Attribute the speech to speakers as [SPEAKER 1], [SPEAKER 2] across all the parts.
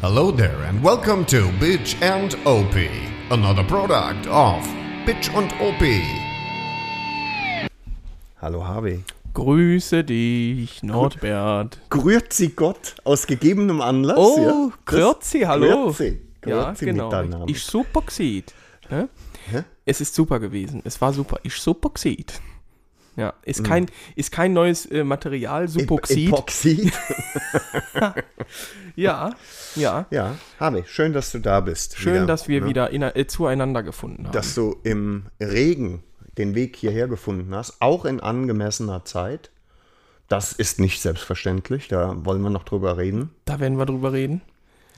[SPEAKER 1] Hello there and welcome to Bitch and OP, another product of Bitch und OP.
[SPEAKER 2] Hallo Harvey.
[SPEAKER 3] Grüße dich, Nordbert.
[SPEAKER 2] Grüezi Gott, aus gegebenem Anlass. ja.
[SPEAKER 3] Oh, grüezi, hallo.
[SPEAKER 2] Grüezi,
[SPEAKER 3] ja,
[SPEAKER 2] grüezi
[SPEAKER 3] genau.
[SPEAKER 2] miteinander.
[SPEAKER 3] Ist super gesehen. Ne? Es ist super gewesen. Es war super. Ist super gesehen. Ja, ist
[SPEAKER 2] Hm.
[SPEAKER 3] kein ist kein neues äh, Material, Supoxid.
[SPEAKER 2] Epoxid.
[SPEAKER 3] ja, ja.
[SPEAKER 2] Ja, Harvey, schön, dass du da bist.
[SPEAKER 3] Schön,
[SPEAKER 2] wieder,
[SPEAKER 3] dass wir
[SPEAKER 2] ne?
[SPEAKER 3] wieder ina- äh, zueinander gefunden haben.
[SPEAKER 2] Dass du im Regen den Weg hierher gefunden hast, auch in angemessener Zeit. Das ist nicht selbstverständlich, da wollen wir noch drüber reden.
[SPEAKER 3] da werden wir drüber reden.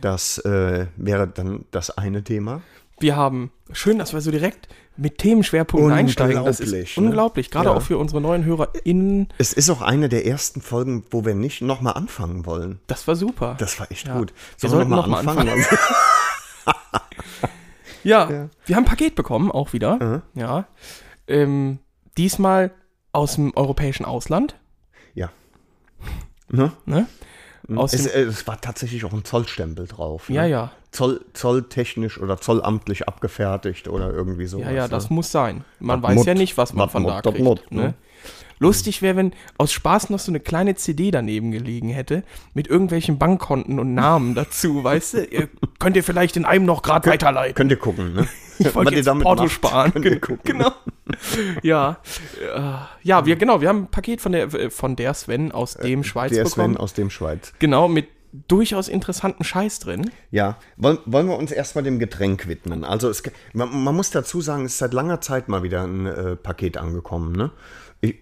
[SPEAKER 2] Das äh, wäre dann das eine Thema.
[SPEAKER 3] Wir haben schön, dass wir so direkt mit Themenschwerpunkten einsteigen. Das
[SPEAKER 2] Unglaublich,
[SPEAKER 3] ist
[SPEAKER 2] ne?
[SPEAKER 3] unglaublich, gerade
[SPEAKER 2] Ja.
[SPEAKER 3] auch für unsere neuen HörerInnen.
[SPEAKER 2] Es ist auch eine der ersten Folgen, wo wir nicht nochmal anfangen wollen.
[SPEAKER 3] Das war super.
[SPEAKER 2] Das war echt
[SPEAKER 3] Ja.
[SPEAKER 2] gut.
[SPEAKER 3] Wir
[SPEAKER 2] Sollen wir
[SPEAKER 3] sollten
[SPEAKER 2] nochmal
[SPEAKER 3] noch mal
[SPEAKER 2] anfangen?
[SPEAKER 3] Ja, wir haben ein Paket bekommen, auch wieder. Ja. Ähm, diesmal aus dem europäischen Ausland.
[SPEAKER 2] ja. Ne?
[SPEAKER 3] Ne? Aus
[SPEAKER 2] Es,
[SPEAKER 3] dem,
[SPEAKER 2] äh, es war tatsächlich auch ein Zollstempel drauf.
[SPEAKER 3] ja,
[SPEAKER 2] ne?
[SPEAKER 3] ja,
[SPEAKER 2] Zoll, zolltechnisch oder zollamtlich abgefertigt oder irgendwie sowas.
[SPEAKER 3] ja, ja, das
[SPEAKER 2] ne?
[SPEAKER 3] muss sein. Man
[SPEAKER 2] Was
[SPEAKER 3] weiß
[SPEAKER 2] Mut,
[SPEAKER 3] ja nicht, was man
[SPEAKER 2] was
[SPEAKER 3] von
[SPEAKER 2] Mut,
[SPEAKER 3] da
[SPEAKER 2] das
[SPEAKER 3] kriegt.
[SPEAKER 2] Mut, ne?
[SPEAKER 3] ne? Lustig wäre, wenn aus Spaß noch so eine kleine CD daneben gelegen hätte, mit irgendwelchen Bankkonten und Namen dazu, weißt du? Ihr, könnt ihr vielleicht in einem noch gerade weiterleiten?
[SPEAKER 2] Könnt ihr gucken, ne?
[SPEAKER 3] Ich wollte jetzt Porto sparen.
[SPEAKER 2] Könnt ihr gucken.
[SPEAKER 3] Genau. ja. Äh, Ja, wir, genau, wir haben ein Paket von der, äh, von der Sven aus dem Schweiz
[SPEAKER 2] Äh, Der
[SPEAKER 3] bekommen.
[SPEAKER 2] Sven aus dem Schweiz.
[SPEAKER 3] Genau, mit durchaus interessantem Scheiß drin.
[SPEAKER 2] Ja, wollen, wollen wir uns erstmal dem Getränk widmen. Also es, ge- man, man muss dazu sagen, es ist seit langer Zeit mal wieder ein äh, Paket angekommen, ne? Ich,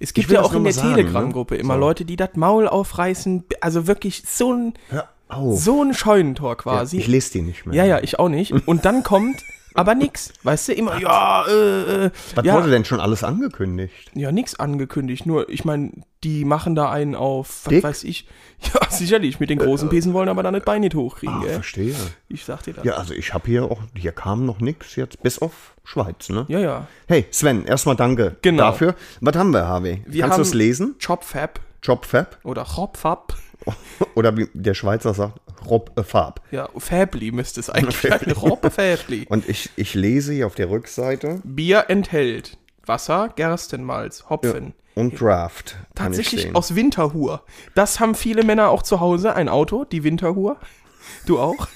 [SPEAKER 3] Es
[SPEAKER 2] Ich
[SPEAKER 3] gibt
[SPEAKER 2] will
[SPEAKER 3] ja
[SPEAKER 2] das
[SPEAKER 3] auch
[SPEAKER 2] nur
[SPEAKER 3] in
[SPEAKER 2] mal
[SPEAKER 3] der
[SPEAKER 2] sagen,
[SPEAKER 3] Telegram-Gruppe
[SPEAKER 2] ne?
[SPEAKER 3] immer
[SPEAKER 2] So.
[SPEAKER 3] Leute, die das Maul aufreißen. Also wirklich so ein,
[SPEAKER 2] hör auf.
[SPEAKER 3] so ein Scheunentor quasi.
[SPEAKER 2] Oh. ich lese die nicht mehr.
[SPEAKER 3] ja, ja, ich auch nicht. Und dann kommt aber nix. Weißt du, immer, ja, äh, äh,
[SPEAKER 2] Was
[SPEAKER 3] ja,
[SPEAKER 2] wurde denn schon alles angekündigt?
[SPEAKER 3] ja, nix angekündigt. Nur, ich meine, die machen da einen auf, was
[SPEAKER 2] Dick? Äh,
[SPEAKER 3] weiß ich. Ja, sicherlich, mit den großen Besen wollen aber dann nicht Bein nicht hochkriegen,
[SPEAKER 2] Ah,
[SPEAKER 3] gell?
[SPEAKER 2] verstehe.
[SPEAKER 3] Ich sag dir das.
[SPEAKER 2] Ja, also ich habe hier auch, hier kam noch nichts jetzt, bis auf Schweiz, ne?
[SPEAKER 3] ja. ja.
[SPEAKER 2] Hey, Sven, erstmal danke
[SPEAKER 3] Genau.
[SPEAKER 2] dafür. Was haben wir, Harvey?
[SPEAKER 3] Wir
[SPEAKER 2] Kannst du es
[SPEAKER 3] haben-
[SPEAKER 2] lesen?
[SPEAKER 3] Chopfab
[SPEAKER 2] Chopfab?
[SPEAKER 3] oder Chopfab.
[SPEAKER 2] Oder wie der Schweizer sagt, Rob äh, Fab.
[SPEAKER 3] Ja, Fably müsste es eigentlich sein. Rob Fably.
[SPEAKER 2] Und ich, ich lese hier auf der Rückseite
[SPEAKER 3] Bier enthält Wasser, Gerstenmalz, Hopfen.
[SPEAKER 2] und Draft. kann ich
[SPEAKER 3] Tatsächlich
[SPEAKER 2] sehen.
[SPEAKER 3] aus Winterhur. Das haben viele Männer auch zu Hause. Ein Auto, die Winterhur. Du auch?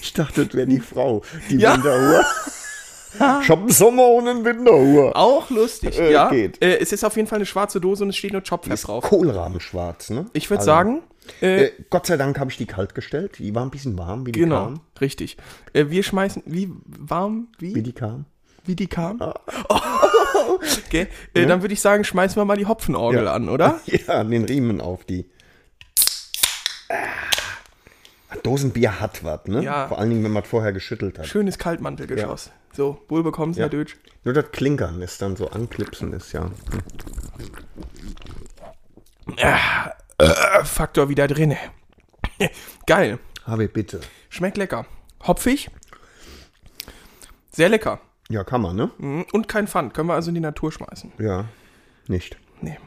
[SPEAKER 2] Ich dachte, das wäre die Frau, die
[SPEAKER 3] Ja.
[SPEAKER 2] Winterhuhr. ich hab einen Sommer und einen Winterhuhr.
[SPEAKER 3] Auch lustig,
[SPEAKER 2] Äh,
[SPEAKER 3] ja.
[SPEAKER 2] geht.
[SPEAKER 3] Äh, es ist auf jeden Fall eine schwarze Dose und es steht nur Chopfest drauf.
[SPEAKER 2] Kohlrabenschwarz, ne?
[SPEAKER 3] Ich würde
[SPEAKER 2] Also,
[SPEAKER 3] sagen, äh,
[SPEAKER 2] Äh, Gott sei Dank habe ich die kalt gestellt. Die war ein bisschen warm, wie die
[SPEAKER 3] genau,
[SPEAKER 2] kam.
[SPEAKER 3] richtig. Äh, wir schmeißen, wie warm, wie,
[SPEAKER 2] Wie Ah.
[SPEAKER 3] wie, die,
[SPEAKER 2] die kam.
[SPEAKER 3] kam. Oh. Okay. Äh, Dann würde ich sagen, schmeißen wir mal die Hopfenorgel an, oder?
[SPEAKER 2] Ja, den Riemen auf die. Ah, Dosenbier hat was, ne?
[SPEAKER 3] Ja.
[SPEAKER 2] Vor allen Dingen, wenn man vorher geschüttelt hat.
[SPEAKER 3] Schönes Kaltmantelgeschoss. So, wohlbekommens, Herr Dötsch.
[SPEAKER 2] Nur das Klinkern ist dann so anklipsen ist, ja.
[SPEAKER 3] Äh, Faktor wieder drin. Geil.
[SPEAKER 2] Habe bitte.
[SPEAKER 3] Schmeckt lecker. Hopfig. Sehr lecker.
[SPEAKER 2] Ja, kann man, ne?
[SPEAKER 3] Mhm. Und kein Pfand. Können wir also in die Natur schmeißen.
[SPEAKER 2] Ja. Nicht.
[SPEAKER 3] Nee.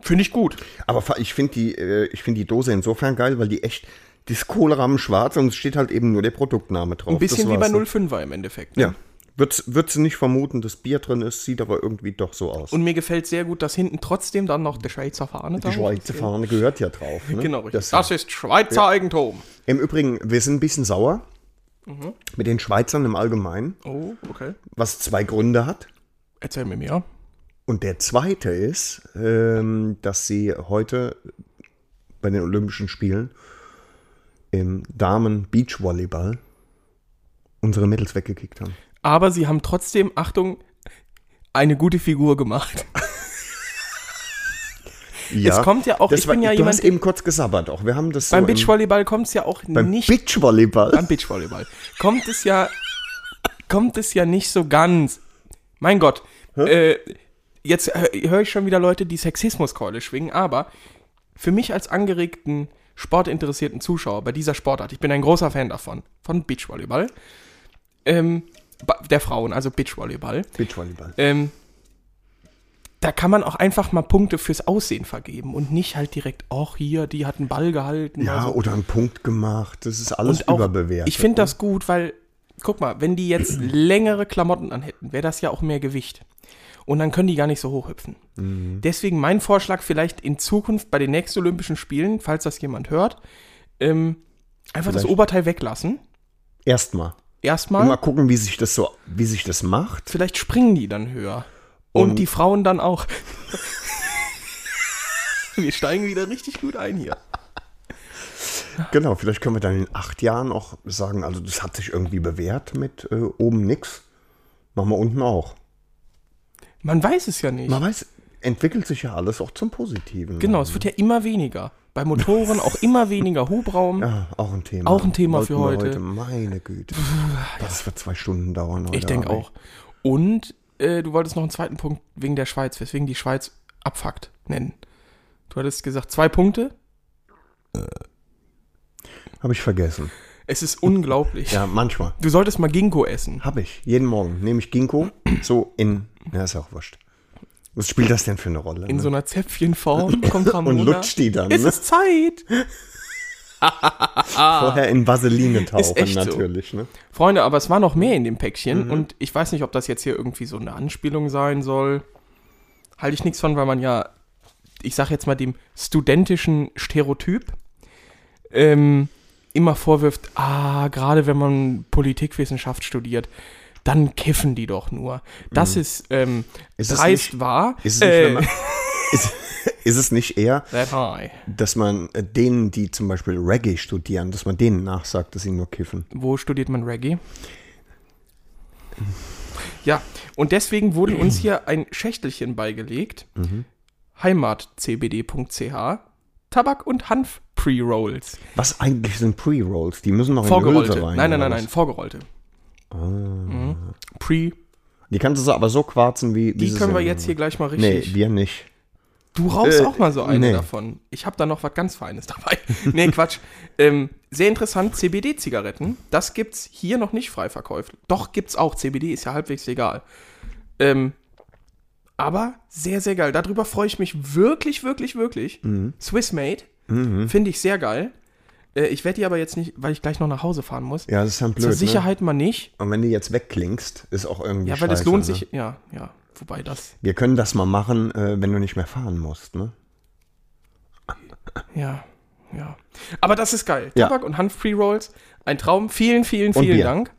[SPEAKER 3] Finde ich gut.
[SPEAKER 2] Aber fa- ich finde die, äh, ich find die Dose insofern geil, weil die echt. Die ist Kohlrahmen schwarz und es steht halt eben nur der Produktname drauf.
[SPEAKER 3] Ein bisschen
[SPEAKER 2] Das
[SPEAKER 3] wie bei
[SPEAKER 2] war's, ne?
[SPEAKER 3] 05er im Endeffekt.
[SPEAKER 2] Ja. Würd's, würd's nicht vermuten, dass Bier drin ist, sieht aber irgendwie doch so aus.
[SPEAKER 3] Und mir gefällt sehr gut, dass hinten trotzdem dann noch der Schweizer Fahne
[SPEAKER 2] die
[SPEAKER 3] drauf
[SPEAKER 2] Schweizer
[SPEAKER 3] ist.
[SPEAKER 2] Fahne gehört ja drauf. Ne?
[SPEAKER 3] Genau, richtig.
[SPEAKER 2] Das,
[SPEAKER 3] Das, ist Schweizer Eigentum.
[SPEAKER 2] Im Übrigen, wir sind ein bisschen sauer
[SPEAKER 3] Mhm.
[SPEAKER 2] mit den Schweizern im Allgemeinen,
[SPEAKER 3] Oh, okay.
[SPEAKER 2] was zwei Gründe hat.
[SPEAKER 3] Erzähl mir mehr.
[SPEAKER 2] Und der zweite ist, ähm, dass sie heute bei den Olympischen Spielen im Damen-Beachvolleyball unsere Mädels weggekickt haben.
[SPEAKER 3] Aber sie haben trotzdem, Achtung, eine gute Figur gemacht.
[SPEAKER 2] Ja,
[SPEAKER 3] kommt ja auch-
[SPEAKER 2] das
[SPEAKER 3] ich
[SPEAKER 2] war,
[SPEAKER 3] bin ja
[SPEAKER 2] du
[SPEAKER 3] jemand,
[SPEAKER 2] hast eben kurz gesabbert auch. Wir haben das
[SPEAKER 3] Beim
[SPEAKER 2] so im-
[SPEAKER 3] Beachvolleyball kommt es ja auch
[SPEAKER 2] beim
[SPEAKER 3] nicht
[SPEAKER 2] Beachvolleyball.
[SPEAKER 3] beim Beachvolleyball kommt es ja kommt es ja nicht so ganz. Mein Gott, äh, jetzt hö- höre ich schon wieder Leute, die Sexismuskeule schwingen, aber für mich als angeregten sportinteressierten Zuschauer bei dieser Sportart, ich bin ein großer Fan davon, von Beachvolleyball, ähm, ba- der Frauen, also Beachvolleyball,
[SPEAKER 2] Beachvolleyball.
[SPEAKER 3] ähm, da kann man auch einfach mal Punkte fürs Aussehen vergeben und nicht halt direkt, auch hier, die hat einen Ball gehalten.
[SPEAKER 2] Ja,
[SPEAKER 3] also.
[SPEAKER 2] oder einen Punkt gemacht. Das ist alles
[SPEAKER 3] Und auch-
[SPEAKER 2] überbewertet. ne?
[SPEAKER 3] Ich finde das gut, weil, guck mal, wenn die jetzt längere Klamotten anhätten, wäre das ja auch mehr Gewicht. Und dann können die gar nicht so hochhüpfen.
[SPEAKER 2] Mhm.
[SPEAKER 3] Deswegen mein Vorschlag vielleicht in Zukunft bei den nächsten Olympischen Spielen, falls das jemand hört, ähm, einfach das
[SPEAKER 2] Vielleicht.
[SPEAKER 3] Oberteil weglassen.
[SPEAKER 2] Erstmal.
[SPEAKER 3] Erstmal.
[SPEAKER 2] Und mal gucken, wie sich das so, wie sich das macht.
[SPEAKER 3] Vielleicht springen die dann höher. Und,
[SPEAKER 2] Und-
[SPEAKER 3] die Frauen dann auch. Wir steigen wieder richtig gut ein hier.
[SPEAKER 2] Genau, vielleicht können wir dann in acht Jahren auch sagen, also das hat sich irgendwie bewährt mit äh, oben nix. Machen wir unten auch.
[SPEAKER 3] Man weiß es ja nicht.
[SPEAKER 2] Man weiß, entwickelt sich ja alles auch zum Positiven.
[SPEAKER 3] genau, es wird ja immer weniger. Bei Motoren auch immer weniger Hubraum.
[SPEAKER 2] Ja, Ah, auch ein Thema.
[SPEAKER 3] Auch ein
[SPEAKER 2] Wollten
[SPEAKER 3] Thema für
[SPEAKER 2] wir
[SPEAKER 3] heute.
[SPEAKER 2] Meine Güte. Das wird zwei Stunden dauern heute.
[SPEAKER 3] ich denke
[SPEAKER 2] Abend.
[SPEAKER 3] auch. Und äh, du wolltest noch einen zweiten Punkt wegen der Schweiz, weswegen die Schweiz abfuckt nennen. Du hattest gesagt, zwei Punkte.
[SPEAKER 2] Habe ich vergessen.
[SPEAKER 3] Es ist unglaublich.
[SPEAKER 2] Ja, manchmal.
[SPEAKER 3] Du solltest mal Ginkgo essen.
[SPEAKER 2] Habe ich. Jeden Morgen nehme ich Ginkgo so in. Ja, ist ja auch wurscht. Was spielt das denn für eine Rolle?
[SPEAKER 3] In
[SPEAKER 2] ne?
[SPEAKER 3] so einer Zäpfchenform kommt Ramona.
[SPEAKER 2] lutscht die dann,
[SPEAKER 3] Es
[SPEAKER 2] ne?
[SPEAKER 3] ist Zeit.
[SPEAKER 2] Vorher in Vaseline tauchen,
[SPEAKER 3] ah. echt so.
[SPEAKER 2] natürlich. Ne?
[SPEAKER 3] Freunde, aber es war noch
[SPEAKER 2] Mhm.
[SPEAKER 3] mehr in dem Päckchen und ich weiß nicht, ob das jetzt hier irgendwie so eine Anspielung sein soll. Halte ich nichts von, weil man ja, ich sag jetzt mal dem studentischen Stereotyp ähm, immer vorwirft, ah, gerade wenn man Politikwissenschaft studiert, dann kiffen die doch nur. Das ist, ähm,
[SPEAKER 2] Mhm. Ist es
[SPEAKER 3] dreist
[SPEAKER 2] nicht-
[SPEAKER 3] wahr. Äh,
[SPEAKER 2] Ist, es nicht, wenn man, ist, ist es nicht eher,
[SPEAKER 3] that high.
[SPEAKER 2] dass man äh, denen, die zum Beispiel Reggae studieren, dass man denen nachsagt, dass sie nur kiffen?
[SPEAKER 3] Wo studiert man Reggae? Ja, und deswegen wurde uns hier ein Schächtelchen beigelegt.
[SPEAKER 2] Mhm.
[SPEAKER 3] Heimatcbd.ch Tabak und Hanf Pre-Rolls.
[SPEAKER 2] Was eigentlich sind Pre-Rolls? Die müssen noch in die
[SPEAKER 3] Vorgerollte.
[SPEAKER 2] Hülse rein.
[SPEAKER 3] Nein, nein,
[SPEAKER 2] oder
[SPEAKER 3] nein, nein,
[SPEAKER 2] was? Ah.
[SPEAKER 3] vorgerollte. Mhm. Pre.
[SPEAKER 2] Die kannst du so, aber so quarzen, wie, wie
[SPEAKER 3] Die
[SPEAKER 2] sie
[SPEAKER 3] können wir
[SPEAKER 2] sind.
[SPEAKER 3] jetzt hier gleich mal
[SPEAKER 2] Nee,
[SPEAKER 3] richtig.
[SPEAKER 2] wir nicht.
[SPEAKER 3] Du rauchst
[SPEAKER 2] Äh,
[SPEAKER 3] auch mal so eine
[SPEAKER 2] nee.
[SPEAKER 3] davon. Ich habe da noch was ganz Feines dabei. nee, Quatsch. Ähm, sehr interessant, CBD-Zigaretten. Das gibt's hier noch nicht frei verkauft. Doch, gibt's auch. CBD ist ja halbwegs legal. Ähm, aber sehr, sehr geil. Darüber freue ich mich wirklich, wirklich, wirklich.
[SPEAKER 2] Mhm.
[SPEAKER 3] Swissmade finde ich sehr geil. Äh, ich werde die aber jetzt nicht, weil ich gleich noch nach Hause fahren muss.
[SPEAKER 2] Ja, das ist dann blöd.
[SPEAKER 3] Zur Sicherheit mal nicht.
[SPEAKER 2] Ne? Und wenn du jetzt wegklingst, ist auch irgendwie
[SPEAKER 3] Ja, weil
[SPEAKER 2] scheiße,
[SPEAKER 3] das lohnt
[SPEAKER 2] ne?
[SPEAKER 3] sich. Ja, ja. Wobei das.
[SPEAKER 2] Wir können das mal machen, äh, wenn du nicht mehr fahren musst, ne?
[SPEAKER 3] Ja, ja. Aber das ist geil.
[SPEAKER 2] Ja.
[SPEAKER 3] Tabak und Hanf Pre-Rolls, ein Traum. Vielen, vielen, vielen
[SPEAKER 2] Bier.
[SPEAKER 3] Dank.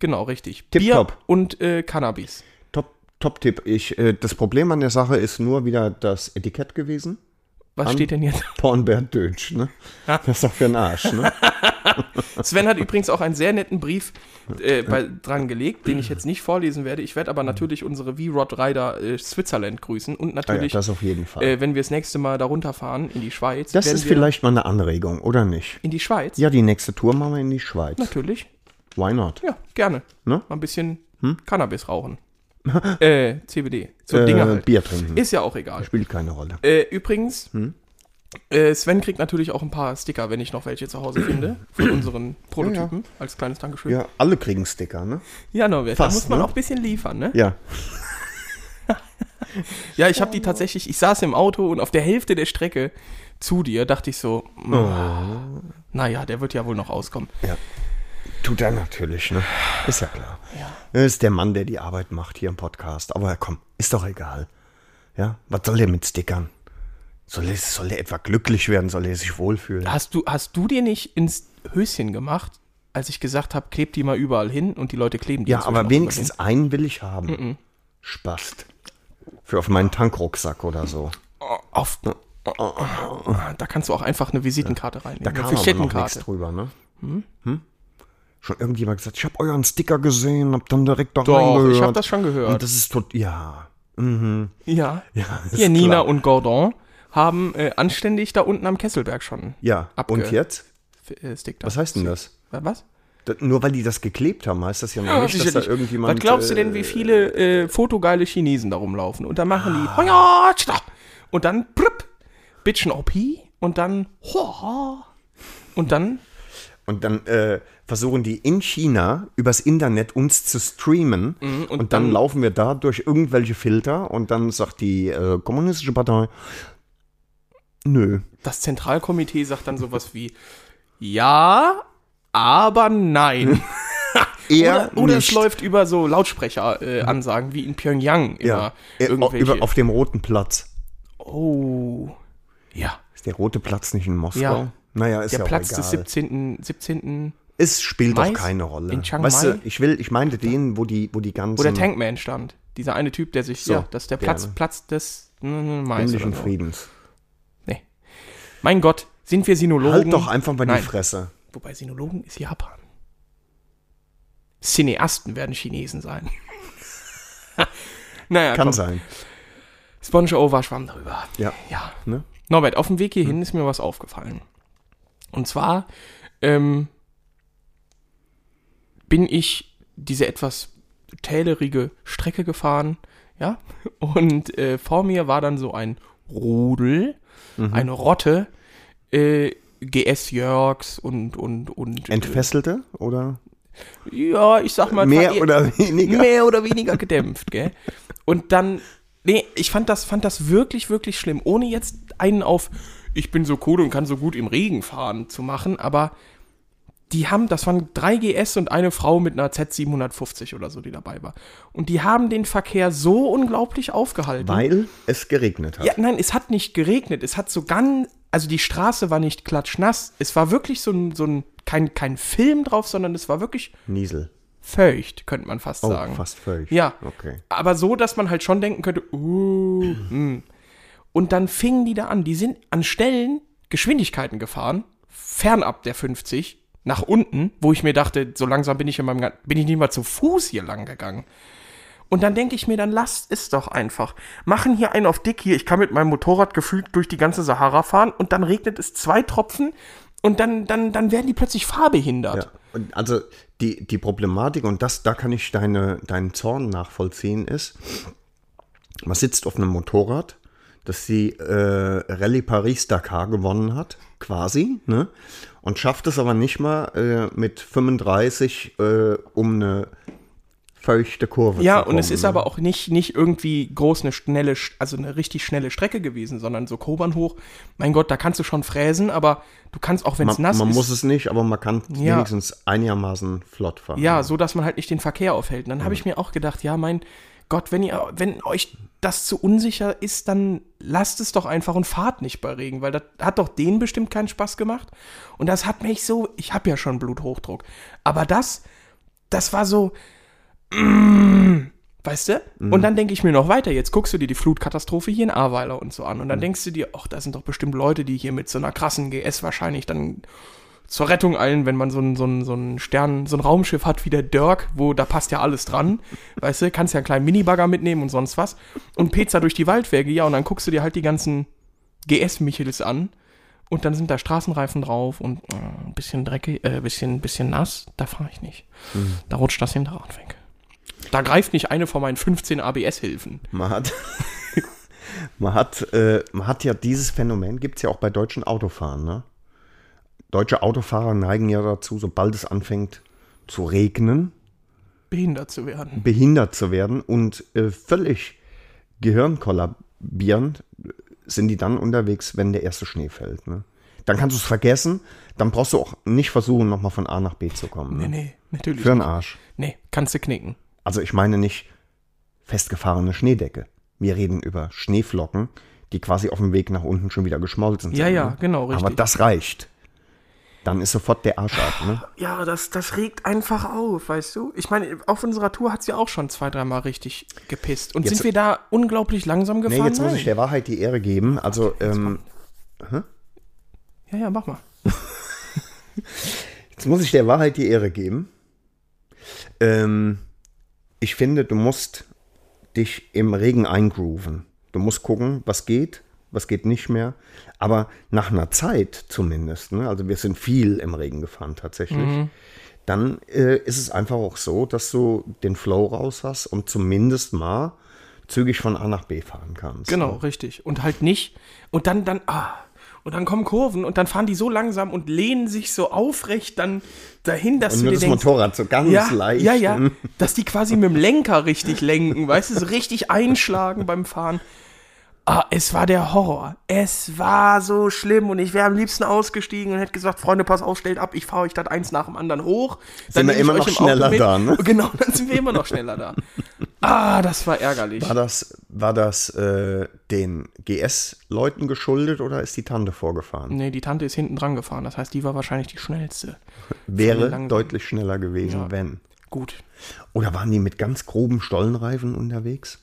[SPEAKER 3] Genau, richtig.
[SPEAKER 2] Tip
[SPEAKER 3] Bier
[SPEAKER 2] top.
[SPEAKER 3] und äh, Cannabis.
[SPEAKER 2] Top, top Tipp. Ich, äh, das Problem an der Sache ist nur wieder das Etikett gewesen.
[SPEAKER 3] Was steht denn jetzt?
[SPEAKER 2] Pornbert Dötsch, ne? Das ist doch für den Arsch, ne?
[SPEAKER 3] Sven hat übrigens auch einen sehr netten Brief äh, bei, dran gelegt, den ich jetzt nicht vorlesen werde. Ich werde aber natürlich unsere V-Rod Rider äh, Switzerland grüßen und
[SPEAKER 2] Ah, ja,
[SPEAKER 3] natürlich,
[SPEAKER 2] das auf jeden Fall.
[SPEAKER 3] äh, wenn wir das nächste Mal darunter fahren in die Schweiz,
[SPEAKER 2] das
[SPEAKER 3] werden
[SPEAKER 2] ist
[SPEAKER 3] wir
[SPEAKER 2] vielleicht mal eine Anregung, oder nicht?
[SPEAKER 3] in die Schweiz.
[SPEAKER 2] Ja, die nächste Tour machen wir in die Schweiz.
[SPEAKER 3] Natürlich.
[SPEAKER 2] Why not?
[SPEAKER 3] Ja, gerne.
[SPEAKER 2] Ne? Hm?
[SPEAKER 3] Mal ein bisschen Cannabis rauchen. äh, CBD. So Dinge halt.
[SPEAKER 2] Äh, Bier trinken.
[SPEAKER 3] Ist ja auch egal.
[SPEAKER 2] Spielt keine Rolle.
[SPEAKER 3] Äh, übrigens,
[SPEAKER 2] Hm?
[SPEAKER 3] äh, Sven kriegt natürlich auch ein paar Sticker, wenn ich noch welche zu Hause finde, von unseren Prototypen, als kleines Dankeschön.
[SPEAKER 2] Ja, alle kriegen Sticker, ne?
[SPEAKER 3] ja Norbert, da
[SPEAKER 2] Fast,
[SPEAKER 3] muss man
[SPEAKER 2] ne?
[SPEAKER 3] auch ein bisschen liefern, ne?
[SPEAKER 2] Ja.
[SPEAKER 3] Ja, ich habe die tatsächlich, ich saß im Auto und auf der Hälfte der Strecke zu dir dachte ich so,
[SPEAKER 2] Oh.
[SPEAKER 3] "Ah, naja, der wird ja wohl noch auskommen.
[SPEAKER 2] Tut er natürlich, ne? Ist ja klar. Er Ist der Mann, der die Arbeit macht hier im Podcast. Aber komm, ist doch egal. Ja, was soll der mit Stickern? Soll er, soll er etwa glücklich werden? Soll er sich wohlfühlen?
[SPEAKER 3] Hast du, hast du dir nicht ins Höschen gemacht, als ich gesagt habe, kleb die mal überall hin und die Leute kleben die
[SPEAKER 2] Ja,
[SPEAKER 3] inzwischen auch
[SPEAKER 2] aber wenigstens
[SPEAKER 3] überall
[SPEAKER 2] einen will ich haben. Spast. Für auf meinen Tankrucksack oder so.
[SPEAKER 3] hin? Oh, Auf, da kannst du auch einfach eine Visitenkarte reinnehmen.
[SPEAKER 2] ne? Da kam
[SPEAKER 3] eine
[SPEAKER 2] aber noch nichts
[SPEAKER 3] Fischettenkarte.
[SPEAKER 2] drüber, ne? Hm? Schon irgendjemand gesagt, ich habe euren Sticker gesehen, hab dann direkt da
[SPEAKER 3] Doch,
[SPEAKER 2] reingehört.
[SPEAKER 3] ich habe das schon gehört.
[SPEAKER 2] Und das ist tot. Ja.
[SPEAKER 3] Ja.
[SPEAKER 2] Ja, ist
[SPEAKER 3] Hier, Nina
[SPEAKER 2] klar.
[SPEAKER 3] und Gordon haben äh, anständig da unten am Kesselberg schon äh,
[SPEAKER 2] Ja.
[SPEAKER 3] Abge-
[SPEAKER 2] Und jetzt?
[SPEAKER 3] Stick
[SPEAKER 2] Was heißt denn das?
[SPEAKER 3] Was?
[SPEAKER 2] Da- Nur weil die das geklebt haben, heißt das ja noch nicht, dass da
[SPEAKER 3] sicherlich.
[SPEAKER 2] irgendjemand.
[SPEAKER 3] Was glaubst du
[SPEAKER 2] äh,
[SPEAKER 3] denn, wie viele äh, fotogeile Chinesen da rumlaufen? Und dann machen
[SPEAKER 2] Ah.
[SPEAKER 3] die Hoja, tschda. und dann prüpp, bitchen OP und dann Hoa. und dann
[SPEAKER 2] Und dann äh, versuchen die in China übers Internet uns zu streamen.
[SPEAKER 3] Mhm,
[SPEAKER 2] und, dann, laufen wir da durch irgendwelche Filter und dann sagt die äh, Kommunistische Partei, nö,
[SPEAKER 3] Das Zentralkomitee sagt dann sowas wie, ja, aber nein.
[SPEAKER 2] eher
[SPEAKER 3] Oder, oder es
[SPEAKER 2] nicht.
[SPEAKER 3] läuft über so Lautsprecheransagen äh, Ansagen wie in Pyongyang immer.
[SPEAKER 2] ja, eher
[SPEAKER 3] irgendwelche.
[SPEAKER 2] über, auf dem Roten Platz.
[SPEAKER 3] oh. Ja.
[SPEAKER 2] Ist der Rote Platz nicht in Moskau?
[SPEAKER 3] Ja.
[SPEAKER 2] Naja, ist
[SPEAKER 3] Der
[SPEAKER 2] ja
[SPEAKER 3] Platz
[SPEAKER 2] auch egal.
[SPEAKER 3] des 17. 17.
[SPEAKER 2] Es spielt
[SPEAKER 3] Mais
[SPEAKER 2] doch keine Rolle.
[SPEAKER 3] in Chiang
[SPEAKER 2] weißt
[SPEAKER 3] Mai?
[SPEAKER 2] du, ich will, ich meinte den, wo die, wo die ganzen
[SPEAKER 3] wo der Tankman stand. Dieser eine Typ, der sich so, ja, das ist der Platz,
[SPEAKER 2] gerne.
[SPEAKER 3] Platz des mm, Mais
[SPEAKER 2] himmlischen
[SPEAKER 3] oder so.
[SPEAKER 2] Friedens.
[SPEAKER 3] Nee. Mein Gott, sind wir Sinologen?
[SPEAKER 2] Halt doch einfach mal
[SPEAKER 3] Nein.
[SPEAKER 2] die Fresse.
[SPEAKER 3] Wobei Sinologen ist Japan. Cineasten werden Chinesen sein. naja,
[SPEAKER 2] Kann
[SPEAKER 3] komm.
[SPEAKER 2] sein.
[SPEAKER 3] Sponge over, Schwamm drüber.
[SPEAKER 2] Ja.
[SPEAKER 3] Ja.
[SPEAKER 2] Ne?
[SPEAKER 3] Norbert, auf dem Weg
[SPEAKER 2] Hm.
[SPEAKER 3] hierhin ist mir was aufgefallen. Und zwar ähm, bin ich diese etwas tälerige Strecke gefahren, ja, und äh, vor mir war dann so ein Rudel,
[SPEAKER 2] Mhm.
[SPEAKER 3] eine Rotte, äh, GS Jörgs und, und, und.
[SPEAKER 2] Entfesselte oder
[SPEAKER 3] Äh, ja, ich sag mal.
[SPEAKER 2] mehr
[SPEAKER 3] verehr-
[SPEAKER 2] oder weniger?
[SPEAKER 3] mehr oder weniger gedämpft, gell? Und dann, nee, ich fand das, fand das wirklich, wirklich schlimm. Ohne jetzt einen auf, ich bin so cool und kann so gut im Regen fahren zu machen, aber die haben, das waren drei GS und eine Frau mit einer Z750 oder so, die dabei war. Und die haben den Verkehr so unglaublich aufgehalten.
[SPEAKER 2] Weil es geregnet hat.
[SPEAKER 3] Ja, nein, es hat nicht geregnet. Es hat so ganz, also die Straße war nicht klatschnass. Es war wirklich so ein, so ein kein, kein Film drauf, sondern es war wirklich
[SPEAKER 2] Niesel.
[SPEAKER 3] feucht, könnte man fast
[SPEAKER 2] Oh,
[SPEAKER 3] sagen.
[SPEAKER 2] fast völlig.
[SPEAKER 3] Ja.
[SPEAKER 2] Okay.
[SPEAKER 3] Aber so, dass man halt schon denken könnte, uh, hm. Und dann fingen die da an. Die sind an Stellen Geschwindigkeiten gefahren, fernab der 50, nach unten, wo ich mir dachte, so langsam bin ich in meinem, Gan- bin ich nicht mal zu Fuß hier lang gegangen. Und dann denke ich mir, dann lasst es doch einfach. Machen hier einen auf dick hier. Ich kann mit meinem Motorrad gefühlt durch die ganze Sahara fahren und dann regnet es zwei Tropfen und dann, dann, dann werden die plötzlich fahrbehindert.
[SPEAKER 2] Ja. Und also die, die Problematik, und das, da kann ich deine, deinen Zorn nachvollziehen, ist, man sitzt auf einem Motorrad, das die äh, Rallye Paris-Dakar gewonnen hat, quasi, ne? und schafft es aber nicht mal äh, mit 35 äh, um eine feuchte Kurve
[SPEAKER 3] Ja,
[SPEAKER 2] zu
[SPEAKER 3] und es
[SPEAKER 2] kommen,
[SPEAKER 3] ist
[SPEAKER 2] ne?
[SPEAKER 3] aber auch nicht, nicht irgendwie groß eine schnelle, Sch- also eine richtig schnelle Strecke gewesen, sondern so Kobern hoch. Mein Gott, da kannst du schon fräsen, aber du kannst auch, wenn es
[SPEAKER 2] Man,
[SPEAKER 3] nass
[SPEAKER 2] man
[SPEAKER 3] ist,
[SPEAKER 2] muss es nicht, aber man kann
[SPEAKER 3] Ja.
[SPEAKER 2] wenigstens einigermaßen flott fahren. ne.
[SPEAKER 3] ja, so dass man halt nicht den Verkehr aufhält. Und dann habe ich mir auch gedacht, ja, mein Gott, wenn ihr, wenn euch das zu unsicher ist, dann lasst es doch einfach und fahrt nicht bei Regen, weil das hat doch denen bestimmt keinen Spaß gemacht. Und das hat mich so, ich habe ja schon Bluthochdruck, aber das, das war so, mm, Weißt du? Und dann denke ich mir noch weiter. Jetzt guckst du dir die Flutkatastrophe hier in Ahrweiler und so an. Und dann denkst du dir, ach, da sind doch bestimmt Leute, die hier mit so einer krassen GS wahrscheinlich dann zur Rettung eilen, wenn man so ein, so ein, so ein Stern, so ein Raumschiff hat wie der Dirk, wo da passt ja alles dran. Weißt du, kannst ja einen kleinen Minibagger mitnehmen und sonst was. Und pizza durch die Waldwege, ja. Und dann guckst du dir halt die ganzen GS-Michels an. Und dann sind da Straßenreifen drauf und äh, ein bisschen dreckig, äh, bisschen, bisschen nass. Da fahre ich nicht. Da rutscht das Hinterrad weg. Da greift nicht eine von meinen 15 ABS-Hilfen.
[SPEAKER 2] Man hat, man hat, äh, man hat ja dieses Phänomen, gibt es ja auch bei deutschen Autofahrern. Ne? Deutsche Autofahrer neigen ja dazu, sobald es anfängt zu regnen,
[SPEAKER 3] Behindert zu werden.
[SPEAKER 2] behindert zu werden und äh, völlig gehirnkollabierend sind die dann unterwegs, wenn der erste Schnee fällt. Ne? Dann kannst du es vergessen, dann brauchst du auch nicht versuchen, nochmal von A nach B zu kommen. Ne?
[SPEAKER 3] Nee, nee, natürlich.
[SPEAKER 2] Für den Arsch.
[SPEAKER 3] Nee, kannst du knicken.
[SPEAKER 2] Also ich meine nicht festgefahrene Schneedecke. Wir reden über Schneeflocken, die quasi auf dem Weg nach unten schon wieder geschmolzen sind.
[SPEAKER 3] Ja, ja,
[SPEAKER 2] ne?
[SPEAKER 3] genau, richtig.
[SPEAKER 2] Aber das reicht. Dann ist sofort der Arsch ab, ne?
[SPEAKER 3] Ja, das, das regt einfach auf, weißt du? Ich meine, auf unserer Tour hat es ja auch schon zwei, dreimal richtig gepisst. Und
[SPEAKER 2] Jetzt-
[SPEAKER 3] sind wir da unglaublich langsam
[SPEAKER 2] Nee,
[SPEAKER 3] gefahren?
[SPEAKER 2] jetzt muss
[SPEAKER 3] Nein.
[SPEAKER 2] ich der Wahrheit die Ehre geben. Also, ähm,
[SPEAKER 3] ja, ja, mach mal.
[SPEAKER 2] jetzt muss ich der Wahrheit die Ehre geben. Ähm, ich finde, du musst dich im Regen eingrooven. Du musst gucken, was geht, was geht nicht mehr. Aber nach einer Zeit zumindest, ne? also wir sind viel im Regen gefahren tatsächlich,
[SPEAKER 3] Mhm.
[SPEAKER 2] dann äh, ist es einfach auch so, dass du den Flow raus hast und zumindest mal zügig von A nach B fahren kannst.
[SPEAKER 3] Genau, richtig. Und halt nicht. Und dann, dann, ah. Und dann kommen Kurven und dann fahren die so langsam und lehnen sich so aufrecht dann dahin, dass
[SPEAKER 2] Und
[SPEAKER 3] du
[SPEAKER 2] nur
[SPEAKER 3] dir
[SPEAKER 2] das
[SPEAKER 3] denkst,
[SPEAKER 2] Motorrad so ganz
[SPEAKER 3] ja,
[SPEAKER 2] leicht.
[SPEAKER 3] ja, ja,
[SPEAKER 2] hm.
[SPEAKER 3] dass die quasi mit dem Lenker richtig lenken, weißt du, so richtig einschlagen beim Fahren. Ah, es war der Horror. Es war so schlimm und ich wäre am liebsten ausgestiegen und hätte gesagt, Freunde, pass auf, stellt ab, ich fahre euch das eins nach dem anderen hoch.
[SPEAKER 2] Sind wir
[SPEAKER 3] nehme ich
[SPEAKER 2] immer
[SPEAKER 3] euch
[SPEAKER 2] noch
[SPEAKER 3] im Auto
[SPEAKER 2] schneller
[SPEAKER 3] mit.
[SPEAKER 2] da, ne?
[SPEAKER 3] Genau, dann sind wir immer noch schneller da. Ah, das war ärgerlich.
[SPEAKER 2] War das, war das äh, den GS-Leuten geschuldet oder ist die Tante vorgefahren?
[SPEAKER 3] Nee, die Tante ist hinten dran gefahren, das heißt, die war wahrscheinlich die schnellste.
[SPEAKER 2] Wäre
[SPEAKER 3] langsam.
[SPEAKER 2] deutlich schneller gewesen,
[SPEAKER 3] Ja.
[SPEAKER 2] wenn.
[SPEAKER 3] Gut,
[SPEAKER 2] Oder waren die mit ganz groben Stollenreifen unterwegs?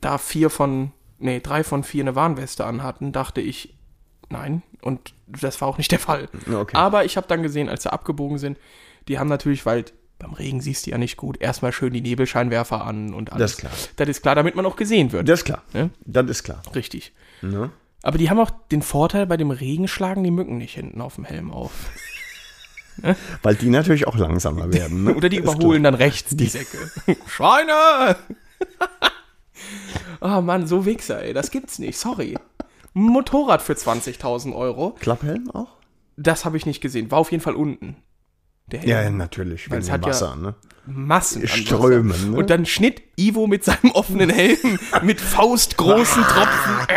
[SPEAKER 3] da vier von, nee, drei von vier eine Warnweste anhatten, dachte ich, nein. Und das war auch nicht der Fall.
[SPEAKER 2] Okay.
[SPEAKER 3] Aber ich habe dann gesehen, als sie abgebogen sind, die haben natürlich, weil beim Regen siehst du ja nicht gut, erstmal schön die Nebelscheinwerfer an und alles.
[SPEAKER 2] Das ist klar.
[SPEAKER 3] Das ist klar, damit man auch gesehen wird.
[SPEAKER 2] Das ist klar.
[SPEAKER 3] Ja.
[SPEAKER 2] Das ist klar.
[SPEAKER 3] Richtig.
[SPEAKER 2] Ne?
[SPEAKER 3] Aber die haben auch den Vorteil, bei dem Regen schlagen die Mücken nicht hinten auf dem Helm auf.
[SPEAKER 2] Weil die natürlich auch langsamer werden. Ne?
[SPEAKER 3] Oder die
[SPEAKER 2] Ist
[SPEAKER 3] überholen dann rechts die Säcke. Schweine! oh Mann, so Wichser, ey. Das gibt's nicht. Sorry. Ein Motorrad für 20.000 Euro.
[SPEAKER 2] Klar. Klapphelm auch?
[SPEAKER 3] Das habe ich nicht gesehen. War auf jeden Fall unten. Der
[SPEAKER 2] Ja,
[SPEAKER 3] Helm.
[SPEAKER 2] ja natürlich.
[SPEAKER 3] Weil
[SPEAKER 2] Wegen
[SPEAKER 3] es
[SPEAKER 2] dem
[SPEAKER 3] hat ja-
[SPEAKER 2] Wasser. ne?
[SPEAKER 3] Massen. an
[SPEAKER 2] Strömen,
[SPEAKER 3] Wasser.
[SPEAKER 2] ne?
[SPEAKER 3] Und dann schnitt Ivo mit seinem offenen Helm mit faustgroßen Tropfen.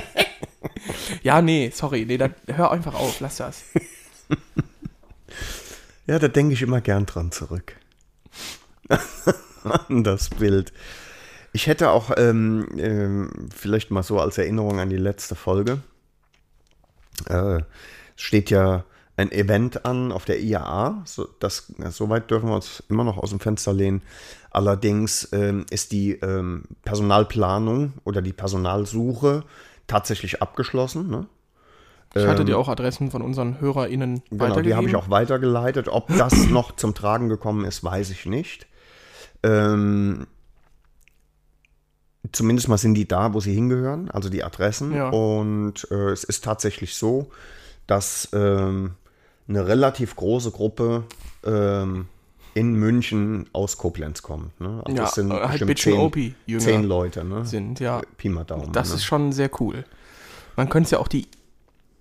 [SPEAKER 3] ja, nee, sorry. Nee, dann hör einfach auf. Lass das.
[SPEAKER 2] Ja, da denke ich immer gern dran zurück. an das Bild. Ich hätte auch ähm, ähm, vielleicht mal so als Erinnerung an die letzte Folge. Äh, es steht ja ein Event an auf der IAA. So, das, na, so weit dürfen wir uns immer noch aus dem Fenster lehnen. Allerdings ähm, ist die ähm, Personalplanung oder die Personalsuche tatsächlich abgeschlossen. Ne?
[SPEAKER 3] Ich hatte dir auch Adressen von unseren HörerInnen
[SPEAKER 2] Ähm. Genau, die habe ich
[SPEAKER 3] weitergegeben.
[SPEAKER 2] auch weitergeleitet. Ob das noch zum Tragen gekommen ist, weiß ich nicht. Ähm, zumindest mal sind die da, wo sie hingehören, also die Adressen.
[SPEAKER 3] Ja.
[SPEAKER 2] Und äh, es ist tatsächlich so, dass ähm, eine relativ große Gruppe ähm, in München aus Koblenz kommt. Ne? Also
[SPEAKER 3] Ja,
[SPEAKER 2] es sind
[SPEAKER 3] äh, halt
[SPEAKER 2] bestimmt
[SPEAKER 3] bisschen
[SPEAKER 2] zehn,
[SPEAKER 3] OP-Jünger
[SPEAKER 2] zehn Leute. Ne?
[SPEAKER 3] sind, ja.
[SPEAKER 2] Pi mal Daumen.
[SPEAKER 3] Das
[SPEAKER 2] ne?
[SPEAKER 3] ist schon sehr cool. Man könnte es ja auch die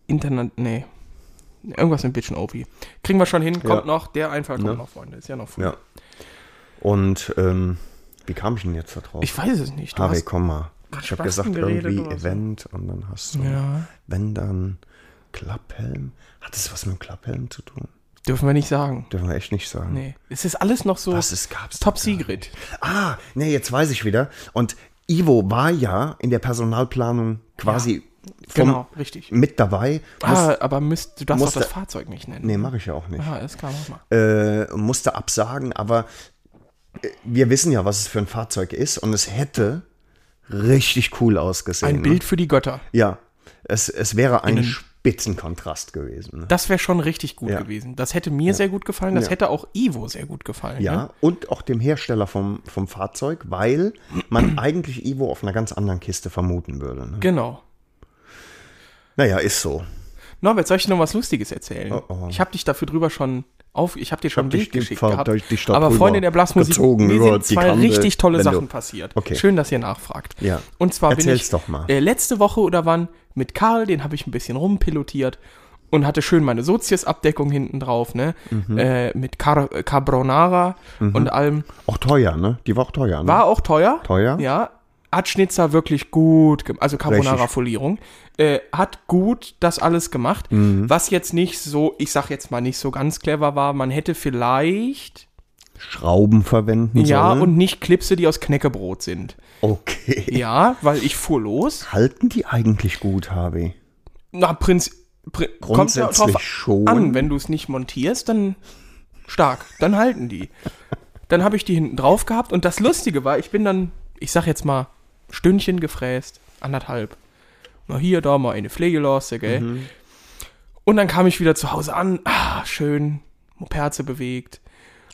[SPEAKER 3] Internet. Nee. Irgendwas mit Bitchen OP. Kriegen wir schon hin, kommt
[SPEAKER 2] Ja.
[SPEAKER 3] noch, der Einfall kommt
[SPEAKER 2] Ne?
[SPEAKER 3] noch, Freunde. Ist ja noch früh.
[SPEAKER 2] ja. Und ähm, wie kam ich denn jetzt da drauf?
[SPEAKER 3] Ich weiß es nicht. Du
[SPEAKER 2] Harvey,
[SPEAKER 3] hast,
[SPEAKER 2] komm mal.
[SPEAKER 3] was
[SPEAKER 2] Ich habe
[SPEAKER 3] Spaß
[SPEAKER 2] gesagt,
[SPEAKER 3] denn geredet
[SPEAKER 2] irgendwie
[SPEAKER 3] oder so?
[SPEAKER 2] Event und dann hast du,
[SPEAKER 3] Ja.
[SPEAKER 2] wenn dann Klapphelm. Hat das was mit dem Klapphelm zu tun?
[SPEAKER 3] dürfen wir nicht sagen.
[SPEAKER 2] Dürfen wir echt nicht sagen.
[SPEAKER 3] Nee. Es ist alles noch so
[SPEAKER 2] Was, es gab's
[SPEAKER 3] Top
[SPEAKER 2] doch gar nicht.
[SPEAKER 3] Secret.
[SPEAKER 2] Ah, nee, jetzt weiß ich wieder. Und Ivo war ja in der Personalplanung quasi vom,
[SPEAKER 3] Genau, richtig.
[SPEAKER 2] mit dabei. Muss,
[SPEAKER 3] ah, aber müsst, du darfst doch
[SPEAKER 2] muss
[SPEAKER 3] das
[SPEAKER 2] da-
[SPEAKER 3] Fahrzeug nicht nennen.
[SPEAKER 2] Nee, mache ich ja auch nicht.
[SPEAKER 3] Ah, ist klar, mach mal.
[SPEAKER 2] äh, musste absagen, aber äh, wir wissen ja, was es für ein Fahrzeug ist und es hätte richtig cool ausgesehen. ne?
[SPEAKER 3] Ein Bild für die Götter.
[SPEAKER 2] Ja, es, es wäre ein Spitzenkontrast gewesen. Ne?
[SPEAKER 3] Das wäre schon richtig gut
[SPEAKER 2] Ja.
[SPEAKER 3] gewesen. Das hätte mir sehr gut gefallen. Das
[SPEAKER 2] Ja.
[SPEAKER 3] hätte auch Ivo sehr gut gefallen. Ne?
[SPEAKER 2] Ja, und auch dem Hersteller vom, vom Fahrzeug, weil man eigentlich Ivo auf einer ganz anderen Kiste vermuten würde. Ne?
[SPEAKER 3] Genau.
[SPEAKER 2] Naja, ist so.
[SPEAKER 3] Norbert, soll ich dir noch was Lustiges erzählen?
[SPEAKER 2] Oh, oh.
[SPEAKER 3] Ich habe dich dafür drüber schon auf, ich habe dir schon ein
[SPEAKER 2] dich
[SPEAKER 3] Bild
[SPEAKER 2] die
[SPEAKER 3] geschickt
[SPEAKER 2] Fa-
[SPEAKER 3] gehabt.
[SPEAKER 2] durch die Stadt
[SPEAKER 3] aber
[SPEAKER 2] rüber
[SPEAKER 3] Freunde der Blasmusik,
[SPEAKER 2] gezogen
[SPEAKER 3] mir
[SPEAKER 2] über
[SPEAKER 3] sind
[SPEAKER 2] die
[SPEAKER 3] zwei
[SPEAKER 2] Kante,
[SPEAKER 3] richtig tolle
[SPEAKER 2] wenn du-
[SPEAKER 3] Sachen passiert.
[SPEAKER 2] Okay.
[SPEAKER 3] Schön, dass ihr nachfragt.
[SPEAKER 2] Ja.
[SPEAKER 3] Und zwar bin
[SPEAKER 2] Erzähl's
[SPEAKER 3] ich
[SPEAKER 2] doch mal.
[SPEAKER 3] Äh, letzte Woche oder wann mit Karl, den habe ich ein bisschen rumpilotiert und hatte schön meine Sozius-Abdeckung hinten drauf, ne?
[SPEAKER 2] Mhm.
[SPEAKER 3] Äh, mit Car Carbonara und allem.
[SPEAKER 2] Auch teuer, ne? Die war auch teuer, ne?
[SPEAKER 3] War auch teuer.
[SPEAKER 2] Teuer?
[SPEAKER 3] Ja. Hat Schnitzer wirklich gut, gem- also
[SPEAKER 2] Richtig. Mhm.
[SPEAKER 3] Carbonara-Folierung, äh, hat gut das alles gemacht, was jetzt nicht so, ich sag jetzt mal nicht so ganz clever war. Man hätte vielleicht,
[SPEAKER 2] Schrauben verwenden
[SPEAKER 3] ja,
[SPEAKER 2] sollen.
[SPEAKER 3] und nicht Klipse, die aus Knäckebrot sind.
[SPEAKER 2] Okay.
[SPEAKER 3] Ja, weil ich fuhr los.
[SPEAKER 2] Halten die eigentlich gut, Harvey?
[SPEAKER 3] Na, Prinz, Pri kommt ja
[SPEAKER 2] Grundsätzlich
[SPEAKER 3] drauf
[SPEAKER 2] schon.
[SPEAKER 3] an, wenn du es nicht montierst, dann stark, dann halten die. Dann habe ich die hinten drauf gehabt und das Lustige war, ich bin dann, ich sag jetzt mal, Stündchen gefräst, anderthalb. Mal hier, da, mal eine Pflegelasse, gell.
[SPEAKER 2] Mhm.
[SPEAKER 3] Und dann kam ich wieder zu Hause an, ah, schön, Perze bewegt,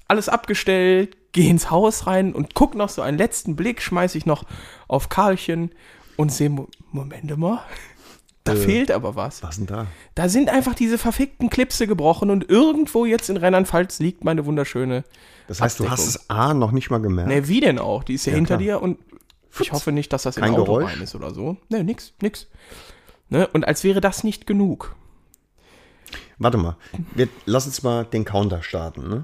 [SPEAKER 3] alles abgestellt, geh ins Haus rein und guck noch so einen letzten Blick, schmeiß ich noch auf Karlchen und sehe, Mo- Moment mal,
[SPEAKER 2] Äh.
[SPEAKER 3] da fehlt aber was.
[SPEAKER 2] Was denn da?
[SPEAKER 3] Da sind einfach diese verfickten Klipse gebrochen und irgendwo jetzt in Rheinland-Pfalz liegt meine wunderschöne.
[SPEAKER 2] Das heißt, du hast
[SPEAKER 3] Abdeckung.
[SPEAKER 2] es A noch nicht mal gemerkt.
[SPEAKER 3] Ne, wie denn auch? Die ist ja, hinter
[SPEAKER 2] klar.
[SPEAKER 3] dir und ich hoffe nicht, dass das in
[SPEAKER 2] Kein
[SPEAKER 3] Auto
[SPEAKER 2] Geräusch?
[SPEAKER 3] rein ist oder so. Ne, nix, nix. Ne? Und als wäre das nicht genug.
[SPEAKER 2] Warte mal, wir, lass uns mal den Counter starten. Ne?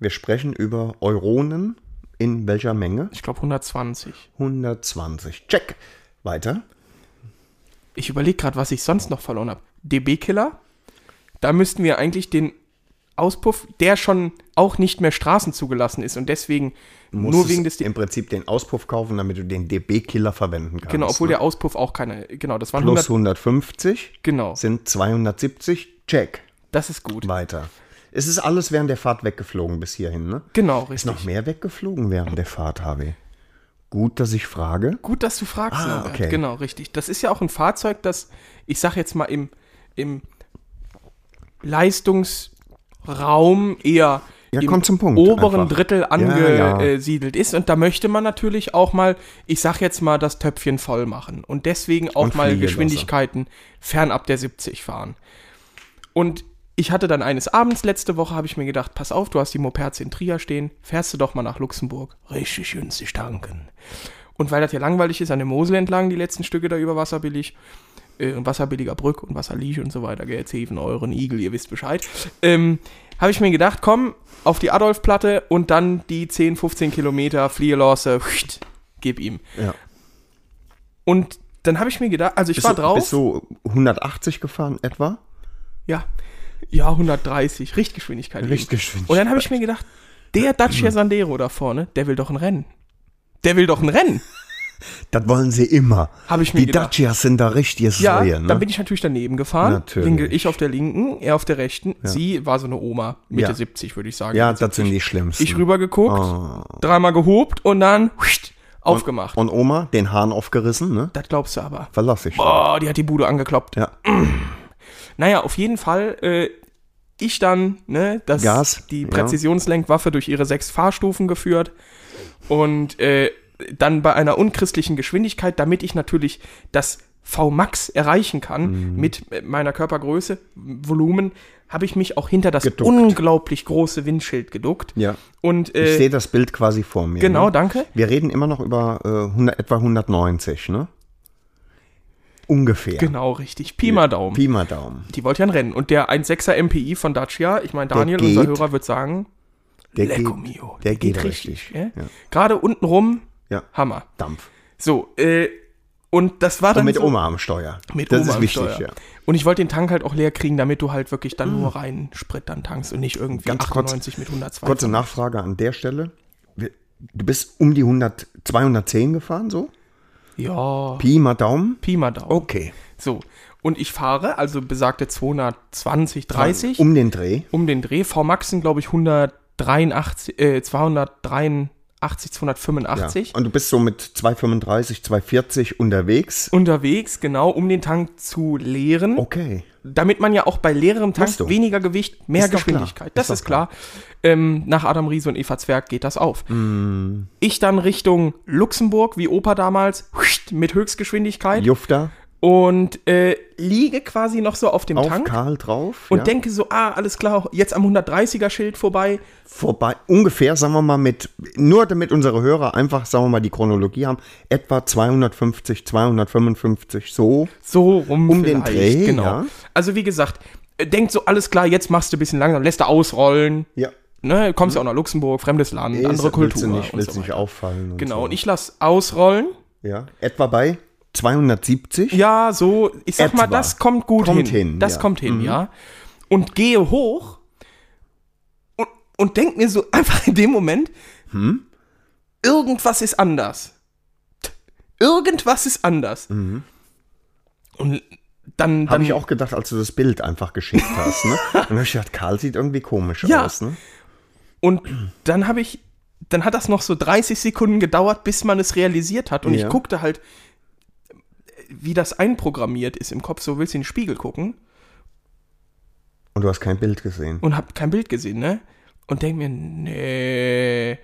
[SPEAKER 2] Wir sprechen über Euronen in welcher Menge?
[SPEAKER 3] Ich glaube 120.
[SPEAKER 2] 120. Check. Weiter.
[SPEAKER 3] Ich überlege gerade, was ich sonst noch verloren habe. DB-Killer. Da müssten wir eigentlich den Auspuff, der schon auch nicht mehr Straßen zugelassen ist und deswegen nur
[SPEAKER 2] Musstest
[SPEAKER 3] wegen des.
[SPEAKER 2] im Prinzip den Auspuff kaufen, damit du den DB-Killer verwenden kannst.
[SPEAKER 3] Genau, obwohl
[SPEAKER 2] ne?
[SPEAKER 3] der Auspuff auch keine. Genau, das waren
[SPEAKER 2] Plus
[SPEAKER 3] 100.
[SPEAKER 2] 150
[SPEAKER 3] Genau,
[SPEAKER 2] sind 270. Check.
[SPEAKER 3] das ist gut.
[SPEAKER 2] Weiter. Es ist alles während der Fahrt weggeflogen bis hierhin, ne?
[SPEAKER 3] Genau,
[SPEAKER 2] Ist
[SPEAKER 3] richtig.
[SPEAKER 2] noch mehr weggeflogen während der Fahrt, HW? Gut, dass ich frage.
[SPEAKER 3] Gut, dass du fragst,
[SPEAKER 2] Ah,
[SPEAKER 3] Norbert.
[SPEAKER 2] okay.
[SPEAKER 3] Genau, richtig. Das ist ja auch ein Fahrzeug, das, ich sag jetzt mal, im, im Leistungsraum eher
[SPEAKER 2] Ja,
[SPEAKER 3] im
[SPEAKER 2] komm zum Punkt
[SPEAKER 3] oberen
[SPEAKER 2] einfach.
[SPEAKER 3] Drittel
[SPEAKER 2] Ja,
[SPEAKER 3] äh,
[SPEAKER 2] ja.
[SPEAKER 3] angesiedelt ist. Und da möchte man natürlich auch mal, ich sag jetzt mal, das Töpfchen voll machen. Und deswegen auch
[SPEAKER 2] Und
[SPEAKER 3] mal
[SPEAKER 2] fliegen lassen.
[SPEAKER 3] Geschwindigkeiten fernab der 70 fahren. Und ich hatte dann eines Abends letzte Woche, habe ich mir gedacht, pass auf, du hast die Mopeds in Trier stehen, fährst du doch mal nach Luxemburg. Richtig günstig tanken. Und weil das ja langweilig ist, an der Mosel entlang, die letzten Stücke da über Wasser billig, äh, und wasserbilliger Brück und Wasserliche und so weiter, gell, jetzt heben euren Igel, ihr wisst Bescheid, ähm, habe ich mir gedacht, komm, auf die Adolfplatte und dann die 10, 15 Kilometer, Flieherlosse, gib ihm.
[SPEAKER 2] Ja.
[SPEAKER 3] Und dann habe ich mir gedacht, also ich
[SPEAKER 2] Bist
[SPEAKER 3] war
[SPEAKER 2] du-
[SPEAKER 3] drauf.
[SPEAKER 2] Bist du 180 gefahren etwa?
[SPEAKER 3] Ja. Ja, 130, Richtgeschwindigkeit. eben.
[SPEAKER 2] Richtgeschwindigkeit. Mhm.
[SPEAKER 3] Und dann habe ich mir gedacht, der Dacia Sandero da vorne, der will doch ein Rennen. Der will doch ein Rennen.
[SPEAKER 2] Das wollen sie immer.
[SPEAKER 3] Hab ich mir
[SPEAKER 2] Die
[SPEAKER 3] gedacht.
[SPEAKER 2] Dacias sind da richtig
[SPEAKER 3] Ja,
[SPEAKER 2] Säue, ne?
[SPEAKER 3] dann bin ich natürlich daneben gefahren.
[SPEAKER 2] Natürlich.
[SPEAKER 3] Linke- Ich auf der linken, er auf der rechten. Sie war so eine Oma, Mitte
[SPEAKER 2] Ja.
[SPEAKER 3] 70, würde ich sagen.
[SPEAKER 2] ja,
[SPEAKER 3] Mitte
[SPEAKER 2] das sind die schlimmsten.
[SPEAKER 3] Ich rübergeguckt, dreimal gehobt und dann huischt, aufgemacht.
[SPEAKER 2] Ah. Und Oma, den Hahn aufgerissen, ne?
[SPEAKER 3] das glaubst du aber.
[SPEAKER 2] Verlass ich.
[SPEAKER 3] Boah, die hat die Bude angekloppt.
[SPEAKER 2] Ja.
[SPEAKER 3] Naja, auf jeden Fall, äh, ich dann, ne, das,
[SPEAKER 2] Gas,
[SPEAKER 3] die
[SPEAKER 2] ja.
[SPEAKER 3] Präzisionslenkwaffe durch ihre sechs Fahrstufen geführt und äh, dann bei einer unchristlichen Geschwindigkeit, damit ich natürlich das V-Max erreichen kann
[SPEAKER 2] Mhm.
[SPEAKER 3] mit äh, meiner Körpergröße, Volumen, habe ich mich auch hinter das
[SPEAKER 2] Geduckt.
[SPEAKER 3] unglaublich große Windschild geduckt.
[SPEAKER 2] Ja.
[SPEAKER 3] Und
[SPEAKER 2] Ich
[SPEAKER 3] äh,
[SPEAKER 2] sehe das Bild quasi vor mir.
[SPEAKER 3] genau,
[SPEAKER 2] ne?
[SPEAKER 3] danke.
[SPEAKER 2] Wir reden immer noch über äh, 100, etwa 190, ne? Ungefähr.
[SPEAKER 3] Genau, richtig. Pi mal Daumen.
[SPEAKER 2] Pi mal Daumen.
[SPEAKER 3] Die wollte ja ein Rennen. Und der 1,6er MPI von Dacia, ich meine,
[SPEAKER 2] Der
[SPEAKER 3] Daniel, unser
[SPEAKER 2] geht.
[SPEAKER 3] Hörer, wird sagen,
[SPEAKER 2] Der
[SPEAKER 3] Lecco
[SPEAKER 2] geht,
[SPEAKER 3] mio.
[SPEAKER 2] Der geht, richtig.
[SPEAKER 3] gell?
[SPEAKER 2] Ja.
[SPEAKER 3] Gerade unten rum,
[SPEAKER 2] ja.
[SPEAKER 3] Hammer.
[SPEAKER 2] Dampf.
[SPEAKER 3] So, äh, und das war dann.
[SPEAKER 2] Und mit
[SPEAKER 3] so,
[SPEAKER 2] Oma am Steuer.
[SPEAKER 3] Mit
[SPEAKER 2] das
[SPEAKER 3] Oma
[SPEAKER 2] ist
[SPEAKER 3] am
[SPEAKER 2] wichtig,
[SPEAKER 3] Steuer.
[SPEAKER 2] ja. Mhm.
[SPEAKER 3] Und ich wollte den Tank halt auch leer kriegen, damit du halt wirklich dann nur rein Sprit dann tankst und nicht irgendwie
[SPEAKER 2] Ganz kurz-
[SPEAKER 3] 98 mit 102.
[SPEAKER 2] Kurze Nachfrage an der Stelle. Wir- Du bist um die 100, 210 gefahren, so?
[SPEAKER 3] Ja,
[SPEAKER 2] Pi mal Daumen?
[SPEAKER 3] Pi mal Daumen.
[SPEAKER 2] Okay.
[SPEAKER 3] So, und ich fahre, also besagte 220, 30 um,
[SPEAKER 2] Um den Dreh.
[SPEAKER 3] den Dreh. V-Maxen, glaube ich, 183, äh, 283, 285.
[SPEAKER 2] Ja. Und du bist so mit 235, 240 unterwegs.
[SPEAKER 3] Unterwegs, genau, um den Tank zu leeren.
[SPEAKER 2] Okay.
[SPEAKER 3] damit man ja auch bei leerem Tank
[SPEAKER 2] Musst Oh. du.
[SPEAKER 3] weniger Gewicht, mehr
[SPEAKER 2] Ist doch
[SPEAKER 3] Geschwindigkeit.
[SPEAKER 2] klar.
[SPEAKER 3] Das
[SPEAKER 2] Ist
[SPEAKER 3] ist
[SPEAKER 2] doch
[SPEAKER 3] klar. Ähm, nach Adam Riese und Eva Zwerg geht das auf.
[SPEAKER 2] Mm.
[SPEAKER 3] Ich dann Richtung Luxemburg, wie Opa damals, huscht, mit Höchstgeschwindigkeit
[SPEAKER 2] Jufter,
[SPEAKER 3] und äh, liege quasi noch so auf dem
[SPEAKER 2] auf
[SPEAKER 3] Tank
[SPEAKER 2] Karl drauf.
[SPEAKER 3] und
[SPEAKER 2] ja.
[SPEAKER 3] denke so, ah, alles klar, jetzt am 130er-Schild vorbei.
[SPEAKER 2] vorbei, ungefähr, sagen wir mal, mit, nur damit unsere Hörer einfach, sagen wir mal, die Chronologie haben, etwa 250, 255, so.
[SPEAKER 3] So rum
[SPEAKER 2] Um den
[SPEAKER 3] vielleicht,
[SPEAKER 2] Dreh,
[SPEAKER 3] genau.
[SPEAKER 2] ja.
[SPEAKER 3] Also wie gesagt, äh, denkt so, alles klar, jetzt machst du ein bisschen langsam, lässt du ausrollen.
[SPEAKER 2] Ja.
[SPEAKER 3] Ne, kommst ja auch nach Luxemburg, fremdes Land, andere Kultur.
[SPEAKER 2] Willst du nicht,
[SPEAKER 3] und
[SPEAKER 2] willst
[SPEAKER 3] so
[SPEAKER 2] nicht
[SPEAKER 3] weiter.
[SPEAKER 2] auffallen. Und
[SPEAKER 3] Genau,
[SPEAKER 2] so.
[SPEAKER 3] und ich lass ausrollen.
[SPEAKER 2] Ja. Etwa bei 270.
[SPEAKER 3] Ja, so, ich sag mal,
[SPEAKER 2] Etwa.
[SPEAKER 3] das kommt gut
[SPEAKER 2] Kommt
[SPEAKER 3] hin.
[SPEAKER 2] hin,
[SPEAKER 3] Das
[SPEAKER 2] ja. Mhm.
[SPEAKER 3] kommt hin, ja. Und gehe hoch und, und denk mir so einfach in dem Moment,
[SPEAKER 2] Hm?
[SPEAKER 3] irgendwas ist anders. Irgendwas ist anders. Und dann, dann
[SPEAKER 2] Habe Mhm. ich auch gedacht, als du das Bild einfach geschickt hast. Ne? Und dann hab ich gedacht, Karl sieht irgendwie komisch
[SPEAKER 3] Ja.
[SPEAKER 2] aus. Ne?
[SPEAKER 3] Und dann habe ich, dann hat das noch so 30 Sekunden gedauert, bis man es realisiert hat. Und ich
[SPEAKER 2] Ja.
[SPEAKER 3] guckte halt, wie das einprogrammiert ist im Kopf. So willst du in den Spiegel gucken
[SPEAKER 2] Und du hast kein Bild gesehen.
[SPEAKER 3] und hab kein Bild gesehen, ne? Und denk mir, nee,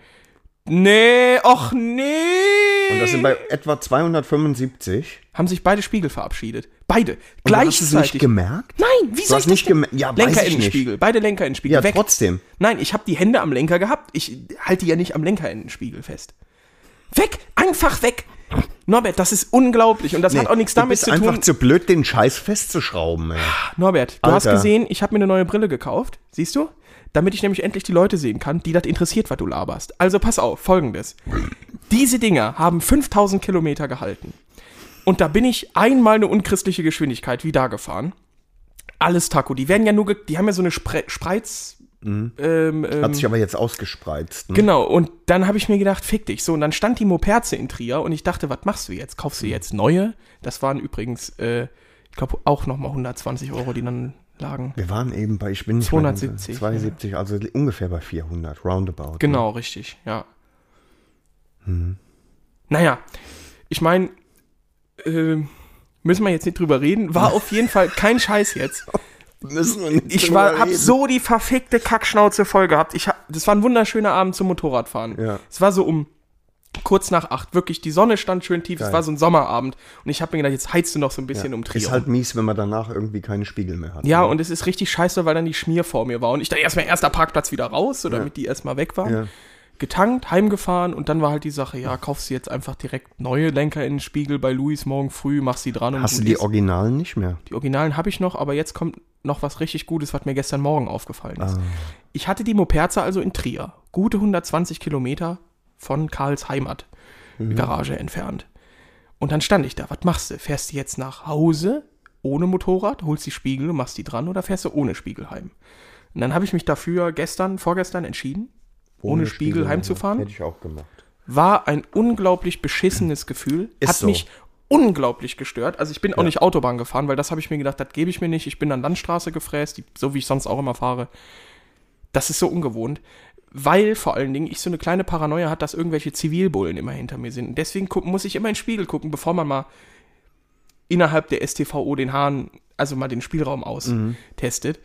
[SPEAKER 3] nee, och nee.
[SPEAKER 2] Und das sind bei etwa 275.
[SPEAKER 3] Haben sich beide Spiegel verabschiedet. Beide.
[SPEAKER 2] Und du hast es nicht
[SPEAKER 3] Gleichzeitig.
[SPEAKER 2] gemerkt?
[SPEAKER 3] Nein, wie
[SPEAKER 2] Du
[SPEAKER 3] soll
[SPEAKER 2] hast
[SPEAKER 3] ich das
[SPEAKER 2] nicht
[SPEAKER 3] denn-
[SPEAKER 2] gemerkt. Ja,
[SPEAKER 3] Lenker
[SPEAKER 2] weiß ich
[SPEAKER 3] in den
[SPEAKER 2] nicht.
[SPEAKER 3] Spiegel, beide Lenker in den Spiegel.
[SPEAKER 2] Ja,
[SPEAKER 3] weg.
[SPEAKER 2] trotzdem.
[SPEAKER 3] Nein, ich habe die Hände am Lenker gehabt. Ich halte die ja nicht am Lenkerendenspiegel fest. Weg, einfach weg. Norbert, das ist unglaublich und das hat auch nichts damit
[SPEAKER 2] du
[SPEAKER 3] zu
[SPEAKER 2] bist
[SPEAKER 3] tun.
[SPEAKER 2] einfach zu blöd, den Scheiß festzuschrauben, ey.
[SPEAKER 3] Norbert, du hast
[SPEAKER 2] Alter.
[SPEAKER 3] gesehen, ich habe mir eine neue Brille gekauft, siehst du? Damit ich nämlich endlich die Leute sehen kann, die das interessiert, was du laberst. Also pass auf, folgendes. Diese Dinger haben 5000 Kilometer gehalten. Und da bin ich einmal eine unchristliche Geschwindigkeit wie da gefahren. Alles Taco. Die werden ja nur, ge die haben ja so eine Spre Spreiz...
[SPEAKER 2] Mhm.
[SPEAKER 3] Ähm, ähm,
[SPEAKER 2] Hat sich aber jetzt ausgespreizt. Ne?
[SPEAKER 3] Genau, und dann habe ich mir gedacht, fick dich. So, und dann stand die Moperze in Trier und ich dachte, was machst du jetzt? Kaufst du jetzt neue? Das waren übrigens, äh, ich glaube, auch nochmal 120 Euro, die dann lagen.
[SPEAKER 2] Wir waren eben bei, ich bin nicht
[SPEAKER 3] 270,
[SPEAKER 2] Mehr, 270, also ungefähr bei 400, roundabout.
[SPEAKER 3] Genau, richtig, ja. Naja, ich meine, ähm, müssen wir jetzt nicht drüber reden. War auf jeden Fall kein Scheiß jetzt.
[SPEAKER 2] Müssen wir nicht
[SPEAKER 3] Ich
[SPEAKER 2] drüber
[SPEAKER 3] war, hab
[SPEAKER 2] reden.
[SPEAKER 3] so die verfickte Kackschnauze voll gehabt. Ich hab, das war ein wunderschöner Abend zum Motorradfahren.
[SPEAKER 2] Ja.
[SPEAKER 3] Es war so um kurz nach acht. Wirklich, die Sonne stand schön tief. Es
[SPEAKER 2] Geil.
[SPEAKER 3] war so ein Sommerabend. Und ich habe mir gedacht, jetzt heizt du noch so ein bisschen um Trier.
[SPEAKER 2] Ist halt mies, wenn man danach irgendwie keine Spiegel mehr hat. ne?
[SPEAKER 3] ja, und es ist richtig scheiße, weil dann die Schmier vor mir war. Und ich dann erstmal erster Parkplatz wieder raus, so damit die erstmal weg waren.
[SPEAKER 2] Ja.
[SPEAKER 3] Getankt, heimgefahren und dann war halt die Sache, ja, kaufst du jetzt einfach direkt neue Lenker in den Spiegel bei Luis morgen früh, machst sie dran und
[SPEAKER 2] Hast
[SPEAKER 3] gut
[SPEAKER 2] du die
[SPEAKER 3] ist.
[SPEAKER 2] Originalen nicht mehr?
[SPEAKER 3] Die Originalen habe ich noch, aber jetzt kommt noch was richtig Gutes, was mir gestern Morgen aufgefallen ist. Ich hatte die Moperze also in Trier, gute 120 Kilometer von Karls Heimat, Garage entfernt. Und dann stand ich da, was machst du? Fährst du jetzt nach Hause ohne Motorrad, holst die Spiegel und machst die dran oder fährst du ohne Spiegel heim? Und dann habe ich mich dafür gestern, vorgestern entschieden, ohne, Spiegel, heimzufahren.
[SPEAKER 2] ne? Hätte ich auch gemacht.
[SPEAKER 3] War ein unglaublich beschissenes Gefühl.
[SPEAKER 2] Ist
[SPEAKER 3] hat
[SPEAKER 2] so.
[SPEAKER 3] mich unglaublich gestört. Also ich bin auch nicht Autobahn gefahren, weil das habe ich mir gedacht, das gebe ich mir nicht. Ich bin an Landstraße gefräst, die, so wie ich sonst auch immer fahre. Das ist so ungewohnt. Weil vor allen Dingen ich so eine kleine Paranoia hat, dass irgendwelche Zivilbullen immer hinter mir sind. Und deswegen gu- muss ich immer in den Spiegel gucken, bevor man mal innerhalb der STVO den Hahn, also mal den Spielraum
[SPEAKER 2] Mhm.
[SPEAKER 3] austestet.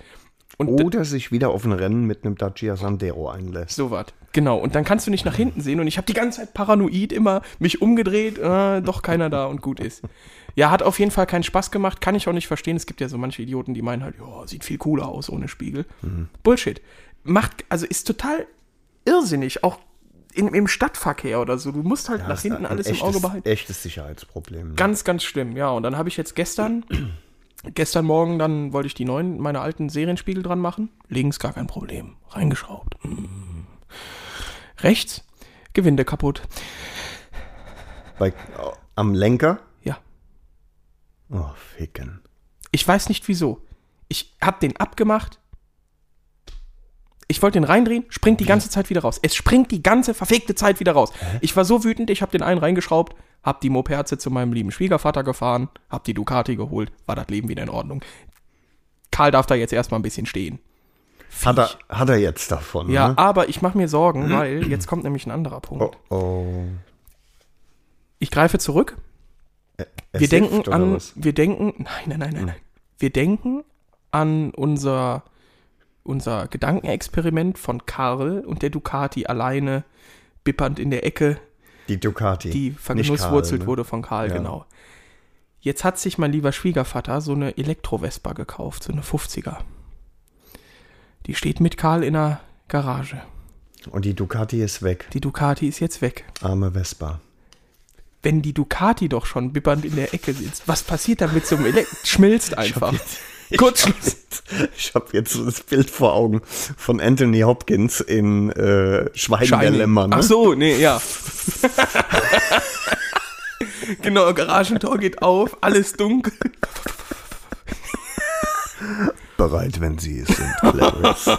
[SPEAKER 3] Und
[SPEAKER 2] Oder sich wieder auf ein Rennen mit einem Dacia Sandero einlässt.
[SPEAKER 3] so was. Genau. Und dann kannst du nicht nach hinten sehen. Und ich habe die ganze Zeit paranoid immer mich umgedreht. Äh, doch keiner da und gut ist. Ja, hat auf jeden Fall keinen Spaß gemacht. Kann ich auch nicht verstehen. Es gibt ja so manche Idioten, die meinen halt, ja, sieht viel cooler aus ohne Spiegel.
[SPEAKER 2] Mhm.
[SPEAKER 3] Bullshit. Macht, also ist total irrsinnig. Auch in, im Stadtverkehr oder so. Du musst halt nach hinten
[SPEAKER 2] Ein
[SPEAKER 3] alles
[SPEAKER 2] echtes,
[SPEAKER 3] im Auge behalten.
[SPEAKER 2] Echtes Sicherheitsproblem. ne?
[SPEAKER 3] Ganz, ganz schlimm, ja. Und dann habe ich jetzt gestern, gestern Morgen, dann wollte ich die neuen, meine alten Serienspiegel dran machen. Links gar kein Problem. Reingeschraubt. Mm. Rechts, Gewinde kaputt.
[SPEAKER 2] Bei, äh, am Lenker?
[SPEAKER 3] Ja.
[SPEAKER 2] Oh, ficken.
[SPEAKER 3] Ich weiß nicht wieso. Ich habe den abgemacht. Ich wollte den reindrehen, springt die ganze Zeit wieder raus. Es springt die ganze verfegte Zeit wieder raus. Ich war so wütend, ich habe den einen reingeschraubt, habe die Moperze zu meinem lieben Schwiegervater gefahren, habe die Ducati geholt, war das Leben wieder in Ordnung. Karl darf da jetzt erstmal ein bisschen stehen.
[SPEAKER 2] Hat er, hat er jetzt davon,
[SPEAKER 3] Ja,
[SPEAKER 2] ne?
[SPEAKER 3] aber ich mache mir Sorgen, weil jetzt kommt nämlich ein anderer Punkt.
[SPEAKER 2] Oh, oh.
[SPEAKER 3] Ich greife zurück.
[SPEAKER 2] Es
[SPEAKER 3] wir denken
[SPEAKER 2] hilft, oder
[SPEAKER 3] an,
[SPEAKER 2] was? Hm.
[SPEAKER 3] wir denken, nein, nein, nein, nein, nein. Wir denken an unser, unser Gedankenexperiment von Karl und der Ducati alleine bippernd in der Ecke,
[SPEAKER 2] Die Ducati.
[SPEAKER 3] die
[SPEAKER 2] Nicht Karl,
[SPEAKER 3] vergenusswurzelt
[SPEAKER 2] ne?
[SPEAKER 3] wurde von Karl, genau. Jetzt hat sich mein lieber Schwiegervater so eine Elektro-Vespa gekauft, so eine 50er. Die steht mit Karl in der Garage.
[SPEAKER 2] ne? Und die Ducati ist weg.
[SPEAKER 3] Die Ducati ist jetzt weg.
[SPEAKER 2] Arme Vespa.
[SPEAKER 3] wenn die Ducati doch schon bibbernd in der Ecke sitzt, was passiert dann mit so einem Elekt? Schmilzt einfach. Kurzschluss.
[SPEAKER 2] Ich habe jetzt so das Bild vor Augen von Anthony Hopkins in äh, Schweigen der
[SPEAKER 3] Shining.
[SPEAKER 2] Lämmer. Ne?
[SPEAKER 3] Ach so, nee, ja. genau, Garagentor geht auf, alles dunkel.
[SPEAKER 2] Bereit, wenn sie es sind, Clarence.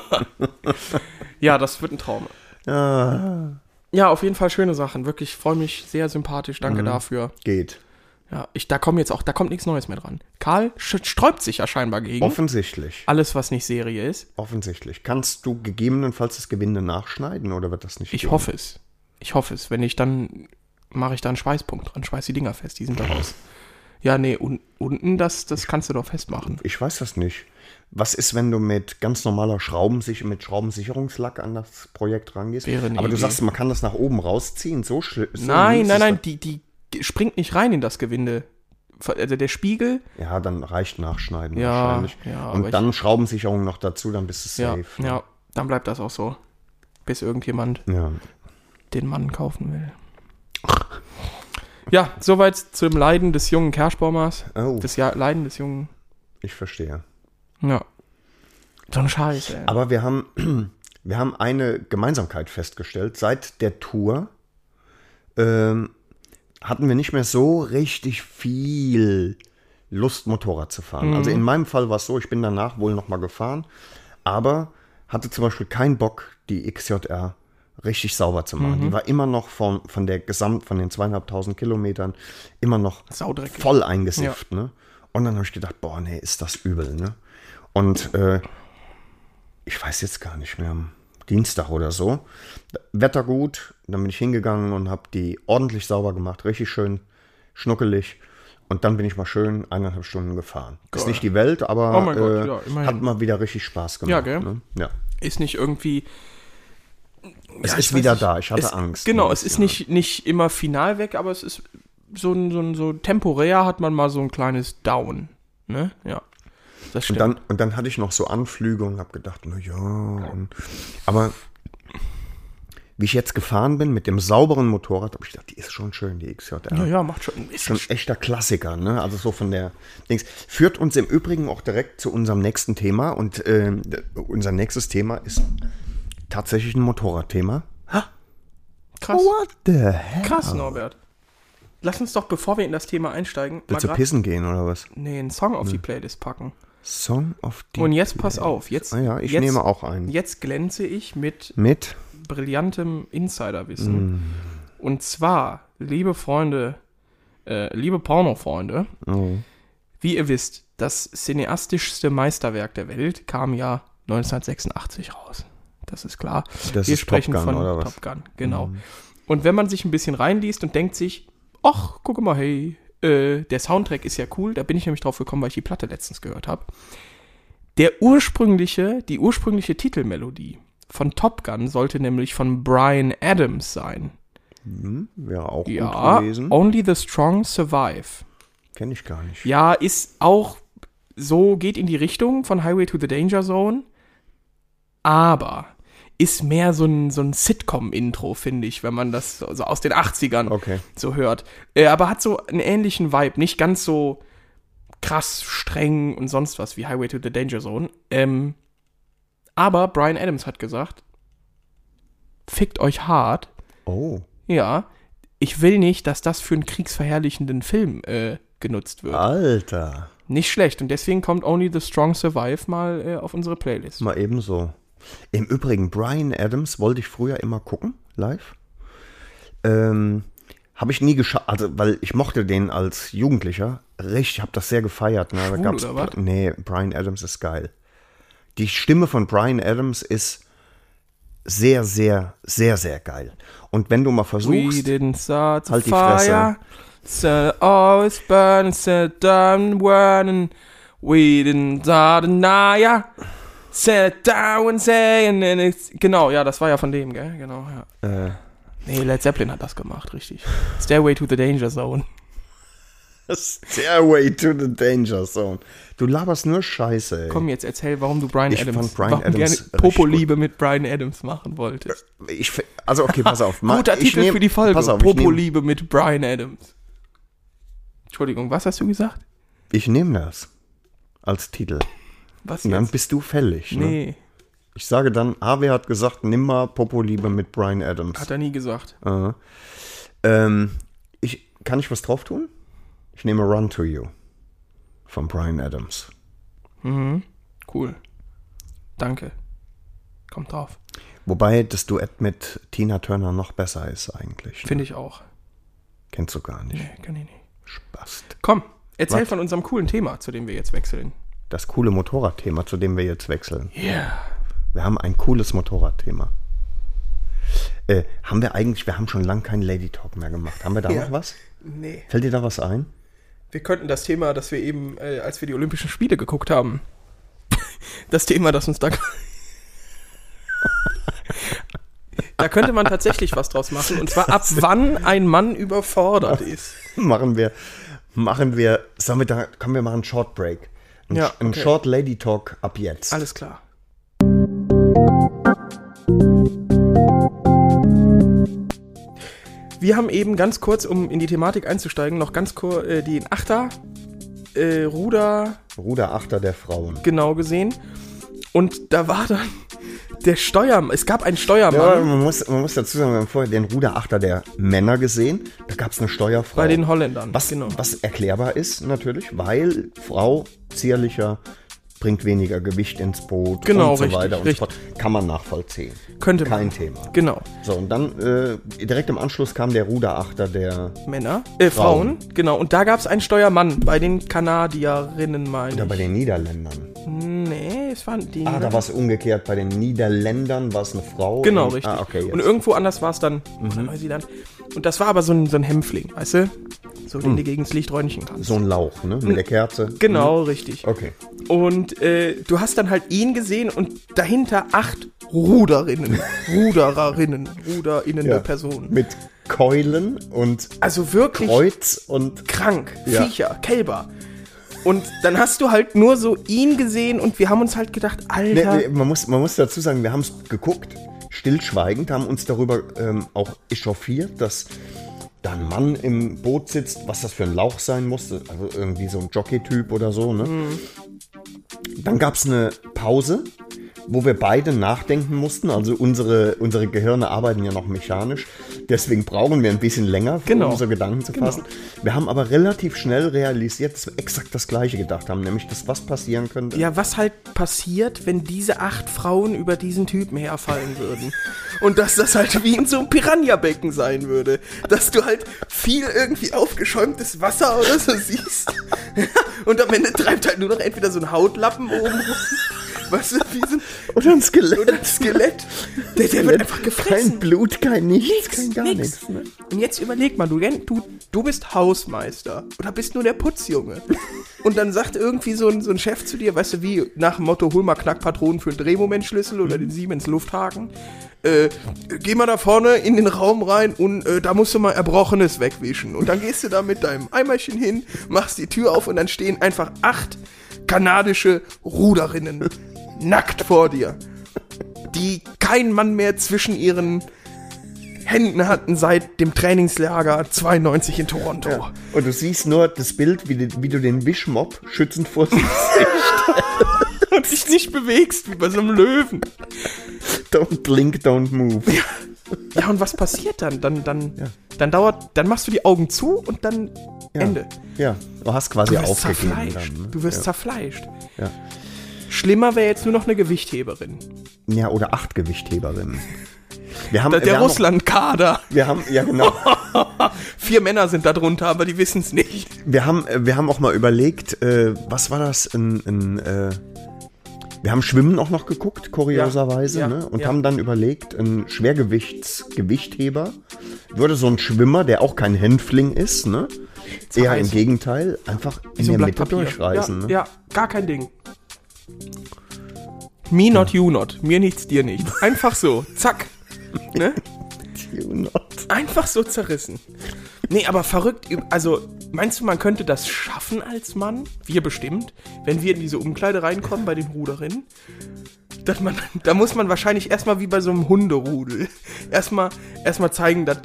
[SPEAKER 3] Ja, das wird ein Traum.
[SPEAKER 2] ah,
[SPEAKER 3] Ja, auf jeden Fall schöne Sachen. Wirklich, freue mich sehr sympathisch.
[SPEAKER 2] Mhm.
[SPEAKER 3] Danke dafür.
[SPEAKER 2] geht.
[SPEAKER 3] Ja, ich, da kommen jetzt auch, da kommt nichts Neues mehr dran. Karl sch- sträubt sich ja scheinbar
[SPEAKER 2] Hm?
[SPEAKER 3] gegen
[SPEAKER 2] Offensichtlich.
[SPEAKER 3] alles, was nicht Serie ist.
[SPEAKER 2] Offensichtlich. Kannst du gegebenenfalls das Gewinde nachschneiden oder wird das nicht
[SPEAKER 3] Ich
[SPEAKER 2] gehen?
[SPEAKER 3] hoffe es. Ich hoffe es. Wenn nicht, dann mache ich da einen Schweißpunkt dran, schweiß die Dinger fest, die sind da raus. Ja, nee, un unten, das, das kannst du doch festmachen.
[SPEAKER 2] Ich weiß das nicht. Was ist, wenn du mit ganz normaler Schraubensich mit Schraubensicherungslack an das Projekt rangehst?
[SPEAKER 3] Wäre eine
[SPEAKER 2] Aber du
[SPEAKER 3] Idee.
[SPEAKER 2] sagst, man kann das nach oben rausziehen, so schlimm. So
[SPEAKER 3] nein,
[SPEAKER 2] mies
[SPEAKER 3] nein,
[SPEAKER 2] ist
[SPEAKER 3] nein, die, die springt nicht rein in das Gewinde. Ver- Also der Spiegel,
[SPEAKER 2] das- Ja, dann reicht Nachschneiden
[SPEAKER 3] Ja,
[SPEAKER 2] wahrscheinlich.
[SPEAKER 3] ja, aber
[SPEAKER 2] Und
[SPEAKER 3] ich-
[SPEAKER 2] dann Schraubensicherung noch dazu, dann bist du
[SPEAKER 3] ja,
[SPEAKER 2] safe. ne?
[SPEAKER 3] ja, dann bleibt das auch so. Bis irgendjemand
[SPEAKER 2] ja.
[SPEAKER 3] den Mann kaufen will. Ja, soweit zum Leiden des jungen Kerschbaumers.
[SPEAKER 2] Oh.
[SPEAKER 3] Das ja Leiden des jungen.
[SPEAKER 2] Ich verstehe.
[SPEAKER 3] Ja. So ein Scheiß, ey.
[SPEAKER 2] Aber wir haben, wir haben eine Gemeinsamkeit festgestellt. Seit der Tour ähm, hatten wir nicht mehr so richtig viel Lust, Motorrad zu fahren. Also in meinem Fall war es so, ich bin danach wohl nochmal gefahren, aber hatte zum Beispiel keinen Bock, die XJR richtig sauber zu machen. Die war immer noch von, von der Gesamt, von den zweieinhalbtausend Kilometern, immer noch
[SPEAKER 3] Saudreckig.
[SPEAKER 2] voll eingesifft. Ne? Und dann habe ich gedacht, boah, nee, ist das übel. Ne? Und äh, ich weiß jetzt gar nicht mehr, am Dienstag oder so. Wetter gut, dann bin ich hingegangen und habe die ordentlich sauber gemacht, richtig schön schnuckelig. Und dann bin ich mal schön eineinhalb Stunden gefahren. Ist nicht die Welt, aber
[SPEAKER 3] Oh mein Gott,
[SPEAKER 2] äh,
[SPEAKER 3] ja, immerhin.
[SPEAKER 2] hat mal wieder richtig Spaß gemacht.
[SPEAKER 3] Ja, gell?
[SPEAKER 2] Ne? Ja.
[SPEAKER 3] Ist nicht irgendwie.
[SPEAKER 2] Es
[SPEAKER 3] Ja,
[SPEAKER 2] ist
[SPEAKER 3] ich
[SPEAKER 2] wieder
[SPEAKER 3] weiß nicht.
[SPEAKER 2] da. Ich hatte
[SPEAKER 3] es,
[SPEAKER 2] Angst. ne?
[SPEAKER 3] Genau,
[SPEAKER 2] ein
[SPEAKER 3] es ist
[SPEAKER 2] bisschen.
[SPEAKER 3] nicht, nicht immer final weg, aber es ist so ein, so ein so temporär hat man mal so ein kleines Down. Ne? Ja. Das
[SPEAKER 2] Und
[SPEAKER 3] stimmt.
[SPEAKER 2] dann, und dann hatte ich noch so Anflüge und habe gedacht, na ja.
[SPEAKER 3] Genau.
[SPEAKER 2] Und, aber wie ich jetzt gefahren bin mit dem sauberen Motorrad, habe ich gedacht, die ist schon schön, die XJR.
[SPEAKER 3] ja, ja, macht schon. Ist
[SPEAKER 2] Schon ein echter Klassiker, ne? Also so von der Dings. Führt uns im Übrigen auch direkt zu unserem nächsten Thema. Und ähm, d- unser nächstes Thema ist tatsächlich ein Motorradthema.
[SPEAKER 3] krass.
[SPEAKER 2] the hell?
[SPEAKER 3] Krass, Norbert. Lass uns doch, bevor wir in das Thema einsteigen,
[SPEAKER 2] Willst du
[SPEAKER 3] grad-
[SPEAKER 2] pissen gehen oder was?
[SPEAKER 3] nee, einen Song auf die Playlist packen.
[SPEAKER 2] Song of the
[SPEAKER 3] Und jetzt pass auf, jetzt,
[SPEAKER 2] Ah ja, ich
[SPEAKER 3] jetzt,
[SPEAKER 2] nehme auch einen.
[SPEAKER 3] jetzt glänze ich mit
[SPEAKER 2] Mit
[SPEAKER 3] brillantem Insiderwissen.
[SPEAKER 2] Mm.
[SPEAKER 3] Und zwar, liebe Freunde, äh, liebe Pornofreunde,
[SPEAKER 2] Oh,
[SPEAKER 3] wie ihr wisst, das cineastischste Meisterwerk der Welt kam ja 1986 raus. Das ist klar.
[SPEAKER 2] Das ist Top Gun, oder was? Mhm.
[SPEAKER 3] Top Gun, genau. Und wenn man sich ein bisschen reinliest und denkt sich, ach, guck mal, hey, äh, der Soundtrack ist ja cool, da bin ich nämlich drauf gekommen, weil ich die Platte letztens gehört habe. Der ursprüngliche, die ursprüngliche Titelmelodie von Top Gun sollte nämlich von Brian Adams sein.
[SPEAKER 2] wäre auch
[SPEAKER 3] Ja,
[SPEAKER 2] gut gewesen.
[SPEAKER 3] Only the Strong Survive.
[SPEAKER 2] Kenne ich gar nicht.
[SPEAKER 3] Ja, ist auch so, geht in die Richtung von Highway to the Danger Zone, aber ist mehr so ein, so ein Sitcom-Intro, finde ich, wenn man das so so aus den 80ern
[SPEAKER 2] Okay.
[SPEAKER 3] so hört. Äh, aber hat so einen ähnlichen Vibe, nicht ganz so krass streng und sonst was wie Highway to the Danger Zone. Ähm, aber Brian Adams hat gesagt, fickt euch hart,
[SPEAKER 2] Oh.
[SPEAKER 3] ja, ich will nicht, dass das für einen kriegsverherrlichenden Film äh, genutzt wird.
[SPEAKER 2] Alter.
[SPEAKER 3] Nicht schlecht. Und deswegen kommt Only the Strong Survive mal äh, auf unsere Playlist.
[SPEAKER 2] Mal ebenso. Im Übrigen, Brian Adams wollte ich früher immer gucken, live. Ähm, habe ich nie geschafft, also, weil ich mochte den als Jugendlicher. Richtig, habe das sehr gefeiert. Ne? Da
[SPEAKER 3] Schwul oder was?
[SPEAKER 2] Nee, Brian Adams ist geil. Die Stimme von Brian Adams ist sehr, sehr, sehr, sehr geil. Und wenn du mal
[SPEAKER 3] We
[SPEAKER 2] versuchst,
[SPEAKER 3] didn't start
[SPEAKER 2] Halt
[SPEAKER 3] the
[SPEAKER 2] die Fresse.
[SPEAKER 3] fire. So always burn, it's a down burning. We didn't start the fire. Set down and say and then it's Genau, ja, das war ja von dem, gell? Genau, ja.
[SPEAKER 2] äh,
[SPEAKER 3] Nee, Led Zeppelin hat das gemacht, richtig. Stairway to the Danger Zone.
[SPEAKER 2] Stairway to the Danger Zone. Du laberst nur Scheiße, ey.
[SPEAKER 3] Komm, jetzt erzähl, warum du Brian
[SPEAKER 2] Ich
[SPEAKER 3] Adams,
[SPEAKER 2] fand Bryan
[SPEAKER 3] warum du
[SPEAKER 2] Adams
[SPEAKER 3] gerne
[SPEAKER 2] richtig
[SPEAKER 3] Popoliebe mit Brian Adams machen wolltest.
[SPEAKER 2] Ich, f- also, okay, pass auf. Ma-
[SPEAKER 3] Guter
[SPEAKER 2] ich
[SPEAKER 3] Titel
[SPEAKER 2] nehm-
[SPEAKER 3] für die Folge.
[SPEAKER 2] Pass auf, ich nehm-
[SPEAKER 3] Popoliebe mit Brian Adams. Entschuldigung, was hast du gesagt?
[SPEAKER 2] Ich nehme das als Titel.
[SPEAKER 3] Was
[SPEAKER 2] Und dann
[SPEAKER 3] jetzt?
[SPEAKER 2] bist du fällig. Ne?
[SPEAKER 3] Nee,
[SPEAKER 2] Ich sage dann, Harvey hat gesagt, nimm mal Popoliebe mit Brian Adams.
[SPEAKER 3] hat er nie gesagt.
[SPEAKER 2] Ah. Ähm, ich, kann ich was drauf tun? Ich nehme Run to You von Brian Adams.
[SPEAKER 3] Cool. Danke. Kommt drauf.
[SPEAKER 2] Wobei das Duett mit Tina Turner noch besser ist eigentlich. ne?
[SPEAKER 3] Finde ich auch.
[SPEAKER 2] Kennst du gar nicht.
[SPEAKER 3] Nee, kann ich nicht.
[SPEAKER 2] Spaß.
[SPEAKER 3] Komm, erzähl von unserem coolen Thema, zu dem wir jetzt wechseln.
[SPEAKER 2] Das coole Motorradthema, zu dem wir jetzt wechseln.
[SPEAKER 3] Yeah.
[SPEAKER 2] Wir haben ein cooles Motorradthema. Äh, haben wir eigentlich, wir haben schon lange keinen Lady Talk mehr gemacht. Haben wir da
[SPEAKER 3] Ja.
[SPEAKER 2] noch was?
[SPEAKER 3] Nee.
[SPEAKER 2] Fällt dir da was ein?
[SPEAKER 3] Wir könnten das Thema, das wir eben, äh, als wir die Olympischen Spiele geguckt haben, das Thema, das uns da. da könnte man tatsächlich was draus machen. Und zwar, ab wann ein Mann überfordert ist.
[SPEAKER 2] machen wir, machen wir, sagen wir da, kommen wir machen einen Short Break. Ein,
[SPEAKER 3] Ja,
[SPEAKER 2] ein
[SPEAKER 3] okay.
[SPEAKER 2] Short Lady Talk ab jetzt.
[SPEAKER 3] Alles klar. Wir Wir haben eben ganz kurz, um in die Thematik einzusteigen, noch ganz kurz äh, den Achter, äh, Ruder,
[SPEAKER 2] Ruderachter der Frauen.
[SPEAKER 3] genau gesehen. Und da war dann der Steuermann. Es gab einen Steuermann.
[SPEAKER 2] Ja, man, muss, man muss dazu sagen, wir haben vorher den Ruderachter der Männer gesehen. Da gab es eine Steuerfrau.
[SPEAKER 3] Bei den genau. Holländern.
[SPEAKER 2] Was, was erklärbar ist natürlich, weil Frau zierlicher bringt weniger Gewicht ins Boot
[SPEAKER 3] Genau,
[SPEAKER 2] und so
[SPEAKER 3] richtig,
[SPEAKER 2] weiter und so fort. Kann man nachvollziehen.
[SPEAKER 3] Könnte man.
[SPEAKER 2] Kein Thema.
[SPEAKER 3] Genau.
[SPEAKER 2] So, und dann äh, direkt im Anschluss kam der Ruderachter der,
[SPEAKER 3] Männer. Äh, Frauen.
[SPEAKER 2] Frauen.
[SPEAKER 3] Genau. Und da gab es einen Steuermann. Bei den Kanadierinnen,
[SPEAKER 2] der
[SPEAKER 3] meine
[SPEAKER 2] bei den Niederländern.
[SPEAKER 3] ich. Nee, es waren die.
[SPEAKER 2] Ah, da war es umgekehrt. Bei den Niederländern war es eine Frau.
[SPEAKER 3] Genau,
[SPEAKER 2] Und-
[SPEAKER 3] richtig.
[SPEAKER 2] Ah, okay, jetzt. Mhm.
[SPEAKER 3] und irgendwo anders war es dann oder Neuseeland. Und das war aber so ein, so ein Hämpfling, weißt du? So, den du gegen das Licht räunchen kannst.
[SPEAKER 2] Hm. so ein Mhm. Lauch, ne? Mit der Kerze.
[SPEAKER 3] Genau, richtig.
[SPEAKER 2] Okay.
[SPEAKER 3] Und äh, du hast dann halt ihn gesehen und dahinter acht Ruderinnen, Rudererinnen, Ruderinnende Personen.
[SPEAKER 2] Mit Keulen und
[SPEAKER 3] Also wirklich
[SPEAKER 2] Kreuz und
[SPEAKER 3] krank,
[SPEAKER 2] Ja.
[SPEAKER 3] Viecher, Kälber. Und dann hast du halt nur so ihn gesehen und wir haben uns halt gedacht,
[SPEAKER 2] Nee,
[SPEAKER 3] Alter,
[SPEAKER 2] nee, man, muss, man muss dazu sagen, wir haben es geguckt, stillschweigend, haben uns darüber ähm, auch echauffiert, dass da ein Mann im Boot sitzt, was das für ein Lauch sein musste, also irgendwie so ein Jockey-Typ oder so. Ne?
[SPEAKER 3] Mhm.
[SPEAKER 2] Dann gab es eine Pause, wo wir beide nachdenken mussten. Also unsere, unsere Gehirne arbeiten ja noch mechanisch, deswegen brauchen wir ein bisschen länger,
[SPEAKER 3] Genau.
[SPEAKER 2] um unsere Gedanken zu fassen. Wir haben aber relativ schnell realisiert, dass wir exakt das Gleiche gedacht haben, nämlich, dass was passieren könnte.
[SPEAKER 3] ja, was halt passiert, wenn diese acht Frauen über diesen Typen herfallen würden. Und dass das halt wie in so einem Piranha-Becken sein würde. Dass du halt viel irgendwie aufgeschäumtes Wasser oder so siehst. Und am Ende treibt halt nur noch entweder so ein Hautlappen oben rum. Weißt du, wie so ein,
[SPEAKER 2] Oder ein Skelett.
[SPEAKER 3] oder ein Skelett. Der, der wird einfach gefressen.
[SPEAKER 2] Kein Blut, kein nichts, kein gar
[SPEAKER 3] nix.
[SPEAKER 2] nichts. Ne?
[SPEAKER 3] Und jetzt überleg mal, du, du, du bist Hausmeister oder bist nur der Putzjunge. Und dann sagt irgendwie so ein, so ein Chef zu dir, weißt du, wie nach dem Motto, hol mal Knackpatronen für den Drehmomentschlüssel oder den Siemens Lufthaken. Äh, geh mal da vorne in den Raum rein und äh, da musst du mal Erbrochenes wegwischen. Und dann gehst du da mit deinem Eimerchen hin, machst die Tür auf und dann stehen einfach acht kanadische Ruderinnen nackt vor dir, die kein Mann mehr zwischen ihren Händen hatten seit dem Trainingslager 92 in Toronto.
[SPEAKER 2] Und du siehst nur das Bild, wie, du- wie du den Wischmob schützend vor sich siehst.
[SPEAKER 3] Und sich nicht bewegst, wie bei so einem Löwen.
[SPEAKER 2] Don't blink, don't move.
[SPEAKER 3] Ja, und was passiert dann? Dann, dann, dann dauert, dann machst du die Augen zu und dann Ende.
[SPEAKER 2] Ja, du hast quasi
[SPEAKER 3] Du wirst
[SPEAKER 2] aufgegeben.
[SPEAKER 3] zerfleischt.
[SPEAKER 2] Dann, ne?
[SPEAKER 3] Du wirst zerfleischt.
[SPEAKER 2] Ja.
[SPEAKER 3] Schlimmer wäre jetzt nur noch eine Gewichtheberin.
[SPEAKER 2] ne? ja, oder acht Gewichtheberinnen. Wir haben,
[SPEAKER 3] Der,
[SPEAKER 2] wir
[SPEAKER 3] der Russland-Kader.
[SPEAKER 2] Haben, noch- wir haben, ja genau.
[SPEAKER 3] Vier Männer sind da drunter, aber die wissen es nicht.
[SPEAKER 2] Wir haben, äh, wir haben auch mal überlegt, äh, was war das? Ein, ein, äh, wir haben Schwimmen auch noch geguckt, kurioserweise,
[SPEAKER 3] Ja, ja,
[SPEAKER 2] ne? und
[SPEAKER 3] ja.
[SPEAKER 2] haben dann überlegt, ein Schwergewichtsgewichtheber würde so ein Schwimmer, der auch kein Hänfling ist, ne? eher im
[SPEAKER 3] Zerreißen.
[SPEAKER 2] Gegenteil, einfach in
[SPEAKER 3] So
[SPEAKER 2] der
[SPEAKER 3] ein Blatt
[SPEAKER 2] Mitte
[SPEAKER 3] Papier.
[SPEAKER 2] durchreißen.
[SPEAKER 3] Ja,
[SPEAKER 2] ne?
[SPEAKER 3] ja, gar kein Ding. Me not, you not. Mir nichts, dir nichts. Einfach so. Zack. Ne?
[SPEAKER 2] You not.
[SPEAKER 3] Einfach so zerrissen. Nee, aber verrückt. üb- Also, meinst du, man könnte das schaffen als Mann? Wir bestimmt. Wenn wir in diese Umkleide reinkommen bei den Ruderinnen. Dass man, da muss man wahrscheinlich erstmal wie bei so einem Hunderudel. Erstmal erstmal zeigen, dass.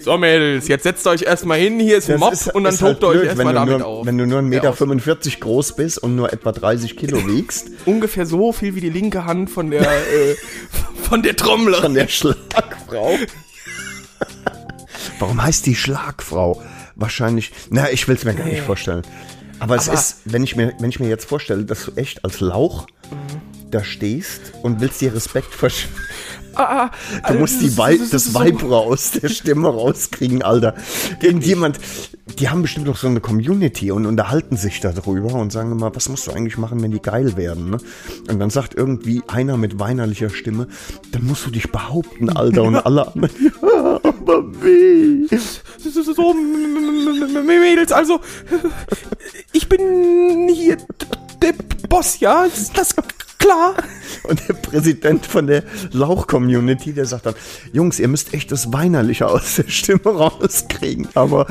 [SPEAKER 3] So, Mädels, jetzt setzt euch erstmal hin, hier ist ein
[SPEAKER 2] Das
[SPEAKER 3] Mob
[SPEAKER 2] ist-
[SPEAKER 3] und dann
[SPEAKER 2] ist halt
[SPEAKER 3] tobt ihr euch
[SPEAKER 2] blöd,
[SPEAKER 3] erstmal
[SPEAKER 2] wenn du
[SPEAKER 3] damit
[SPEAKER 2] nur,
[SPEAKER 3] auf.
[SPEAKER 2] Wenn du nur 1,45
[SPEAKER 3] Ja,
[SPEAKER 2] Meter
[SPEAKER 3] auf.
[SPEAKER 2] 45 groß bist und nur etwa 30 Kilo wiegst,
[SPEAKER 3] ungefähr so viel wie die linke Hand von der äh, von der Trommlerin.
[SPEAKER 2] von der Schlagfrau. Warum heißt die Schlagfrau? Wahrscheinlich, na, ich will es mir gar nicht vorstellen. Aber es
[SPEAKER 3] Aber-
[SPEAKER 2] ist, wenn ich, mir, wenn ich mir jetzt vorstelle, dass du echt als Lauch da stehst und willst dir Respekt verschaffen.
[SPEAKER 3] Ah,
[SPEAKER 2] Du musst die Weib, das Weib raus, der Stimme rauskriegen, Alter. Irgendjemand, die haben bestimmt noch so eine Community und unterhalten sich darüber und sagen immer, was musst du eigentlich machen, wenn die geil werden? Ne? Und dann sagt irgendwie einer mit weinerlicher Stimme, dann musst du dich behaupten, Alter. Und alle anderen, ja, aber weh.
[SPEAKER 3] So, so, so, M- M- M- Mädels, also, ich bin hier der Boss, ja? Ist das klar?
[SPEAKER 2] Und der Präsident von der Lauch-Community, der sagt dann, Jungs, ihr müsst echt das Weinerliche aus der Stimme rauskriegen, aber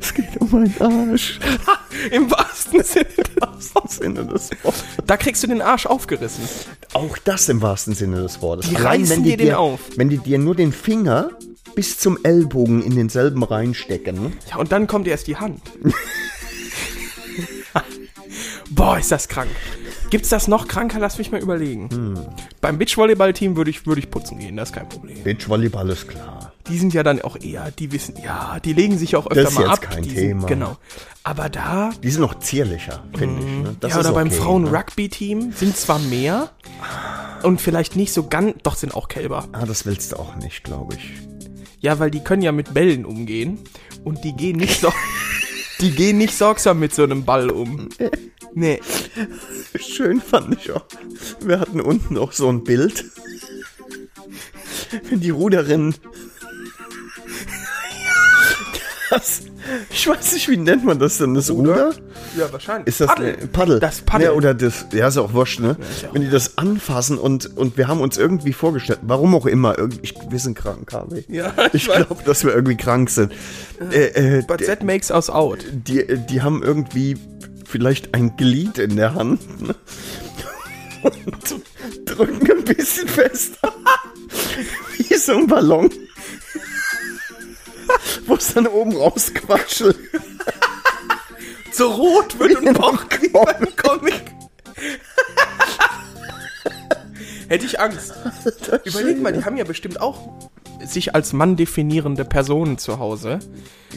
[SPEAKER 2] es geht um meinen Arsch.
[SPEAKER 3] Im wahrsten Sinne.
[SPEAKER 2] wahrsten Sinne des Wortes.
[SPEAKER 3] Da kriegst du den Arsch aufgerissen.
[SPEAKER 2] Auch das im wahrsten Sinne des Wortes.
[SPEAKER 3] Die reißen dir den auf.
[SPEAKER 2] Wenn die dir nur den Finger bis zum Ellbogen in denselben reinstecken. Ne?
[SPEAKER 3] Ja, und dann kommt erst die Hand. Boah, ist das krank. Gibt's das noch kranker? Lass mich mal überlegen.
[SPEAKER 2] Hm.
[SPEAKER 3] Beim Beachvolleyball-Team würde ich, würde ich putzen gehen, das ist kein Problem.
[SPEAKER 2] Beachvolleyball ist klar.
[SPEAKER 3] Die sind ja dann auch eher, die wissen, ja, die legen sich auch öfter
[SPEAKER 2] Das ist
[SPEAKER 3] mal
[SPEAKER 2] jetzt
[SPEAKER 3] ab.
[SPEAKER 2] kein
[SPEAKER 3] die
[SPEAKER 2] Thema.
[SPEAKER 3] Sind, genau. Aber da,
[SPEAKER 2] Die sind noch zierlicher, finde ich. Ne? Das
[SPEAKER 3] Mhm. ja, oder
[SPEAKER 2] ist
[SPEAKER 3] beim
[SPEAKER 2] okay, ne?
[SPEAKER 3] Frauen-Rugby-Team sind zwar mehr und vielleicht nicht so ganz, doch sind auch Kälber.
[SPEAKER 2] Ah, das willst du auch nicht, glaube ich.
[SPEAKER 3] Ja, weil die können ja mit Bällen umgehen und die gehen nicht so. Die gehen nicht sorgsam mit so einem Ball um. Nee.
[SPEAKER 2] Schön fand ich auch. Wir hatten unten auch so ein Bild. Wenn die Ruderin. Das, ich weiß nicht, wie nennt man das denn? Das Ruder?
[SPEAKER 3] Ja, wahrscheinlich.
[SPEAKER 2] Ist das Paddel? Paddel.
[SPEAKER 3] Das Paddel.
[SPEAKER 2] Ja, oder das, ja, ist auch wurscht, ne?
[SPEAKER 3] ja auch
[SPEAKER 2] Wenn die das anfassen und, und wir haben uns irgendwie vorgestellt, warum auch immer, irgend- ich, wir sind krank, KW.
[SPEAKER 3] Ja,
[SPEAKER 2] ich
[SPEAKER 3] ich weiß.
[SPEAKER 2] glaube, dass wir irgendwie krank sind. Äh, äh,
[SPEAKER 3] But that makes us out.
[SPEAKER 2] die, die haben irgendwie vielleicht ein Glied in der Hand ne? und drücken ein bisschen fest. Wie so ein Ballon. Wo es dann oben rausquatschelt.
[SPEAKER 3] So rot wird und
[SPEAKER 2] Genau.
[SPEAKER 3] pocht wie beim Comic. Hätte ich Angst. Überleg mal, die haben ja bestimmt auch sich als Mann definierende Personen zu Hause.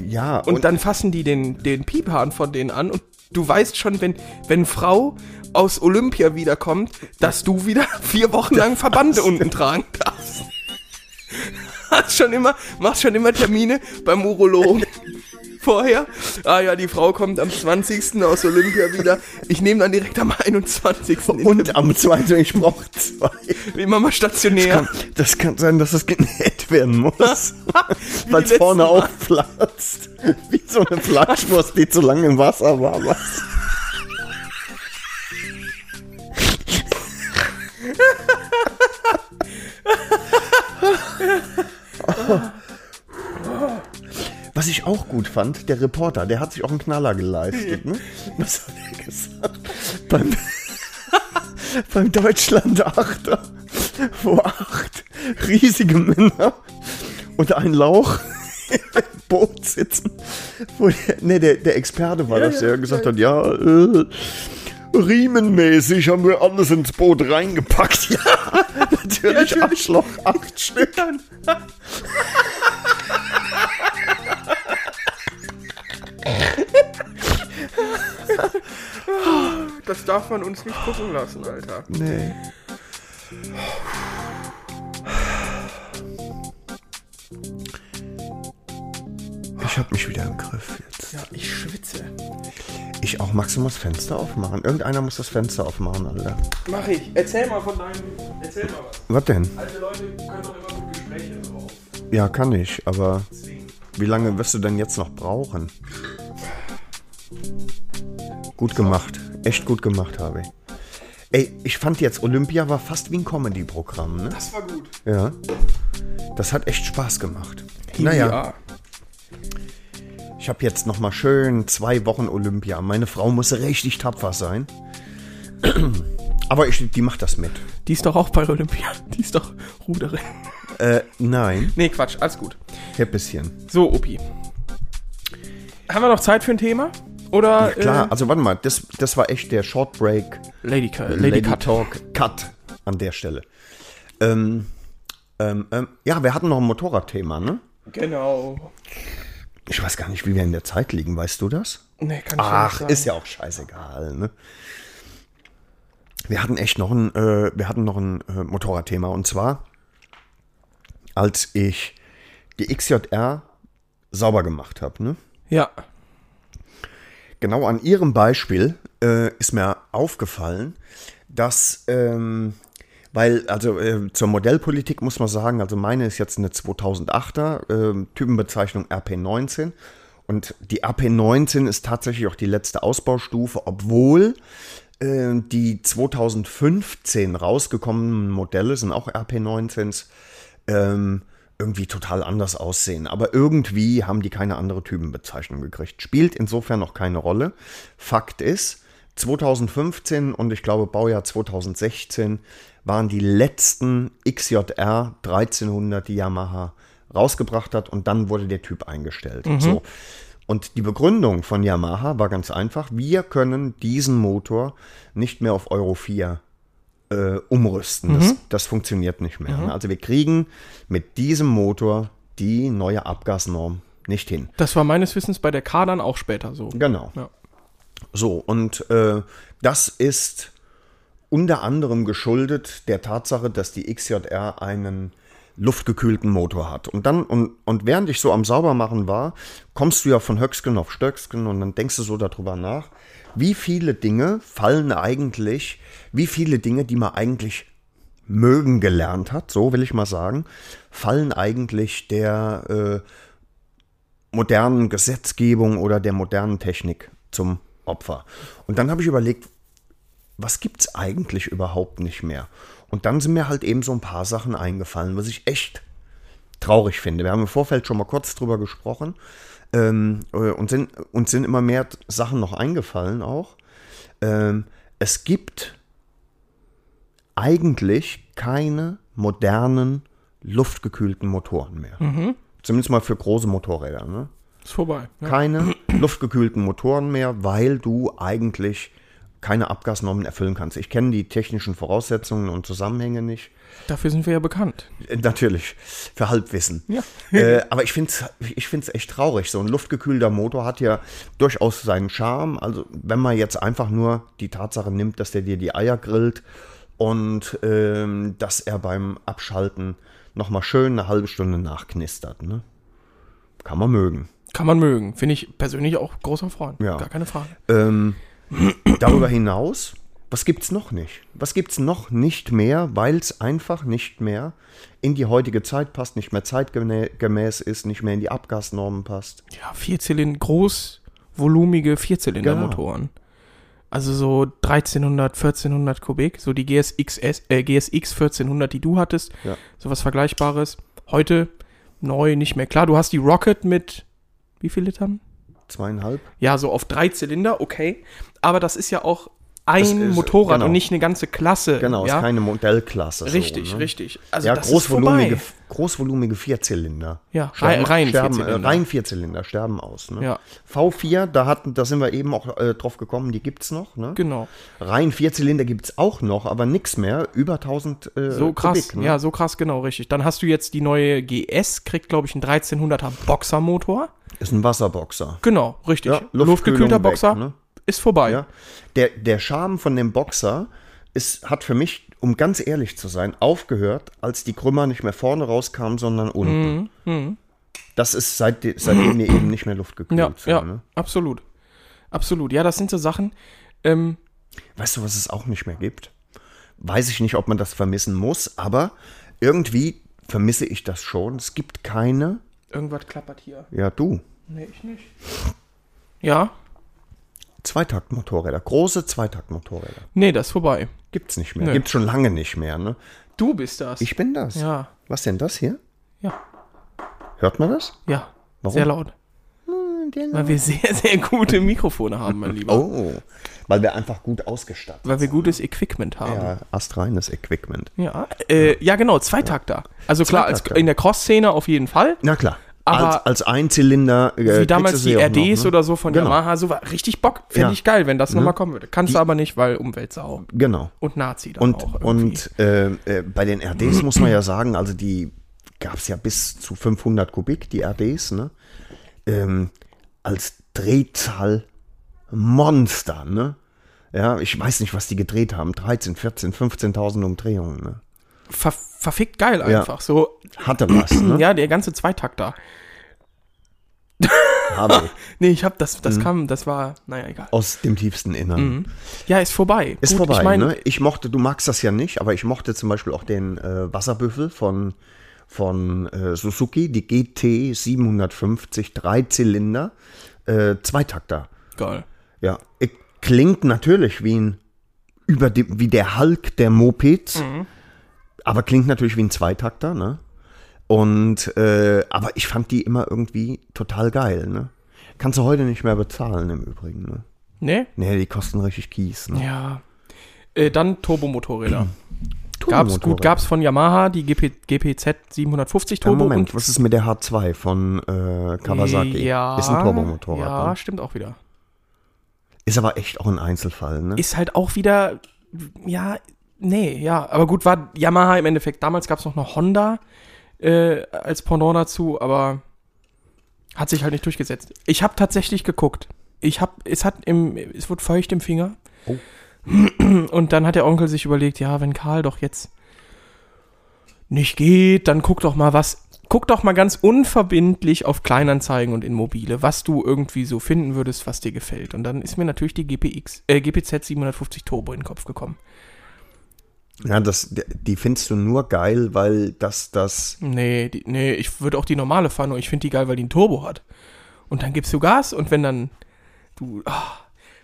[SPEAKER 2] Ja,
[SPEAKER 3] Und, dann fassen die den, den Piephahn von denen an und du weißt schon, wenn, wenn Frau aus Olympia wiederkommt, dass du wieder vier Wochen lang Verbande unten tragen darfst. Hast schon immer, machst schon immer Termine beim Urologen. Vorher, ah ja, die Frau kommt am 20. aus Olympia wieder. Ich nehme dann direkt am 21. in-
[SPEAKER 2] und am zweiten, ich brauche zwei.
[SPEAKER 3] immer mal stationär.
[SPEAKER 2] Das kann sein, dass es genäht werden muss.
[SPEAKER 3] die
[SPEAKER 2] Weil es
[SPEAKER 3] letzten
[SPEAKER 2] vorne
[SPEAKER 3] Mal.
[SPEAKER 2] aufplatzt. Wie so eine Fleischwurst, die zu lange im Wasser war. Was? Was ich auch gut fand, der Reporter, der hat sich auch einen Knaller geleistet. Ne? Was hat er gesagt? Beim, beim Deutschland Achter, wo acht riesige Männer und ein Lauch im Boot sitzen. Wo der, nee, der, der Experte war das, der gesagt hat, ja, äh, riemenmäßig haben wir alles ins Boot reingepackt. Ja, natürlich,
[SPEAKER 3] natürlich.
[SPEAKER 2] Arschloch, acht Stück.
[SPEAKER 3] Das darf man uns nicht gucken lassen, Alter.
[SPEAKER 2] Nee. Ich hab mich wieder im Griff jetzt.
[SPEAKER 3] Ja, ich schwitze.
[SPEAKER 2] Ich auch. Magst du mal das Fenster aufmachen? Irgendeiner muss das Fenster aufmachen, Alter.
[SPEAKER 3] Mach ich. Erzähl mal von deinem. Erzähl mal was.
[SPEAKER 2] Was denn?
[SPEAKER 3] Alte Leute können doch immer gut Gespräche drauf.
[SPEAKER 2] Ja, kann ich, aber wie lange wirst du denn jetzt noch brauchen? Gut gemacht. Echt gut gemacht, Harvey. Ey, ich fand jetzt, Olympia war fast wie ein Comedy-Programm, ne?
[SPEAKER 3] Das war gut.
[SPEAKER 2] Ja. Das hat echt Spaß gemacht. Ich habe jetzt noch mal schön zwei Wochen Olympia. Meine Frau muss richtig tapfer sein. Aber ich, die macht das mit.
[SPEAKER 3] Die ist doch auch bei Olympia. Die ist doch Ruderin.
[SPEAKER 2] Äh, nein.
[SPEAKER 3] Nee, Quatsch. Alles gut.
[SPEAKER 2] Ja, bisschen.
[SPEAKER 3] So, Opi. Haben wir noch Zeit für ein Thema? Oder.
[SPEAKER 2] Klar, also warte mal, das, das war echt der Short Break
[SPEAKER 3] Äh, Lady, Ka- Lady, Lady Cut.
[SPEAKER 2] Talk Cut an der Stelle. Ähm, ähm, ähm, ja, wir hatten noch ein Motorradthema, ne?
[SPEAKER 3] Genau.
[SPEAKER 2] Ich weiß gar nicht, wie wir in der Zeit liegen, weißt du das?
[SPEAKER 3] Nee, kann ich
[SPEAKER 2] Ach,
[SPEAKER 3] schon nicht sagen.
[SPEAKER 2] ist ja auch scheißegal, ne? Wir hatten echt noch ein, äh, wir hatten noch ein äh, Motorradthema und zwar, als ich die XJR sauber gemacht habe, ne?
[SPEAKER 3] Ja.
[SPEAKER 2] Genau an Ihrem Beispiel äh, ist mir aufgefallen, dass, ähm, weil, also äh, zur Modellpolitik muss man sagen, also meine ist jetzt eine 2008er, äh, Typenbezeichnung RP19. Und die AP19 ist tatsächlich auch die letzte Ausbaustufe, obwohl äh, die 2015 rausgekommenen Modelle sind auch RP19s ähm, irgendwie total anders aussehen. Aber irgendwie haben die keine andere Typenbezeichnung gekriegt. Spielt insofern noch keine Rolle. Fakt ist, 2015 und ich glaube Baujahr 2016 waren die letzten XJR 1300 Yamaha rausgebracht hat und dann wurde der Typ eingestellt. So. Und die Begründung von Yamaha war ganz einfach, wir können diesen Motor nicht mehr auf Euro 4 äh, umrüsten. Das, das funktioniert nicht mehr. ne? Also wir kriegen mit diesem Motor die neue Abgasnorm nicht hin.
[SPEAKER 3] Das war meines Wissens bei der K dann auch später so.
[SPEAKER 2] Genau.
[SPEAKER 3] Ja.
[SPEAKER 2] So, und äh, das ist unter anderem geschuldet der Tatsache, dass die XJR einen luftgekühlten Motor hat. Und dann, und, und während ich so am Saubermachen war, kommst du ja von Höcksken auf Stöcksken und dann denkst du so darüber nach, wie viele Dinge fallen eigentlich, wie viele Dinge, die man eigentlich mögen gelernt hat, so will ich mal sagen, fallen eigentlich der äh, modernen Gesetzgebung oder der modernen Technik zum Opfer. Und dann habe ich überlegt, was gibt es eigentlich überhaupt nicht mehr? Und dann sind mir halt eben so ein paar Sachen eingefallen, was ich echt traurig finde. Wir haben im Vorfeld schon mal kurz drüber gesprochen ähm, äh, und sind, uns sind immer mehr Sachen noch eingefallen auch. Ähm, es gibt eigentlich keine modernen luftgekühlten Motoren mehr. Zumindest mal für große Motorräder. Ne?
[SPEAKER 3] Ist vorbei. Ja.
[SPEAKER 2] keine luftgekühlten Motoren mehr, weil du eigentlich keine Abgasnormen erfüllen kannst. Ich kenne die technischen Voraussetzungen und Zusammenhänge nicht.
[SPEAKER 3] Dafür sind wir ja bekannt.
[SPEAKER 2] Äh, Natürlich, für Halbwissen.
[SPEAKER 3] Ja.
[SPEAKER 2] äh, aber ich finde es ich find's echt traurig. So ein luftgekühlter Motor hat ja durchaus seinen Charme. Also wenn man jetzt einfach nur die Tatsache nimmt, dass der dir die Eier grillt und ähm, dass er beim Abschalten nochmal schön eine halbe Stunde nachknistert. Ne? Kann man mögen.
[SPEAKER 3] Kann man mögen. Finde ich persönlich auch großer Freund.
[SPEAKER 2] Ja.
[SPEAKER 3] Gar keine Frage.
[SPEAKER 2] Ähm, darüber hinaus, was gibt's noch nicht? Was gibt's noch nicht mehr, weil es einfach nicht mehr in die heutige Zeit passt, nicht mehr zeitgemäß ist, nicht mehr in die Abgasnormen passt?
[SPEAKER 3] Ja, Vierzylinder, großvolumige Vierzylindermotoren.
[SPEAKER 2] Genau.
[SPEAKER 3] Also so 1300, 1400 Kubik, so die GSXS, äh, GSX 1400, die du hattest,
[SPEAKER 2] Ja.
[SPEAKER 3] sowas Vergleichbares. Heute neu nicht mehr klar. Du hast die Rocket mit wie viel Litern?
[SPEAKER 2] Zweieinhalb?
[SPEAKER 3] Ja, so auf drei Zylinder, okay. Aber das ist ja auch ein
[SPEAKER 2] ist-
[SPEAKER 3] Motorrad
[SPEAKER 2] genau.
[SPEAKER 3] und nicht eine ganze Klasse.
[SPEAKER 2] Genau,
[SPEAKER 3] ja?
[SPEAKER 2] ist keine Modellklasse.
[SPEAKER 3] Richtig,
[SPEAKER 2] so, ne?
[SPEAKER 3] richtig. Also
[SPEAKER 2] ja,
[SPEAKER 3] das
[SPEAKER 2] großvolumige,
[SPEAKER 3] ist vorbei.
[SPEAKER 2] großvolumige Vierzylinder.
[SPEAKER 3] Ja,
[SPEAKER 2] Sterben-
[SPEAKER 3] rein- rein
[SPEAKER 2] sterben,
[SPEAKER 3] Vierzylinder.
[SPEAKER 2] Äh, rein Vierzylinder, sterben aus. Ne?
[SPEAKER 3] Ja.
[SPEAKER 2] V4, da, hatten, da sind wir eben auch äh, drauf gekommen, die gibt's noch. Ne?
[SPEAKER 3] Genau.
[SPEAKER 2] Rein Vierzylinder gibt es auch noch, aber nichts mehr. Über 1000 äh,
[SPEAKER 3] So krass,
[SPEAKER 2] Kubik, ne?
[SPEAKER 3] ja, so krass, genau, richtig. Dann hast du jetzt die neue GS, kriegt, glaube ich, einen 1300er Boxermotor.
[SPEAKER 2] Ist ein Wasserboxer.
[SPEAKER 3] Genau, richtig.
[SPEAKER 2] Ja, Luftkühlung
[SPEAKER 3] Luftgekühlter
[SPEAKER 2] weg,
[SPEAKER 3] Boxer
[SPEAKER 2] ne?
[SPEAKER 3] ist vorbei.
[SPEAKER 2] Ja? Der, der Charme von dem Boxer ist, hat für mich, um ganz ehrlich zu sein, aufgehört, als die Krümmer nicht mehr vorne rauskamen, sondern unten.
[SPEAKER 3] Mhm,
[SPEAKER 2] Das ist seit, seitdem die eben nicht mehr luftgekühlt
[SPEAKER 3] ja,
[SPEAKER 2] sind.
[SPEAKER 3] ja,
[SPEAKER 2] Ne?
[SPEAKER 3] absolut. Absolut. Ja, das sind so Sachen. Ähm,
[SPEAKER 2] Weißt du, was es auch nicht mehr gibt? Weiß ich nicht, ob man das vermissen muss, aber irgendwie vermisse ich das schon. Es gibt keine.
[SPEAKER 3] irgendwas klappert hier.
[SPEAKER 2] Ja, du.
[SPEAKER 3] Nee, ich nicht. Ja,
[SPEAKER 2] Zweitaktmotorräder, große Zweitaktmotorräder.
[SPEAKER 3] nee, das ist vorbei.
[SPEAKER 2] Gibt's nicht mehr.
[SPEAKER 3] Nö.
[SPEAKER 2] Gibt's schon lange nicht mehr, ne?
[SPEAKER 3] Du bist das.
[SPEAKER 2] Ich bin das.
[SPEAKER 3] Ja.
[SPEAKER 2] Was denn das hier?
[SPEAKER 3] ja,
[SPEAKER 2] Hört man das?
[SPEAKER 3] ja.
[SPEAKER 2] Warum?
[SPEAKER 3] Sehr laut. Weil wir sehr, sehr gute Mikrofone haben, mein Lieber.
[SPEAKER 2] Oh, weil wir einfach gut ausgestattet
[SPEAKER 3] Weil wir gutes Equipment haben.
[SPEAKER 2] sind. Ja, astreines Equipment.
[SPEAKER 3] Ja, äh, ja genau, Zweitakter. Also klar, als,
[SPEAKER 2] Zweitakter.
[SPEAKER 3] in der Cross-Szene auf jeden Fall.
[SPEAKER 2] Na klar.
[SPEAKER 3] Aber
[SPEAKER 2] als, als Einzylinder. äh,
[SPEAKER 3] Wie damals
[SPEAKER 2] kriegst du
[SPEAKER 3] die
[SPEAKER 2] sie auch
[SPEAKER 3] RDs
[SPEAKER 2] noch, ne?
[SPEAKER 3] oder so von
[SPEAKER 2] Genau.
[SPEAKER 3] Yamaha, so war richtig Bock. Fände
[SPEAKER 2] Ja. Mhm.
[SPEAKER 3] ich geil, wenn das nochmal kommen würde. Kannst du aber nicht, weil Umweltsau.
[SPEAKER 2] Genau.
[SPEAKER 3] Und Nazi dann auch.
[SPEAKER 2] Und,
[SPEAKER 3] irgendwie.
[SPEAKER 2] und äh, äh, bei den RDs muss man ja sagen, also die gab es ja bis zu 500 Kubik, die RDs, ne? Ähm, als Drehzahl Monster, ne? Ja, ich weiß nicht, was die gedreht haben. 13, 14, 15.000 Umdrehungen, ne?
[SPEAKER 3] Ver verfickt geil einfach. So,
[SPEAKER 2] Hatte was, ne?
[SPEAKER 3] ja, der ganze Zweitakter.
[SPEAKER 2] Habe ich.
[SPEAKER 3] Nee, ich hab das,
[SPEAKER 2] Mhm.
[SPEAKER 3] das kam, das war, naja, egal.
[SPEAKER 2] Aus dem tiefsten
[SPEAKER 3] Mhm.
[SPEAKER 2] Innern.
[SPEAKER 3] Ja, ist vorbei.
[SPEAKER 2] Ist
[SPEAKER 3] Gut,
[SPEAKER 2] vorbei,
[SPEAKER 3] ich mein,
[SPEAKER 2] ne? Ich mochte, du magst das ja nicht, aber ich mochte zum Beispiel auch den äh, Wasserbüffel von, von äh, Suzuki, die GT 750 Dreizylinder, äh, Zweitakter.
[SPEAKER 3] Geil.
[SPEAKER 2] Ja, äh, klingt natürlich wie ein, über die, wie der Hulk der Mopeds,
[SPEAKER 3] Mhm.
[SPEAKER 2] aber klingt natürlich wie ein Zweitakter, ne? Und, äh, aber ich fand die immer irgendwie total geil, ne? Kannst du heute nicht mehr bezahlen im Übrigen, ne?
[SPEAKER 3] Nee?
[SPEAKER 2] Nee, die kosten richtig Kies, ne?
[SPEAKER 3] Ja. Äh, dann Turbomotorräder. Gab's gut, gab's von Yamaha die GP, GPZ 750
[SPEAKER 2] Turbo
[SPEAKER 3] Turbo
[SPEAKER 2] Moment,
[SPEAKER 3] und
[SPEAKER 2] was ist mit der H2 von äh, Kawasaki?
[SPEAKER 3] Ja,
[SPEAKER 2] Ist ein Turbomotorrad.
[SPEAKER 3] Ja,
[SPEAKER 2] ne?
[SPEAKER 3] stimmt auch wieder.
[SPEAKER 2] Ist aber echt auch ein Einzelfall, ne?
[SPEAKER 3] Ist halt auch wieder, ja, nee, ja. Aber gut, war Yamaha im Endeffekt. Damals gab es noch eine Honda äh, als Pendant dazu, aber hat sich halt nicht durchgesetzt. Ich habe tatsächlich geguckt. Ich habe, es hat im, es wurde feucht im Finger.
[SPEAKER 2] Oh.
[SPEAKER 3] Und dann hat der Onkel sich überlegt, ja, wenn Karl doch jetzt nicht geht, dann guck doch mal was. Guck doch mal ganz unverbindlich auf Kleinanzeigen und Immobile, was du irgendwie so finden würdest, was dir gefällt. Und dann ist mir natürlich die GPX, äh, GPZ 750 Turbo in den Kopf gekommen.
[SPEAKER 2] ja, das, d- die findest du nur geil, weil das, das,
[SPEAKER 3] Nee, die, nee, ich würde auch die normale fahren, nur ich finde die geil, weil die einen Turbo hat. Und dann gibst du Gas und wenn dann du, ah,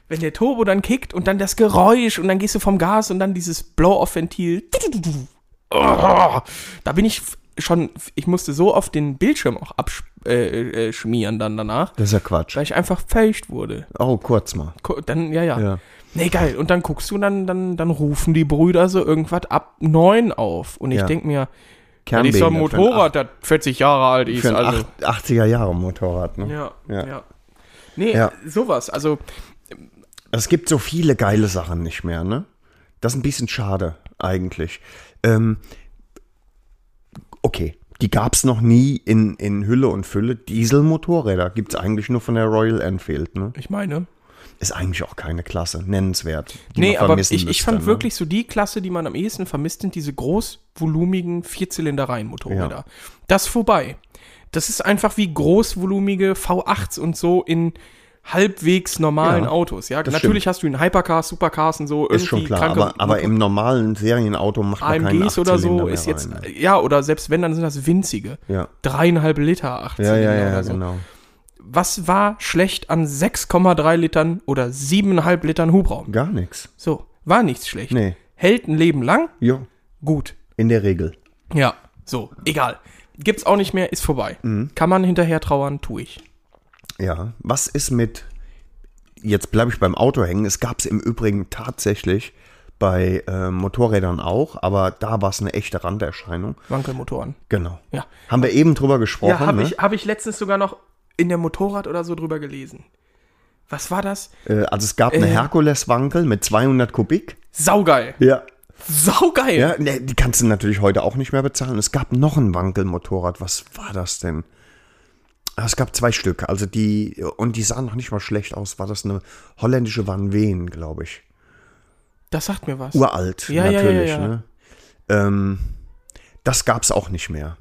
[SPEAKER 3] wenn der Turbo dann kickt und dann das Geräusch und dann gehst du vom Gas und dann dieses Blow-Off-Ventil. Ah, da bin ich f- schon, ich musste so oft den Bildschirm auch abschmieren äh, äh, schmieren dann danach,
[SPEAKER 2] das ist ja Quatsch.
[SPEAKER 3] weil ich einfach feucht wurde.
[SPEAKER 2] Oh, kurz mal.
[SPEAKER 3] Ko- Dann, ja, ja.
[SPEAKER 2] Ja.
[SPEAKER 3] Nee, geil. Und dann guckst du und dann, dann, dann rufen die Brüder so irgendwas ab neun auf. Und ich
[SPEAKER 2] Ja.
[SPEAKER 3] denk mir, ja,
[SPEAKER 2] Kernweg
[SPEAKER 3] das ist doch ein Motorrad, das 40 Jahre alt ist.
[SPEAKER 2] Für ein, Ach-
[SPEAKER 3] also.
[SPEAKER 2] für ein Acht- 80er Jahre Motorrad, ne?
[SPEAKER 3] Ja, ja,
[SPEAKER 2] Ja.
[SPEAKER 3] Nee,
[SPEAKER 2] Ja.
[SPEAKER 3] sowas. Also,
[SPEAKER 2] Es gibt so viele geile Sachen nicht mehr, ne? Das ist ein bisschen schade, eigentlich. Ähm, okay, die gab es noch nie in, in Hülle und Fülle. Dieselmotorräder gibt es eigentlich nur von der Royal Enfield, ne?
[SPEAKER 3] ich meine.
[SPEAKER 2] Ist eigentlich auch keine Klasse, nennenswert. die
[SPEAKER 3] Nee,
[SPEAKER 2] man
[SPEAKER 3] aber ich,
[SPEAKER 2] vermissen
[SPEAKER 3] ich
[SPEAKER 2] müsste,
[SPEAKER 3] fand
[SPEAKER 2] ne?
[SPEAKER 3] wirklich so die Klasse, die man am ehesten vermisst, sind diese großvolumigen Vierzylinder-Reihenmotorräder. Das ist vorbei. Das ist einfach wie großvolumige V8s und so in halbwegs normalen
[SPEAKER 2] Ja,
[SPEAKER 3] Autos. Ja,
[SPEAKER 2] das
[SPEAKER 3] natürlich hast du in Hypercars, Supercars und so irgendwie
[SPEAKER 2] Ist schon klar, aber, aber im normalen Serienauto macht man keinen
[SPEAKER 3] AMGs oder
[SPEAKER 2] Achtzylinder
[SPEAKER 3] so
[SPEAKER 2] mehr
[SPEAKER 3] ist jetzt,
[SPEAKER 2] rein. ne?
[SPEAKER 3] ja, oder selbst wenn, dann sind das winzige.
[SPEAKER 2] Ja.
[SPEAKER 3] Dreieinhalb Liter, 18
[SPEAKER 2] Ja, ja, ja,
[SPEAKER 3] oder so.
[SPEAKER 2] genau.
[SPEAKER 3] was war schlecht an 6,3 Litern oder 7,5 Litern Hubraum?
[SPEAKER 2] Gar nichts.
[SPEAKER 3] So, war nichts schlecht.
[SPEAKER 2] Nee.
[SPEAKER 3] Hält ein Leben lang?
[SPEAKER 2] Ja,
[SPEAKER 3] Gut.
[SPEAKER 2] in der Regel.
[SPEAKER 3] Ja, so, egal. Gibt's auch nicht mehr, ist vorbei.
[SPEAKER 2] Mhm.
[SPEAKER 3] Kann man hinterher trauern, tu ich.
[SPEAKER 2] Ja, was ist mit, jetzt bleibe ich beim Auto hängen, es gab es im Übrigen tatsächlich bei äh, Motorrädern auch, aber da war es eine echte Randerscheinung.
[SPEAKER 3] Wankelmotoren.
[SPEAKER 2] Genau.
[SPEAKER 3] Ja.
[SPEAKER 2] Haben wir eben drüber gesprochen,
[SPEAKER 3] Ja, habe
[SPEAKER 2] ne?
[SPEAKER 3] ich, hab ich letztens sogar noch in der Motorrad oder so drüber gelesen. Was war das?
[SPEAKER 2] äh, also es gab eine Herkules-Wankel mit 200 Kubik.
[SPEAKER 3] Saugeil.
[SPEAKER 2] Ja.
[SPEAKER 3] Saugeil.
[SPEAKER 2] Ja, ne, die kannst du natürlich heute auch nicht mehr bezahlen. Es gab noch ein Wankelmotorrad. Was war das denn? Ah, Es gab zwei Stück, also die, und die sahen noch nicht mal schlecht aus. War das eine holländische Van Ween, glaube ich.
[SPEAKER 3] Das sagt mir was.
[SPEAKER 2] uralt,
[SPEAKER 3] Ja, ja, ja,
[SPEAKER 2] natürlich.
[SPEAKER 3] ja.
[SPEAKER 2] Ne? Ähm, das gab es auch nicht mehr.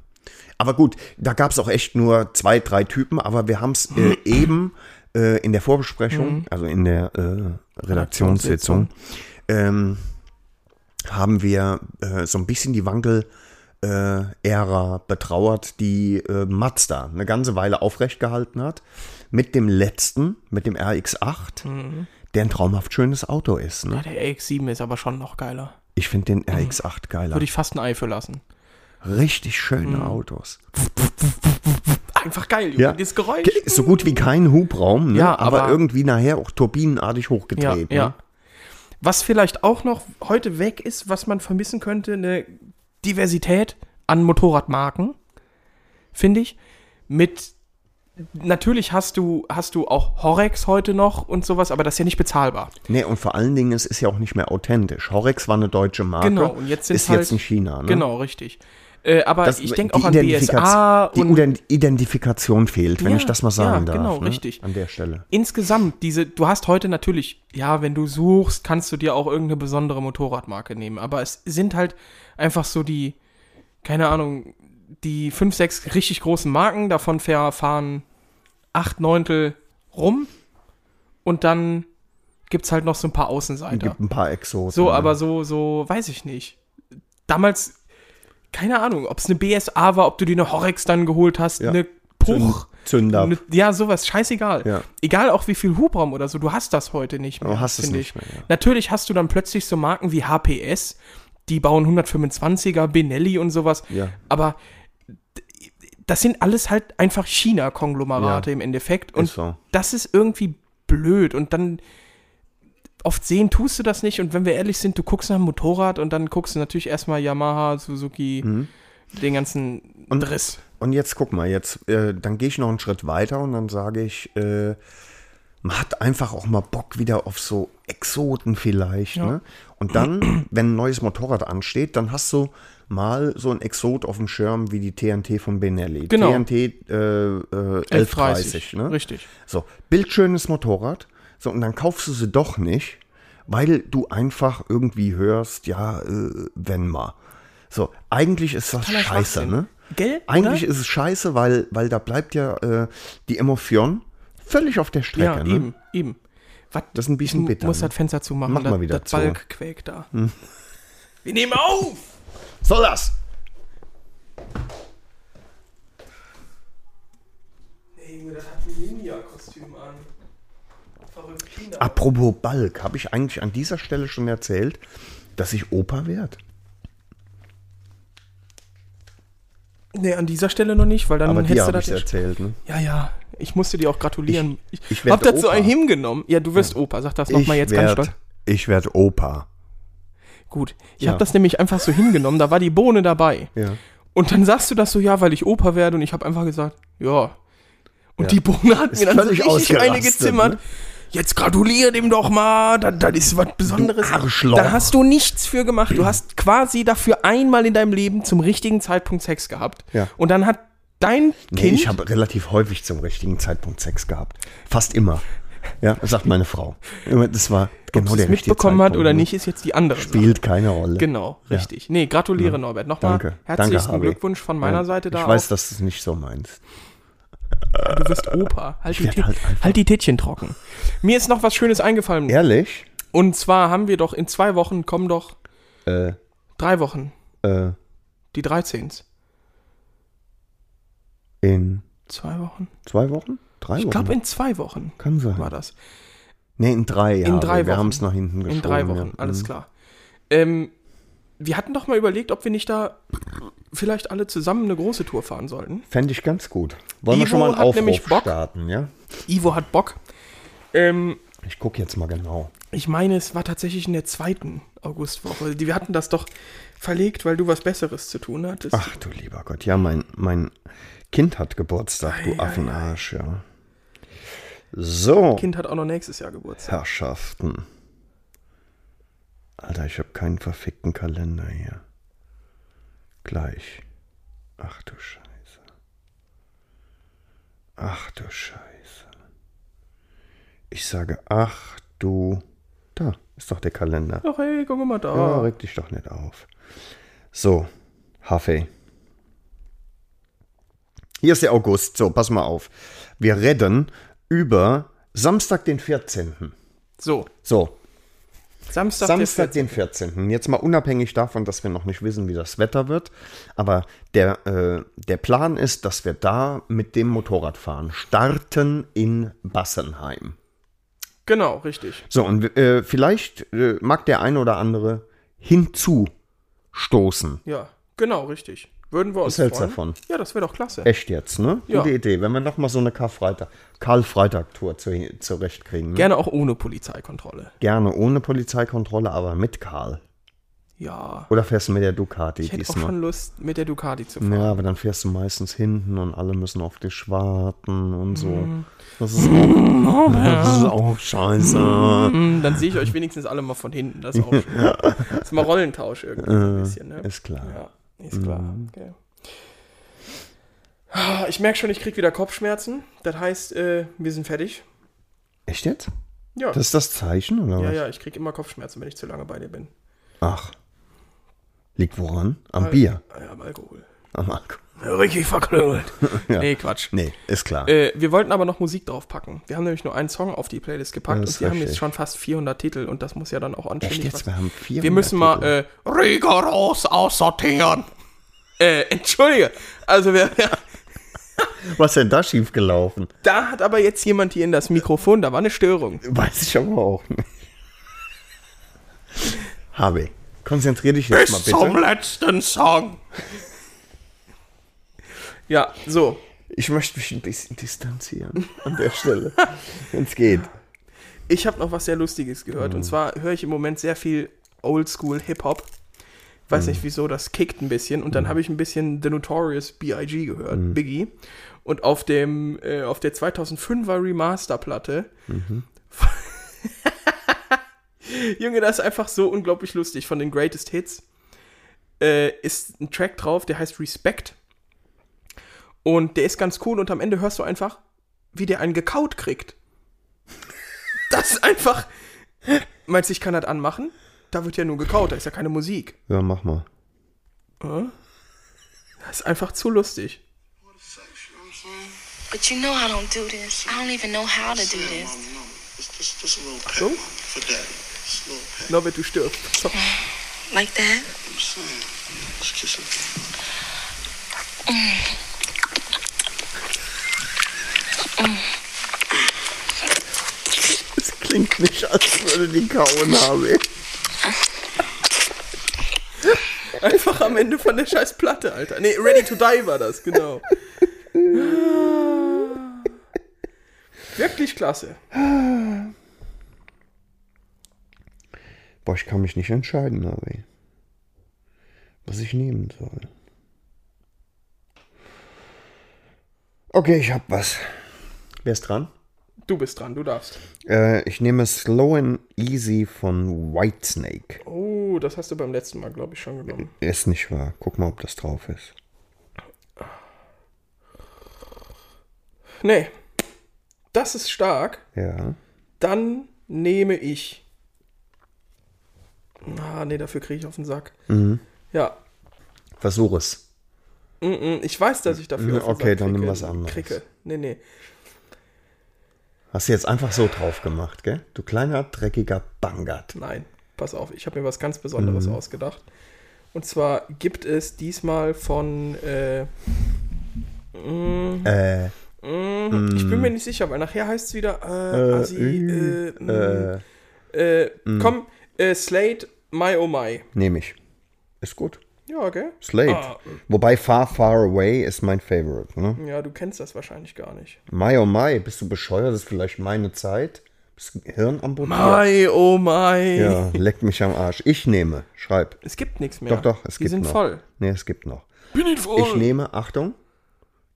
[SPEAKER 2] Aber gut, da gab es auch echt nur zwei, drei Typen, aber wir haben es äh, eben äh, in der Vorbesprechung,
[SPEAKER 3] Mhm.
[SPEAKER 2] also in der äh, Redaktionssitzung, ähm, haben wir äh, so ein bisschen die Wankel-Ära betrauert, die äh, Mazda eine ganze Weile aufrecht gehalten hat, mit dem letzten, mit dem RX-8,
[SPEAKER 3] Mhm.
[SPEAKER 2] der ein traumhaft schönes Auto ist. Ne?
[SPEAKER 3] Ja, der RX-7 ist aber schon noch geiler.
[SPEAKER 2] Ich finde den RX8 geiler.
[SPEAKER 3] Ah. Würde ich Hm. fast ein Ei für lassen.
[SPEAKER 2] Richtig schöne Autos.
[SPEAKER 3] Einfach geil, Junge. Das Geräusch.
[SPEAKER 2] Ge-
[SPEAKER 3] hm.
[SPEAKER 2] So gut wie kein Hubraum, ne?
[SPEAKER 3] Ja,
[SPEAKER 2] aber,
[SPEAKER 3] aber-
[SPEAKER 2] irgendwie nachher auch turbinenartig hochgetreten.
[SPEAKER 3] Ja, ja.
[SPEAKER 2] Ne?
[SPEAKER 3] Was vielleicht auch noch heute weg ist, was man vermissen könnte, eine Diversität an Motorradmarken, finde ich. Mit natürlich hast du hast du auch Horex heute noch und sowas, aber das ist ja nicht bezahlbar.
[SPEAKER 2] Nee, Ne, und vor allen Dingen, es ist ja auch nicht mehr authentisch. Horex war eine deutsche Marke.
[SPEAKER 3] Genau, und jetzt sind's
[SPEAKER 2] ist
[SPEAKER 3] halt-
[SPEAKER 2] jetzt in China. Ne?
[SPEAKER 3] Genau, richtig. Äh, aber
[SPEAKER 2] Das-
[SPEAKER 3] ich denke
[SPEAKER 2] die
[SPEAKER 3] auch an
[SPEAKER 2] Identifikaz-
[SPEAKER 3] BSA
[SPEAKER 2] Die
[SPEAKER 3] und
[SPEAKER 2] Ident- Identifikation fehlt, wenn
[SPEAKER 3] Ja,
[SPEAKER 2] ich das mal sagen
[SPEAKER 3] ja,
[SPEAKER 2] darf.
[SPEAKER 3] genau,
[SPEAKER 2] ne?
[SPEAKER 3] richtig.
[SPEAKER 2] An der Stelle.
[SPEAKER 3] insgesamt diese, du hast heute natürlich, ja, wenn du suchst, kannst du dir auch irgendeine besondere Motorradmarke nehmen, aber es sind halt einfach so die, keine Ahnung, die fünf, sechs richtig großen Marken, davon fair- fahren acht Neuntel rum und dann gibt's halt noch so ein paar Außenseiter.
[SPEAKER 2] Gibt ein paar Exoten.
[SPEAKER 3] So,
[SPEAKER 2] ne?
[SPEAKER 3] aber so, so, weiß ich nicht. Damals, keine Ahnung, ob es eine BSA war, ob du dir eine Horex dann geholt hast,
[SPEAKER 2] Ja.
[SPEAKER 3] eine Puch.
[SPEAKER 2] Zünder.
[SPEAKER 3] Ne- Ja, sowas, scheißegal.
[SPEAKER 2] Ja.
[SPEAKER 3] Egal auch wie viel Hubraum oder so, du hast das heute nicht mehr.
[SPEAKER 2] Du hast es
[SPEAKER 3] finde
[SPEAKER 2] nicht
[SPEAKER 3] ich.
[SPEAKER 2] mehr, ja.
[SPEAKER 3] Natürlich hast du dann plötzlich so Marken wie HPS, die bauen 125er, Benelli und sowas.
[SPEAKER 2] Ja.
[SPEAKER 3] Aber d- das sind alles halt einfach China-Konglomerate
[SPEAKER 2] Ja.
[SPEAKER 3] im Endeffekt. Und
[SPEAKER 2] Ist so.
[SPEAKER 3] das ist irgendwie blöd. Und dann oft sehen tust du das nicht. Und wenn wir ehrlich sind, du guckst nach dem Motorrad und dann guckst du natürlich erstmal Yamaha, Suzuki, den ganzen
[SPEAKER 2] Mhm. Und-
[SPEAKER 3] Driss.
[SPEAKER 2] Und jetzt guck mal, jetzt, äh, dann gehe ich noch einen Schritt weiter und dann sage ich, äh, man hat einfach auch mal Bock wieder auf so Exoten vielleicht. Ne? Und dann, wenn ein neues Motorrad ansteht, dann hast du mal so ein Exot auf dem Schirm wie die TNT von Benelli.
[SPEAKER 3] Genau.
[SPEAKER 2] TNT äh, äh, 1130. Ne?
[SPEAKER 3] Richtig.
[SPEAKER 2] So, bildschönes Motorrad. So, und dann kaufst du sie doch nicht, weil du einfach irgendwie hörst, ja, äh, wenn mal. So, eigentlich ist das
[SPEAKER 3] Totaler
[SPEAKER 2] scheiße,
[SPEAKER 3] Schwachsinn.
[SPEAKER 2] ne?
[SPEAKER 3] Gell,
[SPEAKER 2] Eigentlich
[SPEAKER 3] oder?
[SPEAKER 2] ist es scheiße, weil, weil da bleibt ja äh, die Emotion völlig auf der Strecke,
[SPEAKER 3] Ja,
[SPEAKER 2] ne?
[SPEAKER 3] eben, eben. Was,
[SPEAKER 2] Das ist ein bisschen
[SPEAKER 3] ich
[SPEAKER 2] bitter,
[SPEAKER 3] muss
[SPEAKER 2] ne?
[SPEAKER 3] das Fenster zumachen,
[SPEAKER 2] Mach
[SPEAKER 3] das,
[SPEAKER 2] mal wieder
[SPEAKER 3] das
[SPEAKER 2] zu.
[SPEAKER 3] Balkquäk da. Wir nehmen auf!
[SPEAKER 2] Soll das?
[SPEAKER 3] Ey, Junge, das hat ein Ninja-Kostüm an. Verrückt. Kinder.
[SPEAKER 2] Apropos Balk, habe ich eigentlich an dieser Stelle schon erzählt, dass ich Opa werd.
[SPEAKER 3] Nee, an dieser Stelle noch nicht, weil dann
[SPEAKER 2] Aber dir
[SPEAKER 3] hättest du
[SPEAKER 2] habe
[SPEAKER 3] das.
[SPEAKER 2] ich erzählt, ne?
[SPEAKER 3] Ja, ja. Ich musste dir auch gratulieren.
[SPEAKER 2] Ich-
[SPEAKER 3] Ich,
[SPEAKER 2] ich
[SPEAKER 3] hab
[SPEAKER 2] werd
[SPEAKER 3] das so
[SPEAKER 2] Opa.
[SPEAKER 3] hingenommen. Ja, du wirst Opa. Sag das nochmal jetzt ganz stolz.
[SPEAKER 2] ich werd Opa.
[SPEAKER 3] Gut. Ich
[SPEAKER 2] Ja.
[SPEAKER 3] hab das nämlich einfach so hingenommen. Da war die Bohne dabei.
[SPEAKER 2] Ja.
[SPEAKER 3] Und dann sagst du das so, ja, weil ich Opa werde. Und ich habe einfach gesagt, ja. Und
[SPEAKER 2] Ja.
[SPEAKER 3] die Bohne hat
[SPEAKER 2] Ist
[SPEAKER 3] mir dann so
[SPEAKER 2] völlig
[SPEAKER 3] richtig eine
[SPEAKER 2] ausgerastet,
[SPEAKER 3] gezimmert.
[SPEAKER 2] ne?
[SPEAKER 3] Jetzt gratulier dem doch mal, das, das ist was Besonderes.
[SPEAKER 2] Arschloch.
[SPEAKER 3] Da hast du nichts für gemacht. Du hast quasi dafür einmal in deinem Leben zum richtigen Zeitpunkt Sex gehabt.
[SPEAKER 2] Ja.
[SPEAKER 3] Und dann hat dein Kind.
[SPEAKER 2] Nee, ich habe relativ häufig zum richtigen Zeitpunkt Sex gehabt. Fast immer. Ja, sagt meine Frau. Immer, Das war genau
[SPEAKER 3] ob sie
[SPEAKER 2] der
[SPEAKER 3] es
[SPEAKER 2] richtige
[SPEAKER 3] mitbekommen hat
[SPEAKER 2] Zeitpunkt,
[SPEAKER 3] oder
[SPEAKER 2] ne?
[SPEAKER 3] nicht, ist jetzt die andere. Sache.
[SPEAKER 2] Spielt keine Rolle.
[SPEAKER 3] Genau,
[SPEAKER 2] Ja.
[SPEAKER 3] richtig. Nee, gratuliere Norbert. Nochmal
[SPEAKER 2] Danke.
[SPEAKER 3] herzlichen
[SPEAKER 2] Danke, Harvey.
[SPEAKER 3] Glückwunsch von meiner
[SPEAKER 2] Ja,
[SPEAKER 3] Seite da
[SPEAKER 2] Ich weiß, dass du es nicht so meinst.
[SPEAKER 3] auch. Du wirst Opa. Halt, die,
[SPEAKER 2] werd
[SPEAKER 3] Tät-
[SPEAKER 2] halt einfach-
[SPEAKER 3] halt die Tätchen trocken. Mir ist noch was Schönes eingefallen.
[SPEAKER 2] Ehrlich?
[SPEAKER 3] Und zwar haben wir doch in zwei Wochen, kommen doch
[SPEAKER 2] Äh,
[SPEAKER 3] drei Wochen,
[SPEAKER 2] äh,
[SPEAKER 3] die 13.
[SPEAKER 2] in
[SPEAKER 3] Zwei Wochen?
[SPEAKER 2] zwei Wochen? Drei
[SPEAKER 3] Ich
[SPEAKER 2] Wochen?
[SPEAKER 3] glaube, in zwei Wochen
[SPEAKER 2] Kann sein.
[SPEAKER 3] war das.
[SPEAKER 2] nee, in drei Jahren.
[SPEAKER 3] drei
[SPEAKER 2] Wir
[SPEAKER 3] Wochen.
[SPEAKER 2] haben es nach hinten geschoben.
[SPEAKER 3] In drei Wochen,
[SPEAKER 2] ja.
[SPEAKER 3] alles
[SPEAKER 2] Mhm.
[SPEAKER 3] klar. Ähm, wir hatten doch mal überlegt, ob wir nicht da vielleicht alle zusammen eine große Tour fahren sollten.
[SPEAKER 2] Fände ich ganz gut. Wollen wir
[SPEAKER 3] Ivo
[SPEAKER 2] schon mal einen
[SPEAKER 3] hat
[SPEAKER 2] Aufruf
[SPEAKER 3] nämlich Bock.
[SPEAKER 2] starten, ja?
[SPEAKER 3] Ivo hat Bock. Ähm,
[SPEAKER 2] Ich gucke jetzt mal genau.
[SPEAKER 3] Ich meine, es war tatsächlich in der zweiten Augustwoche. Die- Wir hatten das doch verlegt, weil du was Besseres zu tun hattest.
[SPEAKER 2] Ach du lieber Gott, ja, mein, mein Kind hat Geburtstag, du Affenarsch, ja. So,
[SPEAKER 3] Kind hat auch noch nächstes Jahr Geburtstag.
[SPEAKER 2] Herrschaften. Alter, ich habe keinen verfickten Kalender hier. Gleich. Ach du Scheiße. Ach du Scheiße. Ich sage, ach du. Da ist doch der Kalender.
[SPEAKER 3] Ach hey, guck mal da.
[SPEAKER 2] Ja, reg dich doch nicht auf. So, Hafe. Hier ist der August. So, pass mal auf. Wir reden über Samstag, den 14.
[SPEAKER 3] So,
[SPEAKER 2] So,
[SPEAKER 3] Samstag,
[SPEAKER 2] Samstag,
[SPEAKER 3] der
[SPEAKER 2] den 14. Jetzt mal unabhängig davon, dass wir noch nicht wissen, wie das Wetter wird. Aber der, äh, der Plan ist, dass wir da mit dem Motorrad fahren. Starten in Bassenheim.
[SPEAKER 3] 14. Genau, richtig.
[SPEAKER 2] So, und äh, vielleicht äh, mag der eine oder andere hinzustoßen.
[SPEAKER 3] Ja, genau, richtig. Würden wir uns
[SPEAKER 2] Was hältst du
[SPEAKER 3] freuen?
[SPEAKER 2] davon?
[SPEAKER 3] Ja, das wäre doch klasse.
[SPEAKER 2] Echt jetzt, ne?
[SPEAKER 3] Ja.
[SPEAKER 2] Gute Idee, wenn wir nochmal so eine Karfreitag, Karl-Freitag-Tour zu, zurechtkriegen. Ne?
[SPEAKER 3] Gerne auch ohne Polizeikontrolle.
[SPEAKER 2] Gerne ohne Polizeikontrolle, aber mit Karl.
[SPEAKER 3] Ja.
[SPEAKER 2] Oder fährst du mit der Ducati
[SPEAKER 3] Ich hätte auch
[SPEAKER 2] diesmal?
[SPEAKER 3] schon Lust, mit der Ducati zu fahren.
[SPEAKER 2] Ja, aber dann fährst du meistens hinten und alle müssen auf dich warten und so.
[SPEAKER 3] Mhm.
[SPEAKER 2] Das, ist auch, das ist auch scheiße.
[SPEAKER 3] Hm, Dann sehe ich euch wenigstens alle mal von hinten. Das ist auch schön. Das ist mal Rollentausch irgendwie so ein bisschen. Ne?
[SPEAKER 2] Äh, Ist Mhm. klar.
[SPEAKER 3] Ja, ist klar. Okay. Ah, Ich merke schon, ich krieg wieder Kopfschmerzen. Das heißt, äh, wir sind fertig.
[SPEAKER 2] Echt jetzt?
[SPEAKER 3] Ja.
[SPEAKER 2] Das ist das Zeichen, oder
[SPEAKER 3] ja,
[SPEAKER 2] was?
[SPEAKER 3] ja, ich krieg immer Kopfschmerzen, wenn ich zu lange bei dir bin.
[SPEAKER 2] Ach. Liegt woran? Am Bier.
[SPEAKER 3] Ah Ja, am Alkohol.
[SPEAKER 2] Am Alkohol.
[SPEAKER 3] Richtig verknüllt.
[SPEAKER 2] Ja.
[SPEAKER 3] Nee, Quatsch.
[SPEAKER 2] Nee, ist klar.
[SPEAKER 3] Äh, wir wollten aber noch Musik draufpacken. Wir haben nämlich nur einen Song auf die Playlist gepackt
[SPEAKER 2] Ja,
[SPEAKER 3] und
[SPEAKER 2] das ist
[SPEAKER 3] wir haben
[SPEAKER 2] richtig.
[SPEAKER 3] jetzt schon fast 400 Titel und das muss ja dann auch
[SPEAKER 2] Echt
[SPEAKER 3] anständig
[SPEAKER 2] jetzt? Wir haben vier.
[SPEAKER 3] Wir müssen mal äh, rigoros aussortieren. Äh, entschuldige. Also wir, äh,
[SPEAKER 2] Was ist denn da schiefgelaufen?
[SPEAKER 3] da hat aber jetzt jemand hier in das Mikrofon, da war eine Störung.
[SPEAKER 2] Weiß ich aber auch nicht. Habe. Konzentrier dich
[SPEAKER 1] eh?
[SPEAKER 2] jetzt mal bitte.
[SPEAKER 3] letzten Song. Ja, so.
[SPEAKER 2] Ich möchte mich ein bisschen distanzieren an der Stelle, wenn es geht.
[SPEAKER 3] Ich habe noch was sehr Lustiges gehört. Und zwar höre ich im Moment sehr viel Oldschool Hip-Hop. Weiß nicht wieso, das kickt ein bisschen. Und dann habe ich ein bisschen The Notorious B.I.G. gehört, Biggie. Und auf, dem, äh, auf der 2005er Remaster-Platte. Junge, das ist einfach so unglaublich lustig. Von den Greatest Hits äh, ist ein Track drauf, der heißt Respect. Und der ist ganz cool. Und am Ende hörst du einfach, wie der einen gekaut kriegt. Das ist einfach. Meinst du, ich kann das anmachen? Da wird ja nur gekaut, da ist ja keine Musik.
[SPEAKER 2] Ja, mach mal.
[SPEAKER 3] Das ist einfach zu lustig.
[SPEAKER 4] But you know I don't do this. I don't even know how to do this.
[SPEAKER 5] No, Just, just, just a little peck
[SPEAKER 3] So?
[SPEAKER 5] for daddy. Just a little peck.
[SPEAKER 3] Norbert, du stirbst. So.
[SPEAKER 4] Like that?
[SPEAKER 5] I'm saying. Just kiss him.
[SPEAKER 2] Es klingt nicht, als würde die kauen haben.
[SPEAKER 3] Einfach am Ende von der scheiß Platte, Alter. Nee, Ready to Die war das, genau. Wirklich klasse.
[SPEAKER 2] Boah, ich kann mich nicht entscheiden, Harvey. Was ich nehmen soll. Okay, ich hab was. Wer ist dran?
[SPEAKER 3] Du bist dran, du darfst.
[SPEAKER 2] Äh, ich nehme Slow and Easy von Whitesnake.
[SPEAKER 3] Oh, das hast du beim letzten Mal, glaube ich, schon genommen.
[SPEAKER 2] Ist nicht wahr. Guck mal, ob das drauf ist.
[SPEAKER 3] Nee. Das ist stark.
[SPEAKER 2] Ja.
[SPEAKER 3] Dann nehme ich. Ah, nee, dafür kriege ich auf den Sack. Ja.
[SPEAKER 2] Versuch es.
[SPEAKER 3] Mm, mm, Ich weiß, dass ich dafür.
[SPEAKER 2] Mm,
[SPEAKER 3] auf den
[SPEAKER 2] okay,
[SPEAKER 3] Sack
[SPEAKER 2] dann nimm
[SPEAKER 3] kriege-
[SPEAKER 2] was anderes.
[SPEAKER 3] Kriege. Nee, nee.
[SPEAKER 2] Hast du jetzt einfach so drauf gemacht, gell? Du kleiner, dreckiger Bangert.
[SPEAKER 3] Nein, pass auf, ich habe mir was ganz Besonderes
[SPEAKER 2] Mhm.
[SPEAKER 3] ausgedacht. Und zwar gibt es diesmal von. Äh,
[SPEAKER 2] Äh,
[SPEAKER 3] Ich bin mir nicht sicher, weil nachher heißt es wieder. Äh, Assi, äh, mh,
[SPEAKER 2] Mhm. äh, Mhm.
[SPEAKER 3] äh, komm, äh, Slate, my oh my.
[SPEAKER 2] nehme ich. Ist gut.
[SPEAKER 3] Ja, gell?
[SPEAKER 2] Slate.
[SPEAKER 3] Ah.
[SPEAKER 2] Wobei Far, Far Away ist mein Favorite. Ne?
[SPEAKER 3] Ja, du kennst das wahrscheinlich gar nicht.
[SPEAKER 2] Mai, oh Mai, bist du bescheuert? Das ist vielleicht meine Zeit. Bist du Hirn amputiert?
[SPEAKER 3] My oh my.
[SPEAKER 2] Ja, leck mich am Arsch. Ich nehme, schreib.
[SPEAKER 3] Es gibt nichts mehr.
[SPEAKER 2] Doch, doch, es
[SPEAKER 3] Die
[SPEAKER 2] gibt
[SPEAKER 3] sind
[SPEAKER 2] noch.
[SPEAKER 3] voll.
[SPEAKER 2] Nee, es gibt noch.
[SPEAKER 3] Bin ich voll.
[SPEAKER 2] Ich nehme, Achtung,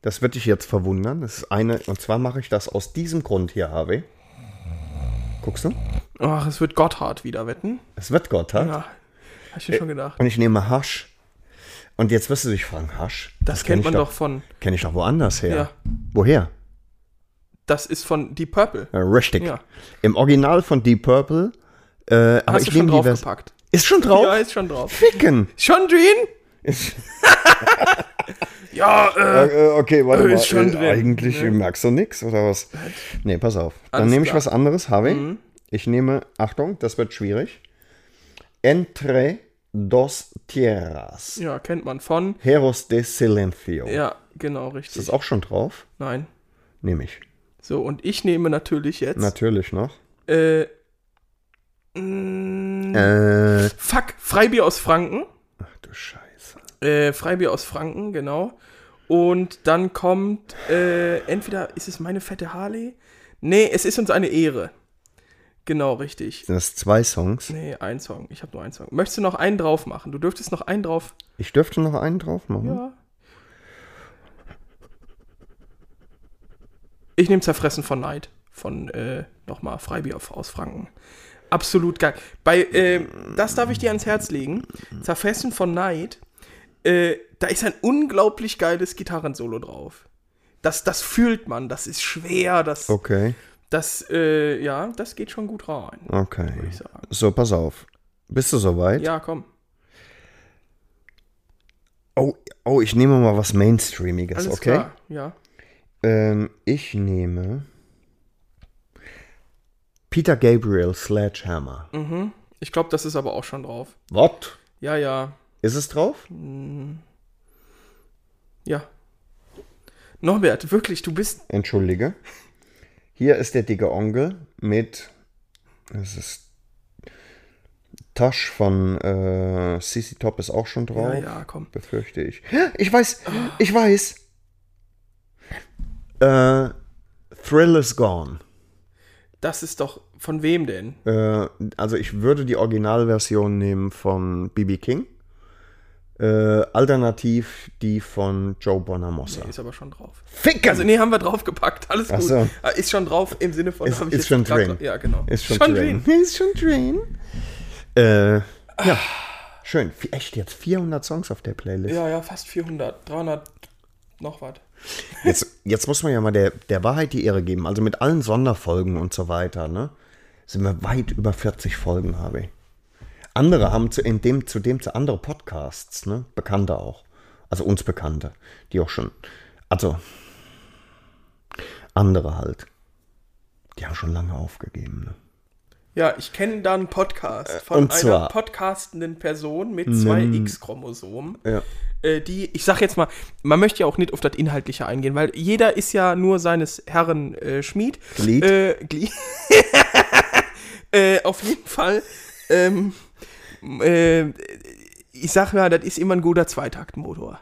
[SPEAKER 2] das wird dich jetzt verwundern. Das ist eine, und zwar mache ich das aus diesem Grund hier, Harvey. Guckst du?
[SPEAKER 3] Ach, es wird Gotthard wieder wetten.
[SPEAKER 2] Es wird Gott, ha?
[SPEAKER 3] Ja. Hab
[SPEAKER 2] Äh,
[SPEAKER 3] ich mir schon gedacht.
[SPEAKER 2] Und ich nehme Hasch. Und jetzt wirst du dich fragen, Hasch?
[SPEAKER 3] Das, kennt man
[SPEAKER 2] ich
[SPEAKER 3] doch, von.
[SPEAKER 2] Kenne ich doch woanders her.
[SPEAKER 3] Ja.
[SPEAKER 2] Woher?
[SPEAKER 3] Das ist von Deep Purple.
[SPEAKER 2] Äh, Richtig.
[SPEAKER 3] Ja.
[SPEAKER 2] Im Original von Deep Purple. Äh, aber
[SPEAKER 3] Hast
[SPEAKER 2] ich
[SPEAKER 3] du schon
[SPEAKER 2] nehme die Vers-
[SPEAKER 3] draufgepackt?
[SPEAKER 2] Ist schon drauf?
[SPEAKER 3] Ja, ist schon drauf.
[SPEAKER 2] Ficken.
[SPEAKER 3] Schon drin? ja, äh,
[SPEAKER 2] Äh, okay, warte
[SPEAKER 3] Äh,
[SPEAKER 2] mal.
[SPEAKER 3] ist schon
[SPEAKER 2] Äh,
[SPEAKER 3] drin, ne?
[SPEAKER 2] Eigentlich merkst du nichts oder was? Nee, pass auf. Dann
[SPEAKER 3] Alles
[SPEAKER 2] nehme ich
[SPEAKER 3] klar. Mhm.
[SPEAKER 2] was anderes, Harvey. Ich nehme, Achtung, das wird schwierig. Entre dos tierras.
[SPEAKER 3] ja, kennt man von.
[SPEAKER 2] Heros de Silencio.
[SPEAKER 3] Ja, genau,
[SPEAKER 2] Ist
[SPEAKER 3] richtig.
[SPEAKER 2] das auch schon drauf?
[SPEAKER 3] Nein.
[SPEAKER 2] Nehme ich.
[SPEAKER 3] So, und ich nehme natürlich jetzt.
[SPEAKER 2] Natürlich noch.
[SPEAKER 3] äh, mm, Mhm.
[SPEAKER 2] Äh,
[SPEAKER 3] fuck, Freibier aus Franken.
[SPEAKER 2] ach du Scheiße.
[SPEAKER 3] Äh, Freibier aus Franken, genau. Und dann kommt, äh, entweder ist es meine fette Harley? Nee, es ist uns eine Ehre. Genau, richtig.
[SPEAKER 2] Sind das zwei Songs?
[SPEAKER 3] Nee, ein Song. Ich habe nur einen Song. Möchtest du noch einen drauf machen? Du dürftest noch einen drauf.
[SPEAKER 2] Ich dürfte noch einen drauf machen.
[SPEAKER 3] Ja. Ich nehme Zerfressen von Neid von äh, nochmal Freibier auf- aus Franken. Absolut geil. Bei, äh, das darf ich dir ans Herz legen. Zerfressen von Neid, äh, da ist ein unglaublich geiles Gitarrensolo drauf. Das, das fühlt man, das ist schwer, das,
[SPEAKER 2] Okay,
[SPEAKER 3] das, äh, ja, das geht schon gut rein.
[SPEAKER 2] okay.
[SPEAKER 3] ich sagen.
[SPEAKER 2] So, pass auf. Bist du soweit?
[SPEAKER 3] Ja, komm.
[SPEAKER 2] Oh, oh, ich nehme mal was Mainstreamiges,
[SPEAKER 3] Alles
[SPEAKER 2] okay?
[SPEAKER 3] klar. Ja.
[SPEAKER 2] Ähm, ich nehme Peter Gabriel Sledgehammer.
[SPEAKER 3] Mhm. Ich glaube, das ist aber auch schon drauf.
[SPEAKER 2] What?
[SPEAKER 3] Ja, ja.
[SPEAKER 2] Ist es drauf?
[SPEAKER 3] Ja. Norbert, wirklich, du bist.
[SPEAKER 2] Entschuldige. Hier ist der dicke Onkel mit. Das ist. Tasch von äh, CC Top ist auch schon drauf.
[SPEAKER 3] Ja, ja, komm.
[SPEAKER 2] Befürchte ich. Ich weiß, ich weiß. Äh, Thrill is Gone.
[SPEAKER 3] Das ist doch Von wem denn?
[SPEAKER 2] Äh, also ich würde die Originalversion nehmen von BB King. Äh, alternativ die von Joe Bonamossa.
[SPEAKER 3] Die Ist aber schon drauf.
[SPEAKER 2] Ficken!
[SPEAKER 3] Also, nee, haben wir draufgepackt. Alles
[SPEAKER 2] Ach
[SPEAKER 3] gut.
[SPEAKER 2] so.
[SPEAKER 3] Äh, Ist schon drauf im Sinne von.
[SPEAKER 2] ist,
[SPEAKER 3] hab ich
[SPEAKER 2] ist
[SPEAKER 3] jetzt
[SPEAKER 2] schon
[SPEAKER 3] grad
[SPEAKER 2] drin.
[SPEAKER 3] dra- Ja, genau.
[SPEAKER 2] Ist schon, drin. Ist schon drin. Äh, ja. Schön. Wie- Echt jetzt 400 Songs auf der Playlist.
[SPEAKER 3] Ja, ja, fast 400. 300, noch was.
[SPEAKER 2] Jetzt, jetzt muss man ja mal der, der Wahrheit die Ehre geben. Also mit allen Sonderfolgen und so weiter, ne? Sind wir weit über 40 Folgen, habe ich. Andere haben zu, in dem, zu dem zu andere Podcasts, ne? Bekannte auch. Also uns Bekannte, die auch schon. Also andere halt. Die haben schon lange aufgegeben, ne?
[SPEAKER 3] Ja, ich kenne da einen Podcast von
[SPEAKER 2] Äh, und
[SPEAKER 3] einer
[SPEAKER 2] zwar-
[SPEAKER 3] podcastenden Person mit zwei X-Chromosomen,
[SPEAKER 2] Ja.
[SPEAKER 3] äh, die, ich sag jetzt mal, man möchte ja auch nicht auf das Inhaltliche eingehen, weil jeder ist ja nur seines Herren äh, Schmied.
[SPEAKER 2] Glied.
[SPEAKER 3] Äh, Glied. äh, auf jeden Fall, ähm, äh, ich sag mal, das ist immer ein guter Zweitaktmotor,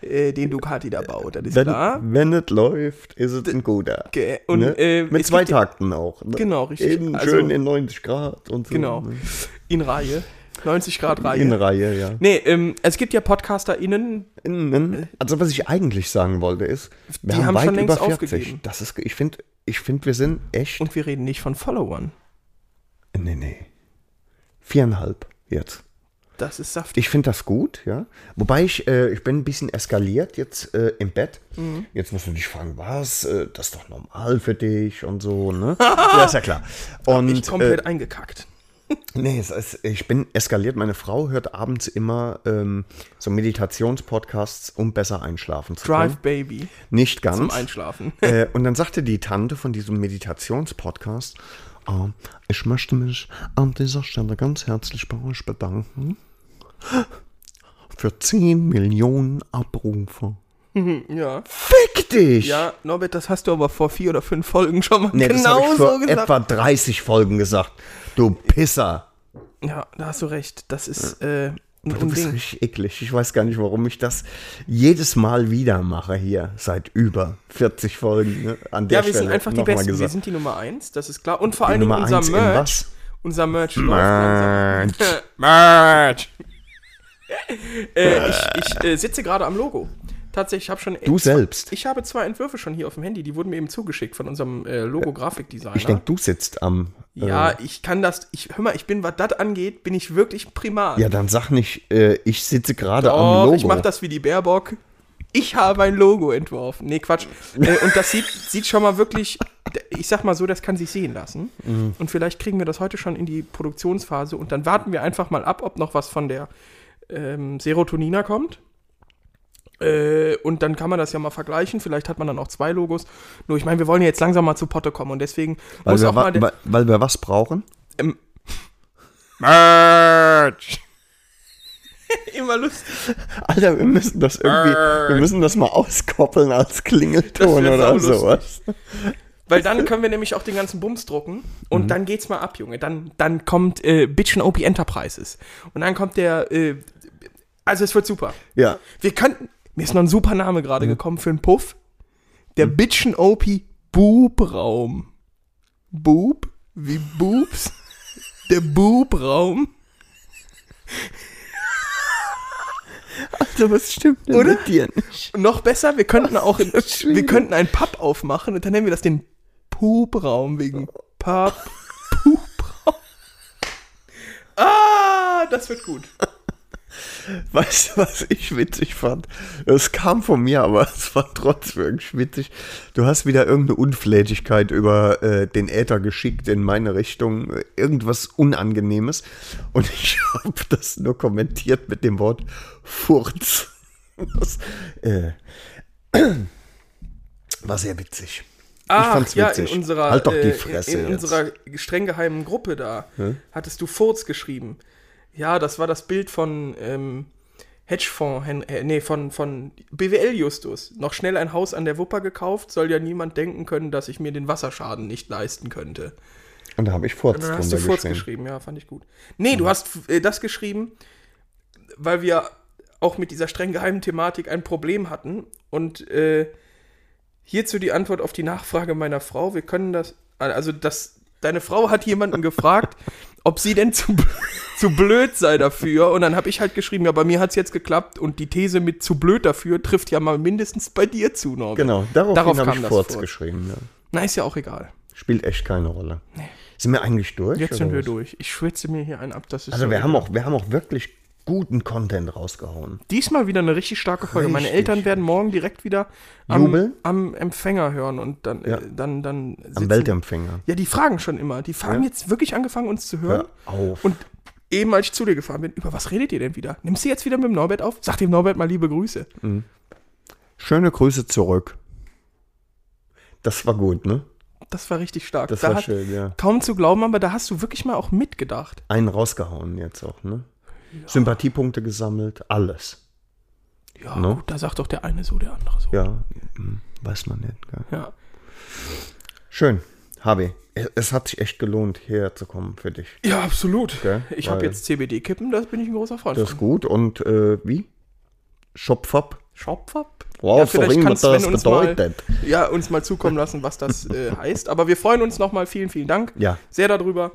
[SPEAKER 3] äh, den Ducati da baut, das ist
[SPEAKER 2] Wenn,
[SPEAKER 3] klar.
[SPEAKER 2] wenn es läuft, ist es ein guter.
[SPEAKER 3] Ge- und,
[SPEAKER 2] ne?
[SPEAKER 3] äh,
[SPEAKER 2] Mit
[SPEAKER 3] es
[SPEAKER 2] zwei
[SPEAKER 3] gibt ja-
[SPEAKER 2] Takten auch. Ne?
[SPEAKER 3] Genau, richtig.
[SPEAKER 2] Eben
[SPEAKER 3] Also-
[SPEAKER 2] schön in 90 Grad und so.
[SPEAKER 3] Genau.
[SPEAKER 2] Ne?
[SPEAKER 3] In Reihe. 90 Grad Reihe.
[SPEAKER 2] In Reihe, ja.
[SPEAKER 3] Nee, ähm, es gibt ja PodcasterInnen,
[SPEAKER 2] Innen. Also was ich eigentlich sagen wollte ist, wir
[SPEAKER 3] Äh. Die
[SPEAKER 2] haben,
[SPEAKER 3] haben
[SPEAKER 2] weit
[SPEAKER 3] schon längst
[SPEAKER 2] über 40.
[SPEAKER 3] aufgegeben.
[SPEAKER 2] Das ist, ich finde, ich find, wir sind echt.
[SPEAKER 3] und wir reden nicht von Followern.
[SPEAKER 2] nee, nee. Viereinhalb jetzt.
[SPEAKER 3] Das ist saftig.
[SPEAKER 2] Ich finde das gut, ja. Wobei ich, äh, ich bin ein bisschen eskaliert jetzt äh, im Bett.
[SPEAKER 3] Mhm.
[SPEAKER 2] Jetzt musst du dich fragen, was? Äh, das ist doch normal für dich und so, ne? ja, ist ja klar. Und äh,
[SPEAKER 3] Ich, komplett eingekackt.
[SPEAKER 2] Nee, es ist, ich bin eskaliert. Meine Frau hört abends immer ähm, so Meditationspodcasts, um besser einschlafen zu
[SPEAKER 3] Drive
[SPEAKER 2] können.
[SPEAKER 3] Baby
[SPEAKER 2] Nicht ganz.
[SPEAKER 3] zum Einschlafen.
[SPEAKER 2] Äh, und dann sagte die Tante von diesem Meditationspodcast, äh, ich möchte mich an dieser Stelle ganz herzlich bei euch bedanken für 10 Millionen Abrufe.
[SPEAKER 3] ja.
[SPEAKER 2] Fick dich!
[SPEAKER 3] Ja, Norbert, das hast du aber vor vier oder fünf Folgen schon mal
[SPEAKER 2] nee, das habe ich
[SPEAKER 3] genau
[SPEAKER 2] vor
[SPEAKER 3] so gesagt.
[SPEAKER 2] etwa 30 Folgen gesagt. Du Pisser.
[SPEAKER 3] Ja, da hast du recht. Das ist äh, ein
[SPEAKER 2] Du bist
[SPEAKER 3] Unding.
[SPEAKER 2] richtig eklig. Ich weiß gar nicht, warum ich das jedes Mal wieder mache hier seit über 40 Folgen. Ne? An der
[SPEAKER 3] Ja, wir
[SPEAKER 2] Stelle
[SPEAKER 3] sind einfach die
[SPEAKER 2] nochmal
[SPEAKER 3] Besten. Wir
[SPEAKER 2] gesagt.
[SPEAKER 3] sind die Nummer eins, das ist klar. Und vor allen Dingen
[SPEAKER 2] Nummer
[SPEAKER 3] unser
[SPEAKER 2] eins in
[SPEAKER 3] Merch.
[SPEAKER 2] was?
[SPEAKER 3] Unser Merch.
[SPEAKER 2] Merch.
[SPEAKER 3] läuft langsam. Merch. äh, ich ich äh, sitze gerade am Logo. Tatsächlich, ich habe schon
[SPEAKER 2] Du selbst.
[SPEAKER 3] Ich habe zwei Entwürfe schon hier auf dem Handy, die wurden mir eben zugeschickt von unserem äh, Logo-Grafikdesigner.
[SPEAKER 2] Ich denke, du sitzt am. äh,
[SPEAKER 3] ja, ich kann das, ich, hör mal, ich bin, was das angeht, bin ich wirklich Primat.
[SPEAKER 2] ja, dann sag nicht, äh, ich sitze gerade am
[SPEAKER 3] Doch,
[SPEAKER 2] Logo.
[SPEAKER 3] Ich mache das wie die Baerbock. Ich habe ein Logo entworfen. Nee, Quatsch. äh, und das sieht, sieht schon mal wirklich, ich sag mal so, das kann sich sehen lassen.
[SPEAKER 2] Mhm.
[SPEAKER 3] Und vielleicht kriegen wir das heute schon in die Produktionsphase und dann warten wir einfach mal ab, ob noch was von der ähm, Serotonina kommt. Äh, und dann kann man das ja mal vergleichen. Vielleicht hat man dann auch zwei Logos. Nur ich meine, wir wollen ja jetzt langsam mal zu Potte kommen und deswegen
[SPEAKER 2] weil,
[SPEAKER 3] muss
[SPEAKER 2] wir
[SPEAKER 3] auch
[SPEAKER 2] wa-
[SPEAKER 3] mal der, ähm,
[SPEAKER 2] wa- weil wir was brauchen?
[SPEAKER 3] immer lustig.
[SPEAKER 2] Alter, wir müssen das irgendwie, wir müssen das mal auskoppeln als Klingelton
[SPEAKER 3] Das wär
[SPEAKER 2] oder
[SPEAKER 3] saulustig.
[SPEAKER 2] sowas.
[SPEAKER 3] Weil dann können wir nämlich auch den ganzen Bums drucken und dann geht's mal ab, Junge. Dann, dann kommt äh, Bitchen OP Enterprises. Und dann kommt der. Äh, also es wird super.
[SPEAKER 2] Ja.
[SPEAKER 3] Wir könnten. Mir ist noch ein super Name gerade gekommen für einen Puff. Der Bitchen OP Bubraum. Bub? Wie Boobs? Der Bubraum.
[SPEAKER 2] Alter, was stimmt denn
[SPEAKER 3] Oder?
[SPEAKER 2] mit dir nicht?
[SPEAKER 3] Und noch besser, wir könnten auch in,
[SPEAKER 2] das ist schwierig.
[SPEAKER 3] wir könnten einen Pub aufmachen und dann nennen wir das den Pubraum wegen Pub Pubraum. Ah, das wird gut.
[SPEAKER 2] Weißt du, was ich witzig fand? Es kam von mir, aber es war trotzdem irgendwie witzig. Du hast wieder irgendeine Unflätigkeit über äh, den Äther geschickt in meine Richtung. äh, Irgendwas Unangenehmes. Und ich habe das nur kommentiert mit dem Wort Furz. Das, äh, war sehr witzig. ich fand's
[SPEAKER 3] ja,
[SPEAKER 2] witzig.
[SPEAKER 3] in unserer
[SPEAKER 2] halt doch die
[SPEAKER 3] äh,
[SPEAKER 2] Fresse
[SPEAKER 3] in, in
[SPEAKER 2] jetzt.
[SPEAKER 3] unserer streng geheimen Gruppe da hattest du Furz geschrieben. Ja, das war das Bild von ähm, Hedgefonds, Hen äh, nee, von, von BWL Justus. Noch schnell ein Haus an der Wupper gekauft, soll ja niemand denken können, dass ich mir den Wasserschaden nicht leisten könnte.
[SPEAKER 2] Und da habe ich Furz
[SPEAKER 3] Dann
[SPEAKER 2] drunter
[SPEAKER 3] hast du Furz
[SPEAKER 2] geschrieben.
[SPEAKER 3] geschrieben, ja, fand ich gut. Nee,
[SPEAKER 2] Mhm.
[SPEAKER 3] du hast äh, das geschrieben, weil wir auch mit dieser streng geheimen Thematik ein Problem hatten. Und äh, hierzu die Antwort auf die Nachfrage meiner Frau. Wir können das, also das deine Frau hat jemanden gefragt, ob sie denn zu, bl- zu blöd sei dafür. Und dann habe ich halt geschrieben, ja, bei mir hat es jetzt geklappt. Und die These mit zu blöd dafür trifft ja mal mindestens bei dir zu, Norbert.
[SPEAKER 2] Genau, daraufhin
[SPEAKER 3] Darauf
[SPEAKER 2] habe
[SPEAKER 3] kam
[SPEAKER 2] ich
[SPEAKER 3] das
[SPEAKER 2] Furz
[SPEAKER 3] Furz.
[SPEAKER 2] geschrieben. Ja.
[SPEAKER 3] Na, ist ja auch egal.
[SPEAKER 2] Spielt echt keine Rolle. Sind wir eigentlich durch?
[SPEAKER 3] Jetzt
[SPEAKER 2] oder
[SPEAKER 3] sind wir
[SPEAKER 2] was?
[SPEAKER 3] durch. Ich schwitze mir hier einen ab. Das ist
[SPEAKER 2] Also
[SPEAKER 3] so
[SPEAKER 2] wir haben,
[SPEAKER 3] egal.
[SPEAKER 2] auch, wir haben auch wirklich guten Content rausgehauen.
[SPEAKER 3] diesmal wieder eine richtig starke Folge. Meine
[SPEAKER 2] Richtig.
[SPEAKER 3] Eltern werden morgen direkt wieder am,
[SPEAKER 2] Jubel?
[SPEAKER 3] am Empfänger hören und dann,
[SPEAKER 2] Ja.
[SPEAKER 3] äh, dann, dann
[SPEAKER 2] Am
[SPEAKER 3] sitzen-
[SPEAKER 2] Weltempfänger.
[SPEAKER 3] Ja, die fragen schon immer. Die haben jetzt wirklich angefangen, uns zu hören.
[SPEAKER 2] Hör auf.
[SPEAKER 3] Und eben als ich zu dir gefahren bin, über was redet ihr denn wieder? Nimmst du jetzt wieder mit dem Norbert auf? Sag dem Norbert mal liebe Grüße.
[SPEAKER 2] Schöne Grüße zurück. Das war gut, ne?
[SPEAKER 3] Das war richtig stark.
[SPEAKER 2] Das
[SPEAKER 3] da
[SPEAKER 2] war
[SPEAKER 3] hat,
[SPEAKER 2] schön, ja.
[SPEAKER 3] Kaum zu glauben, aber da hast du wirklich mal auch mitgedacht.
[SPEAKER 2] Einen rausgehauen jetzt auch, ne? Sympathiepunkte gesammelt, alles.
[SPEAKER 3] Ja,
[SPEAKER 2] Ne?
[SPEAKER 3] gut, da sagt doch der eine so, der andere so.
[SPEAKER 2] Ja, hm, weiß man nicht. Gell?
[SPEAKER 3] Ja.
[SPEAKER 2] Schön, Harvey. Es, es hat sich echt gelohnt, hierher zu kommen für dich.
[SPEAKER 3] Ja, absolut.
[SPEAKER 2] Gell?
[SPEAKER 3] Ich habe
[SPEAKER 2] Weil-
[SPEAKER 3] jetzt CBD-Kippen, da bin ich ein großer Freund.
[SPEAKER 2] Das ist gut und äh, wie? Schopfab?
[SPEAKER 3] Schopfwapp?
[SPEAKER 2] Wow,
[SPEAKER 3] vielleicht
[SPEAKER 2] vorhin,
[SPEAKER 3] kann
[SPEAKER 2] was das
[SPEAKER 3] Sven uns
[SPEAKER 2] bedeutet.
[SPEAKER 3] Mal, ja, uns mal zukommen lassen, was das äh, heißt. Aber wir freuen uns nochmal. Vielen, vielen Dank.
[SPEAKER 2] Ja. Mhm.
[SPEAKER 3] Sehr darüber.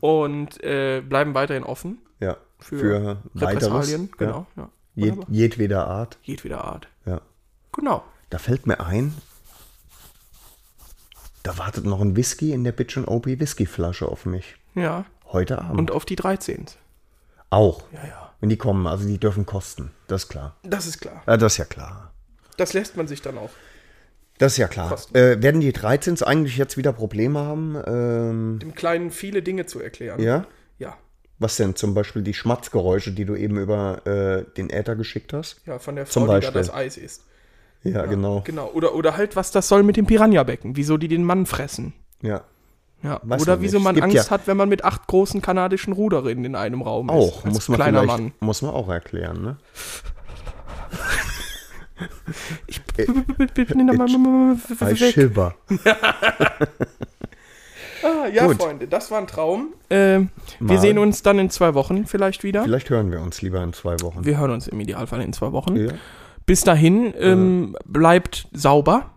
[SPEAKER 3] Und äh, bleiben weiterhin offen
[SPEAKER 2] Ja, für,
[SPEAKER 3] für,
[SPEAKER 2] für weiteres.
[SPEAKER 3] Repressalien.
[SPEAKER 2] Genau.
[SPEAKER 3] Genau. Ja.
[SPEAKER 2] Ja. Jed,
[SPEAKER 3] Wunderbar.
[SPEAKER 2] jedweder Art.
[SPEAKER 3] Jedweder Art.
[SPEAKER 2] Ja.
[SPEAKER 3] Genau.
[SPEAKER 2] Da fällt mir ein, da wartet noch ein Whisky in der Bitch und OP Whiskyflasche auf mich.
[SPEAKER 3] Ja.
[SPEAKER 2] Heute Abend.
[SPEAKER 3] Und auf die 13.
[SPEAKER 2] auch.
[SPEAKER 3] Ja, ja.
[SPEAKER 2] Wenn die kommen, also die dürfen kosten. Das ist klar.
[SPEAKER 3] Das ist klar.
[SPEAKER 2] Ja, das ist ja klar.
[SPEAKER 3] Das lässt man sich dann auch.
[SPEAKER 2] Das ist ja klar.
[SPEAKER 3] Kosten.
[SPEAKER 2] Äh, werden die 13s eigentlich jetzt wieder Probleme haben? Ähm,
[SPEAKER 3] Dem Kleinen viele Dinge zu erklären.
[SPEAKER 2] ja?
[SPEAKER 3] Ja.
[SPEAKER 2] Was denn? Zum Beispiel die Schmatzgeräusche, die du eben über äh, den Äther geschickt hast?
[SPEAKER 3] Ja, von der Frau,
[SPEAKER 2] Zum
[SPEAKER 3] die da
[SPEAKER 2] Beispiel.
[SPEAKER 3] das Eis ist.
[SPEAKER 2] Ja, genau.
[SPEAKER 3] Genau. Oder, oder halt, was das soll mit dem Piranha-Becken. Wieso die den Mann fressen.
[SPEAKER 2] Ja.
[SPEAKER 3] Ja,
[SPEAKER 2] Weiß
[SPEAKER 3] oder
[SPEAKER 2] man
[SPEAKER 3] wieso
[SPEAKER 2] nicht.
[SPEAKER 3] man
[SPEAKER 2] Gibt
[SPEAKER 3] Angst
[SPEAKER 2] ja-
[SPEAKER 3] hat, wenn man mit acht großen kanadischen Ruderinnen in einem Raum ist.
[SPEAKER 2] Auch.
[SPEAKER 3] als
[SPEAKER 2] Muss man,
[SPEAKER 3] kleiner
[SPEAKER 2] vielleicht,
[SPEAKER 3] Mann.
[SPEAKER 2] muss man auch erklären, ne?
[SPEAKER 3] Ich bin in der
[SPEAKER 2] Bei
[SPEAKER 3] Weg.
[SPEAKER 2] Schilber.
[SPEAKER 3] Ah, ja,
[SPEAKER 2] Gut.
[SPEAKER 3] Freunde, das war ein Traum. Ähm, wir
[SPEAKER 2] Mal.
[SPEAKER 3] sehen uns dann in zwei Wochen vielleicht wieder.
[SPEAKER 2] Vielleicht hören wir uns lieber in zwei Wochen.
[SPEAKER 3] Wir hören uns im Idealfall in zwei Wochen.
[SPEAKER 2] Ja.
[SPEAKER 3] Bis dahin, ähm, bleibt sauber.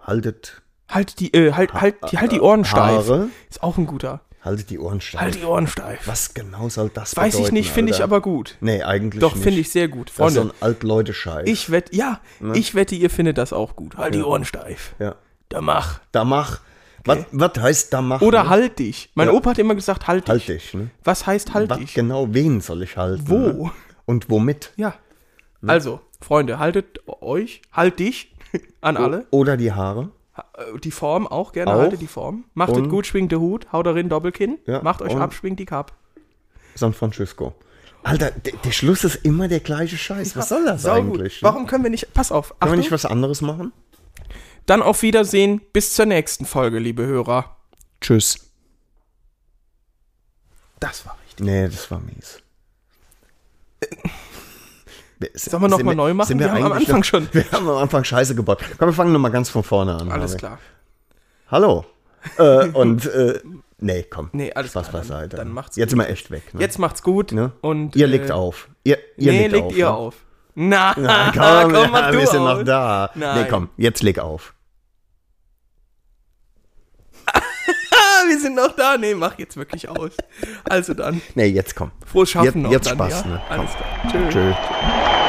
[SPEAKER 2] Haltet
[SPEAKER 3] Halt die, äh, halt, halt, die, halt die Ohren steif.
[SPEAKER 2] Haare.
[SPEAKER 3] Ist auch ein guter.
[SPEAKER 2] Haltet die Ohren steif.
[SPEAKER 3] Halt die Ohren steif.
[SPEAKER 2] Was genau soll das
[SPEAKER 3] Weiß ich
[SPEAKER 2] bedeuten,
[SPEAKER 3] nicht, finde ich
[SPEAKER 2] Alter?
[SPEAKER 3] aber gut.
[SPEAKER 2] Nee, eigentlich
[SPEAKER 3] Doch,
[SPEAKER 2] nicht.
[SPEAKER 3] finde ich sehr gut.
[SPEAKER 2] Das ist so ein
[SPEAKER 3] Freunde,
[SPEAKER 2] Altleute-Scheiß.
[SPEAKER 3] ich wette, ja, ich wette, ihr findet das auch gut. Halt die Ohren steif.
[SPEAKER 2] Ja.
[SPEAKER 3] Da mach.
[SPEAKER 2] Da mach. Was, was heißt da mach?
[SPEAKER 3] Oder
[SPEAKER 2] ne?
[SPEAKER 3] halt dich. Mein
[SPEAKER 2] Ja.
[SPEAKER 3] Opa hat immer gesagt, halt dich.
[SPEAKER 2] Halt dich, ne?
[SPEAKER 3] Was heißt halt
[SPEAKER 2] was
[SPEAKER 3] dich?
[SPEAKER 2] genau, wen soll ich halten?
[SPEAKER 3] Wo?
[SPEAKER 2] Ne? Und womit?
[SPEAKER 3] Ja.
[SPEAKER 2] Ne?
[SPEAKER 3] Also, Freunde, haltet euch, halt dich an alle.
[SPEAKER 2] Oder die Haare?
[SPEAKER 3] Äh, Die Form auch gerne,
[SPEAKER 2] Auch.
[SPEAKER 3] haltet die Form. Macht es
[SPEAKER 2] Und-
[SPEAKER 3] gut, schwingt den Hut, haut darin Doppelkinn,
[SPEAKER 2] Ja,
[SPEAKER 3] macht euch
[SPEAKER 2] und-
[SPEAKER 3] ab, schwingt die Kap.
[SPEAKER 2] San Francisco. Alter, der, der Schluss ist immer der gleiche Scheiß. Was soll das
[SPEAKER 3] Sau
[SPEAKER 2] eigentlich? ne?
[SPEAKER 3] Gut. Warum können wir nicht, pass auf,
[SPEAKER 2] Können wir
[SPEAKER 3] Achtung,
[SPEAKER 2] nicht was anderes machen?
[SPEAKER 3] dann auf Wiedersehen, bis zur nächsten Folge, liebe Hörer.
[SPEAKER 2] Tschüss.
[SPEAKER 3] Das war richtig.
[SPEAKER 2] Nee, das war mies. Äh,
[SPEAKER 3] Sollen wir noch mal neu machen?
[SPEAKER 2] Sind wir, haben am Anfang schon. Wir haben am Anfang Scheiße gebaut. Komm, wir fangen nochmal ganz von vorne an.
[SPEAKER 3] Alles
[SPEAKER 2] Harvey.
[SPEAKER 3] klar.
[SPEAKER 2] Hallo. äh, und, äh, nee, komm.
[SPEAKER 3] Nee, alles
[SPEAKER 2] Spaß
[SPEAKER 3] klar, dann-
[SPEAKER 2] beiseite.
[SPEAKER 3] dann macht's
[SPEAKER 2] Jetzt
[SPEAKER 3] gut.
[SPEAKER 2] sind wir echt weg. Ne?
[SPEAKER 3] Jetzt macht's gut
[SPEAKER 2] Ne?
[SPEAKER 3] und
[SPEAKER 2] ihr
[SPEAKER 3] äh,
[SPEAKER 2] legt auf. Ihr, ihr
[SPEAKER 3] nee,
[SPEAKER 2] legt,
[SPEAKER 3] legt
[SPEAKER 2] auf.
[SPEAKER 3] ihr
[SPEAKER 2] ne?
[SPEAKER 3] auf. Na,
[SPEAKER 2] Na, komm,
[SPEAKER 3] komm, mach
[SPEAKER 2] ja,
[SPEAKER 3] du
[SPEAKER 2] wir sind
[SPEAKER 3] auf.
[SPEAKER 2] noch da.
[SPEAKER 3] Nein.
[SPEAKER 2] Nee, komm, jetzt leg auf.
[SPEAKER 3] Ah, wir sind noch da. Nee, mach jetzt wirklich aus. Also dann,
[SPEAKER 2] Nee, jetzt komm.
[SPEAKER 3] frohes Schaffen
[SPEAKER 2] jetzt, jetzt
[SPEAKER 3] dann,
[SPEAKER 2] Spaß,
[SPEAKER 3] ja?
[SPEAKER 2] ne? Komm.
[SPEAKER 3] Alles klar. Tschö.
[SPEAKER 2] Tschö.